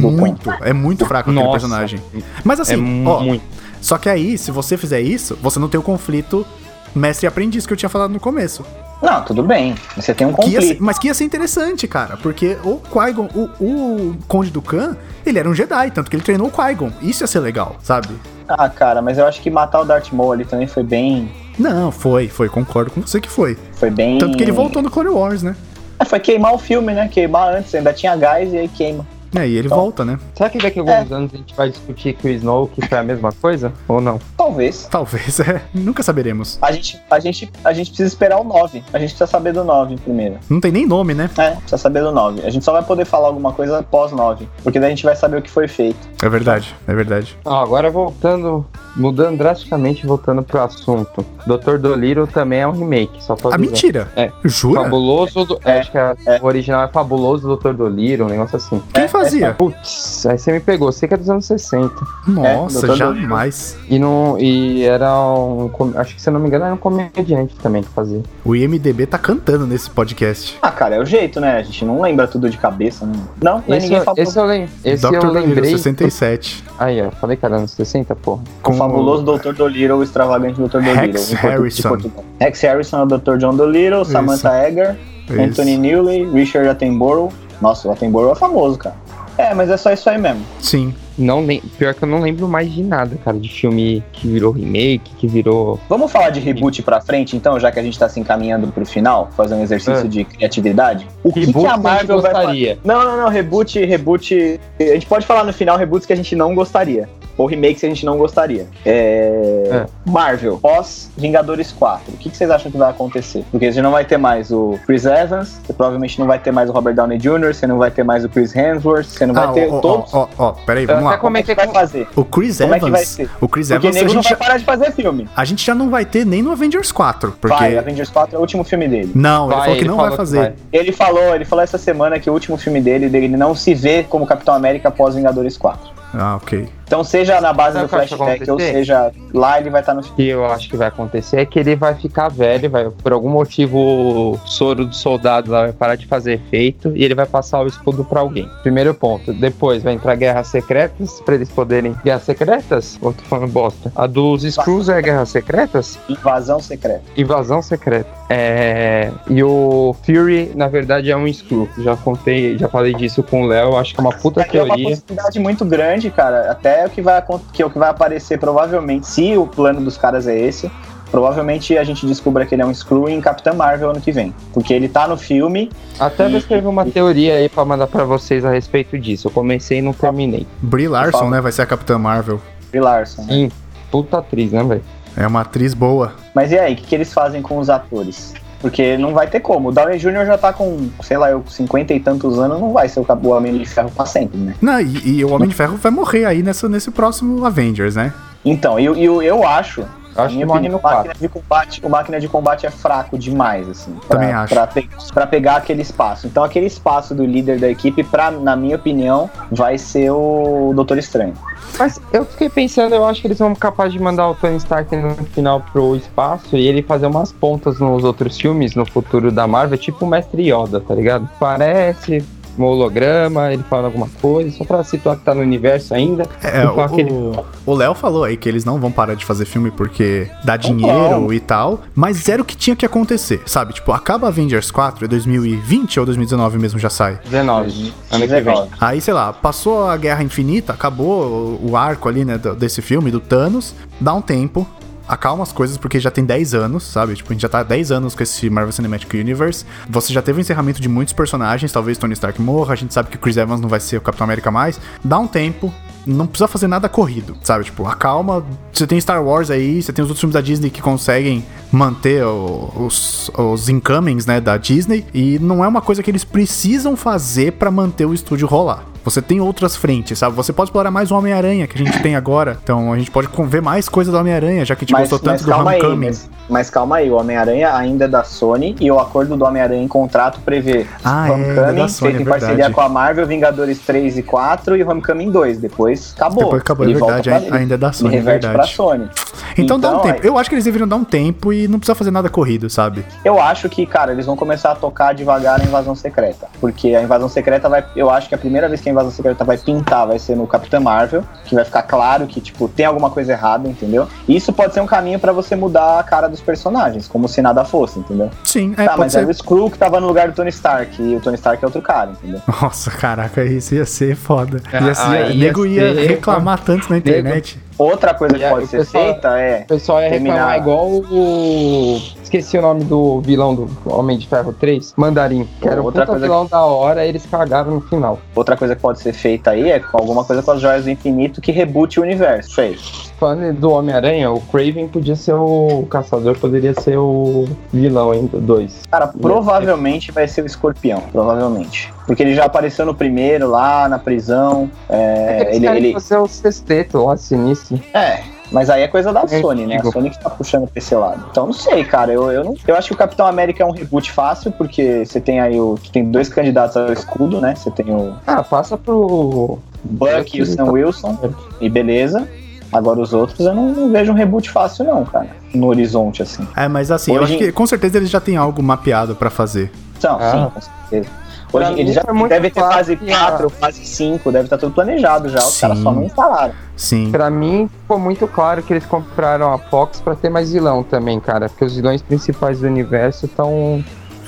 S2: Queen.
S1: Muito. É muito fraco aquele
S3: Nossa.
S1: personagem. Mas
S3: é
S1: assim, ó.
S3: muito.
S1: Só que aí, se você fizer isso, você não tem o conflito mestre e aprendiz que eu tinha falado no começo.
S2: Não, tudo bem. Você tem um
S1: Que ia ser-
S2: conflito.
S1: mas que ia ser interessante, cara, porque o Qui-Gon, o, o Conde do Khan, ele era um Jedi, tanto que ele treinou o Qui-Gon. Isso ia ser legal, sabe?
S2: Ah, cara, mas eu acho que matar o Darth Maul ali também foi bem.
S1: Não, foi, foi, concordo com você que foi.
S2: Foi bem.
S1: Tanto que ele voltou no Clone Wars, né?
S2: É, foi queimar o filme, né? Queimar antes, ainda tinha gás e aí queima.
S1: É, e ele
S2: Então.
S1: volta, né?
S3: Será que daqui a alguns
S2: É.
S3: anos a gente vai discutir que o Snow que foi a mesma coisa? Ou não?
S2: Talvez.
S1: Talvez, *laughs* é. Nunca saberemos.
S2: A gente, a, gente, a gente precisa esperar o 9. A gente precisa saber do 9 primeiro.
S1: Não tem nem nome, né?
S2: É, precisa saber do 9. A gente só vai poder falar alguma coisa pós 9. Porque daí a gente vai saber o que foi feito.
S1: É verdade, é verdade.
S3: Ó, agora voltando, mudando drasticamente, voltando pro assunto. Dr. Dolittle também é um remake, só pra
S1: Ah,
S3: avisar.
S1: mentira!
S3: É.
S1: Jura?
S3: Fabuloso, do-
S2: É,
S3: acho que a-
S2: é.
S3: o original é Fabuloso Dr. Dolittle, um negócio assim.
S1: Quem fazia?
S3: Putz, aí você me pegou, sei que é dos anos 60.
S1: Nossa,
S2: É, É, Dr.
S1: jamais.
S3: E, não, e era um. com- Acho que se eu não me engano, era um comediante também que fazia.
S1: O IMDB tá cantando nesse podcast.
S2: Ah, cara, é o jeito, né? A gente não lembra tudo de cabeça. Não, não nem
S3: Esse,
S2: ninguém
S3: eu-
S2: falou.
S3: esse, eu, lem- esse eu
S1: Dr. Danilo,
S3: lembrei.
S1: 67.
S3: Aí, ó, falei que era anos 60, porra.
S1: Com
S2: O fabuloso Dr. Dolittle, o extravagante Dr.
S1: Rex
S2: Dolittle. em portu- de
S1: Harrison.
S2: Portugal. Rex Harrison, é o Dr. John Dolittle, Samantha Egger,
S1: Isso.
S2: Anthony Newley, Richard Attenborough. Nossa, o Attenborough é famoso, cara. É, mas é só isso aí mesmo.
S1: Sim.
S3: Não lem- Pior que eu não lembro mais de nada, cara, de filme que virou remake, que virou.
S2: Vamos falar de reboot pra frente, então, já que a gente tá se encaminhando pro final, fazer um exercício
S3: É.
S2: de criatividade. O que,
S3: Reboot
S2: que a Marvel vai fazer?
S3: gostaria?
S2: Não, não, não, reboot, reboot. A gente pode falar no final reboots que a gente não gostaria. Ou remakes que a gente não gostaria. É... Marvel, pós Vingadores 4. O que, que vocês acham que vai acontecer? Porque você não vai ter mais o Chris Evans, você provavelmente não vai ter mais o Robert Downey Jr., você não vai ter mais o Chris Hemsworth, você não vai
S1: Ah, ó,
S2: ter
S1: ó,
S2: todos.
S1: ó, ó, ó, peraí,
S3: Eu
S1: vamos
S3: até
S1: lá.
S2: Como é que vai fazer?
S1: O Chris
S2: Como é que vai
S1: Evans.
S2: ser?
S1: o Chris
S2: Porque
S1: Evans a
S2: nego
S1: gente,
S2: não vai
S1: já,
S2: parar de fazer filme.
S1: a gente já não vai ter nem no Avengers 4. Porque.
S2: Vai, Avengers 4 é o último filme dele.
S1: Não, ele
S3: Vai,
S1: falou que
S3: ele
S1: não vai
S3: falou que
S1: fazer.
S3: vai.
S2: Ele falou, ele falou essa semana que o último filme dele, ele não se vê como Capitão América após Vingadores 4.
S1: Ah, ok.
S2: Então, seja na base do
S3: Sabe é o que eu acho que
S2: flashback, ou
S3: vai
S2: seja lá, ele vai estar no filme.
S3: O que eu acho que vai acontecer é que ele vai ficar velho, vai, por algum motivo o soro do soldado lá vai parar de fazer efeito e ele vai passar o escudo pra alguém. Primeiro ponto. Depois vai entrar guerras secretas pra eles poderem. Guerras secretas? Ou tô falando bosta? A dos Screws é guerras secretas?
S2: Invasão Secreta.
S3: Invasão secreta. É, E o Fury, na verdade, é um Screw. Já contei, já falei disso com o Léo, acho que é uma puta
S2: Aqui é uma
S3: teoria.
S2: possibilidade muito grande, cara. Até o que vai, acon- que é o que vai aparecer, provavelmente, se o plano dos caras é esse, provavelmente a gente descubra que ele é um Screw em Capitã Marvel ano que vem. Porque ele tá no filme.
S3: Até
S2: E-
S3: vou escrever uma
S2: e-
S3: teoria aí pra mandar pra vocês a respeito disso. Eu comecei e não terminei.
S1: Brie Larson,
S2: falo.
S1: né? Vai ser a Capitã Marvel.
S2: Brie Larson. né?
S3: Sim, puta atriz, né, velho?
S1: É uma atriz boa.
S2: Mas e aí, o que, que eles fazem com os atores? Porque não vai ter como. O Downey Jr. já tá com, sei lá, eu, 50 e tantos anos, não vai ser o Cabo Homem de Ferro pra sempre, né?
S1: Não, e, e o Homem de Ferro vai morrer aí nessa, nesse próximo Avengers, né?
S2: Então, eu, eu, eu acho
S3: Acho que
S2: minha
S3: morre
S2: opinião,
S3: no
S2: o
S3: 4.
S2: máquina de combate, o máquina de combate é fraco demais, assim. Pra,
S1: Também acho.
S2: Pra, pe- pra pegar aquele espaço. Então, aquele espaço do líder da equipe, pra, na minha opinião, vai ser o Doutor Estranho.
S3: Mas eu fiquei pensando, eu acho que eles vão capaz de mandar o Tony Stark no final pro espaço e ele fazer umas pontas nos outros filmes no futuro da Marvel, tipo o Mestre Yoda, tá ligado? Parece um holograma, ele fala alguma coisa, só pra situar que tá no universo ainda.
S1: É,
S3: Com
S1: o-
S3: aquele-
S1: o o Léo falou aí que eles não vão parar de fazer filme porque dá dinheiro
S2: vão.
S1: e tal, mas era o que tinha que acontecer, sabe? Tipo, acaba Avengers 4, é 2020 ou 2019 mesmo já sai.
S3: 19, ano que vem.
S2: Legal.
S1: Aí, sei lá, passou a Guerra Infinita, acabou o o arco ali, né, do- desse filme, do Thanos, dá um tempo, acalma as coisas, porque já tem 10 anos, sabe? Tipo, a gente já tá há 10 anos com esse Marvel Cinematic Universe. Você já teve o encerramento de muitos personagens, talvez Tony Stark morra, a gente sabe que o Chris Evans não vai ser o Capitão América mais. Dá um tempo, não precisa fazer nada corrido, sabe? Tipo, acalma. Você tem Star Wars aí, você tem os outros filmes da Disney que conseguem manter o- os, os incomings, né, da Disney. E não é uma coisa que eles precisam fazer pra manter o estúdio rolar. Você tem outras frentes, sabe? Você pode explorar mais o Homem-Aranha que a gente tem agora. Então a gente pode con- ver mais coisa do Homem-Aranha, já que a gente
S2: Mas,
S1: gostou
S2: mas
S1: Tipo, tanto do
S2: calma aí,
S1: Homecoming.
S2: mas, mas calma aí, o Homem-Aranha ainda é da Sony e o acordo do Homem-Aranha em contrato prevê
S1: Ah, é, ainda é da
S2: Homecoming,
S1: Sony,
S2: feito em
S1: é
S2: parceria
S1: verdade.
S2: com a Marvel, Vingadores 3 e 4 e Homecoming 2. Depois acabou.
S1: Depois acabou, é
S2: Ele volta
S1: verdade,
S2: pra
S1: ai-
S2: dentro.
S1: ainda é da Sony, é
S2: reverte
S1: verdade.
S2: pra da Sony.
S1: Então, dá um
S2: Então,
S1: tempo.
S2: é-
S1: Eu acho que eles deveriam dar um tempo e não precisa fazer nada corrido, sabe?
S2: Eu acho que, cara, eles vão começar a tocar devagar a invasão secreta. Porque a invasão secreta vai. Eu acho que a primeira vez que a invasão secreta vai pintar vai ser no Capitã Marvel, que vai ficar claro que, tipo, tem alguma coisa errada, entendeu? E isso pode ser um caminho pra você mudar a cara dos personagens, como se nada fosse, entendeu?
S1: Sim, é,
S2: tá,
S1: pode
S2: mas
S1: ser.
S2: era o Screw que tava no lugar do Tony Stark, e o Tony Stark é outro cara, entendeu?
S1: Nossa, caraca, isso ia ser foda. Ia ser,
S3: Ah, ia
S1: nego ia
S3: ser-
S1: reclamar tanto na internet.
S2: Outra coisa que
S3: E aí,
S2: pode
S3: o
S2: ser
S3: pessoal-
S2: feita é.
S3: O pessoal ia reclamar
S2: Terminar.
S3: igual o. Esqueci o nome do vilão do Homem de Ferro 3, Mandarim. Que era o
S2: Outra
S3: puta
S2: coisa
S3: vilão da hora, eles cagaram no final.
S2: Outra coisa que pode ser feita aí é com alguma coisa com as joias do infinito que rebute o universo. Feio.
S3: Falando do Homem-Aranha, o Craven podia ser o. o caçador, poderia ser o vilão ainda, dois.
S2: Cara, provavelmente vai ser o escorpião, provavelmente. Porque ele já apareceu no primeiro lá, na prisão. É,
S3: Eles
S2: ele,
S3: querem
S2: ele-
S3: fazer o sexteto lá, sinistro.
S2: é, mas aí é coisa da Sony, né? A
S3: digo.
S2: Sony que tá puxando pra esse lado. Então não sei, cara. Eu, eu, não- eu acho que o Capitão América é um reboot fácil, porque você tem aí o. Tem dois candidatos ao escudo, né? Você tem o
S3: Ah, passa pro.
S2: Buck e o Sam Wilson, e beleza. Agora os outros eu não, não vejo um reboot fácil, não, cara. No horizonte, assim.
S1: É, mas assim, eu
S2: Hoje-
S1: acho que com certeza eles já têm algo mapeado pra fazer.
S2: Não, sim,
S3: Ah.
S2: com certeza.
S3: Pra
S2: Hoje
S3: mim
S2: ele já
S3: foi muito
S2: deve ter
S3: fácil
S2: fase
S3: que
S2: 4, fase 5, deve estar tudo planejado já. Os
S1: Sim.
S2: caras só não falaram.
S1: Sim.
S3: Pra mim, ficou muito claro que eles compraram a Fox pra ter mais vilão também, cara. Porque os vilões principais do universo estão.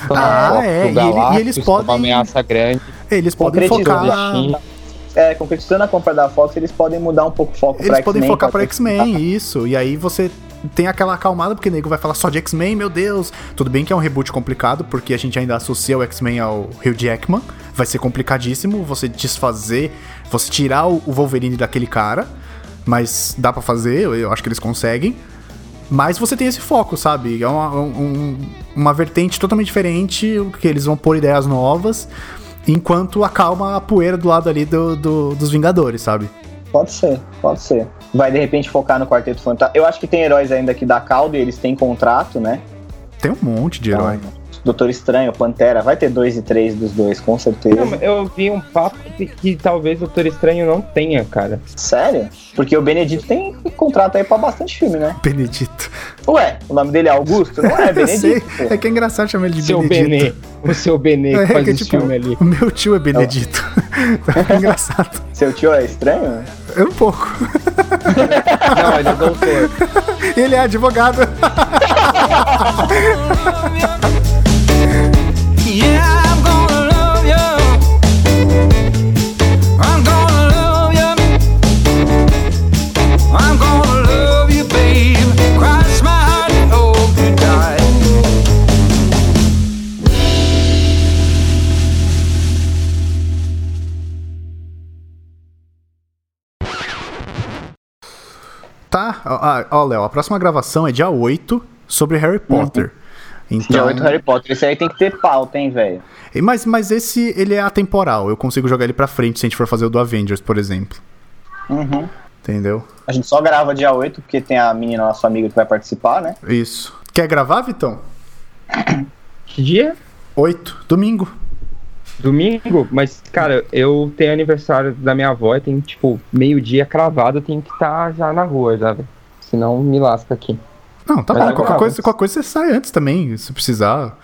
S1: Ah, é, e ele- e eles podem-
S3: Uma ameaça grande.
S1: Eles podem
S2: Concretizando,
S1: focar.
S3: assim.
S2: É, concretizando a compra da Fox, eles podem mudar um pouco o foco pra
S1: Eles podem
S2: X-Men,
S1: focar pra
S2: pode-
S1: X-Men, isso. E aí você tem aquela acalmada, porque o nego vai falar só de X-Men, meu Deus. Tudo bem que é um reboot complicado, porque a gente ainda associa o X-Men ao Hugh Jackman. Vai ser complicadíssimo você desfazer, você tirar o o Wolverine daquele cara. Mas dá pra fazer, eu- eu acho que eles conseguem. Mas você tem esse foco, sabe? É uma, um- uma vertente totalmente diferente, o que eles vão pôr ideias novas, enquanto acalma a poeira do lado ali do- do- dos Vingadores, sabe?
S2: tá, Pode ser, pode ser. Vai de repente focar no Quarteto Fantástico. Eu acho que tem heróis ainda que dá caldo e eles têm contrato, né?
S1: Tem um monte de herói.
S2: Então, Doutor Estranho, Pantera, vai ter dois e três dos dois, com certeza.
S3: Não, eu vi um papo que, que talvez o Doutor Estranho não tenha, cara.
S2: Sério? Porque o Benedito tem contrato aí pra bastante filme, né?
S1: Benedito.
S2: Ué, o nome dele é Augusto? Não é
S1: *laughs* Eu sei,
S2: Benedito, pô.
S1: é que é engraçado chamar ele de
S3: seu Benê.
S1: Benedito.
S3: O seu Benê
S1: *laughs*
S3: que
S1: É,
S3: faz
S1: que,
S3: esse
S1: tipo,
S3: filme ali.
S1: O meu tio é Benedito. Então, *laughs* é engraçado.
S2: Seu tio é estranho?
S1: É um pouco.
S3: Não, ele é doutor.
S1: Ele é advogado.
S4: Yeah, I'm gonna love you. I'm gonna love you. I'm gonna love you, babe. Cross my heart and hope you die.
S1: Tá? Ó, ah, ó, Léo, a próxima gravação é dia 8 sobre Harry Potter.
S2: *laughs* Uhum. Dia
S1: Então,
S2: 8 Harry Potter. Esse aí tem que ter pauta, hein, velho?
S1: mas, mas esse, ele é atemporal. Eu consigo jogar ele pra frente se a gente for fazer o do Avengers, por exemplo.
S2: Uhum.
S1: Entendeu?
S2: A gente só grava dia 8, porque tem a menina, nossa amiga, que vai participar, né?
S1: Isso. Quer gravar, Vitão?
S3: Que dia?
S1: 8. Domingo.
S3: Domingo? Mas, cara, eu tenho aniversário da minha avó e tem, tipo, meio-dia cravado, eu tenho que estar já na rua já, velho. Senão me lasca aqui.
S1: Não, tá
S3: Mas
S1: bom.
S3: eu
S1: Qualquer
S3: gravo.
S1: coisa, qualquer coisa você sai antes também, se precisar.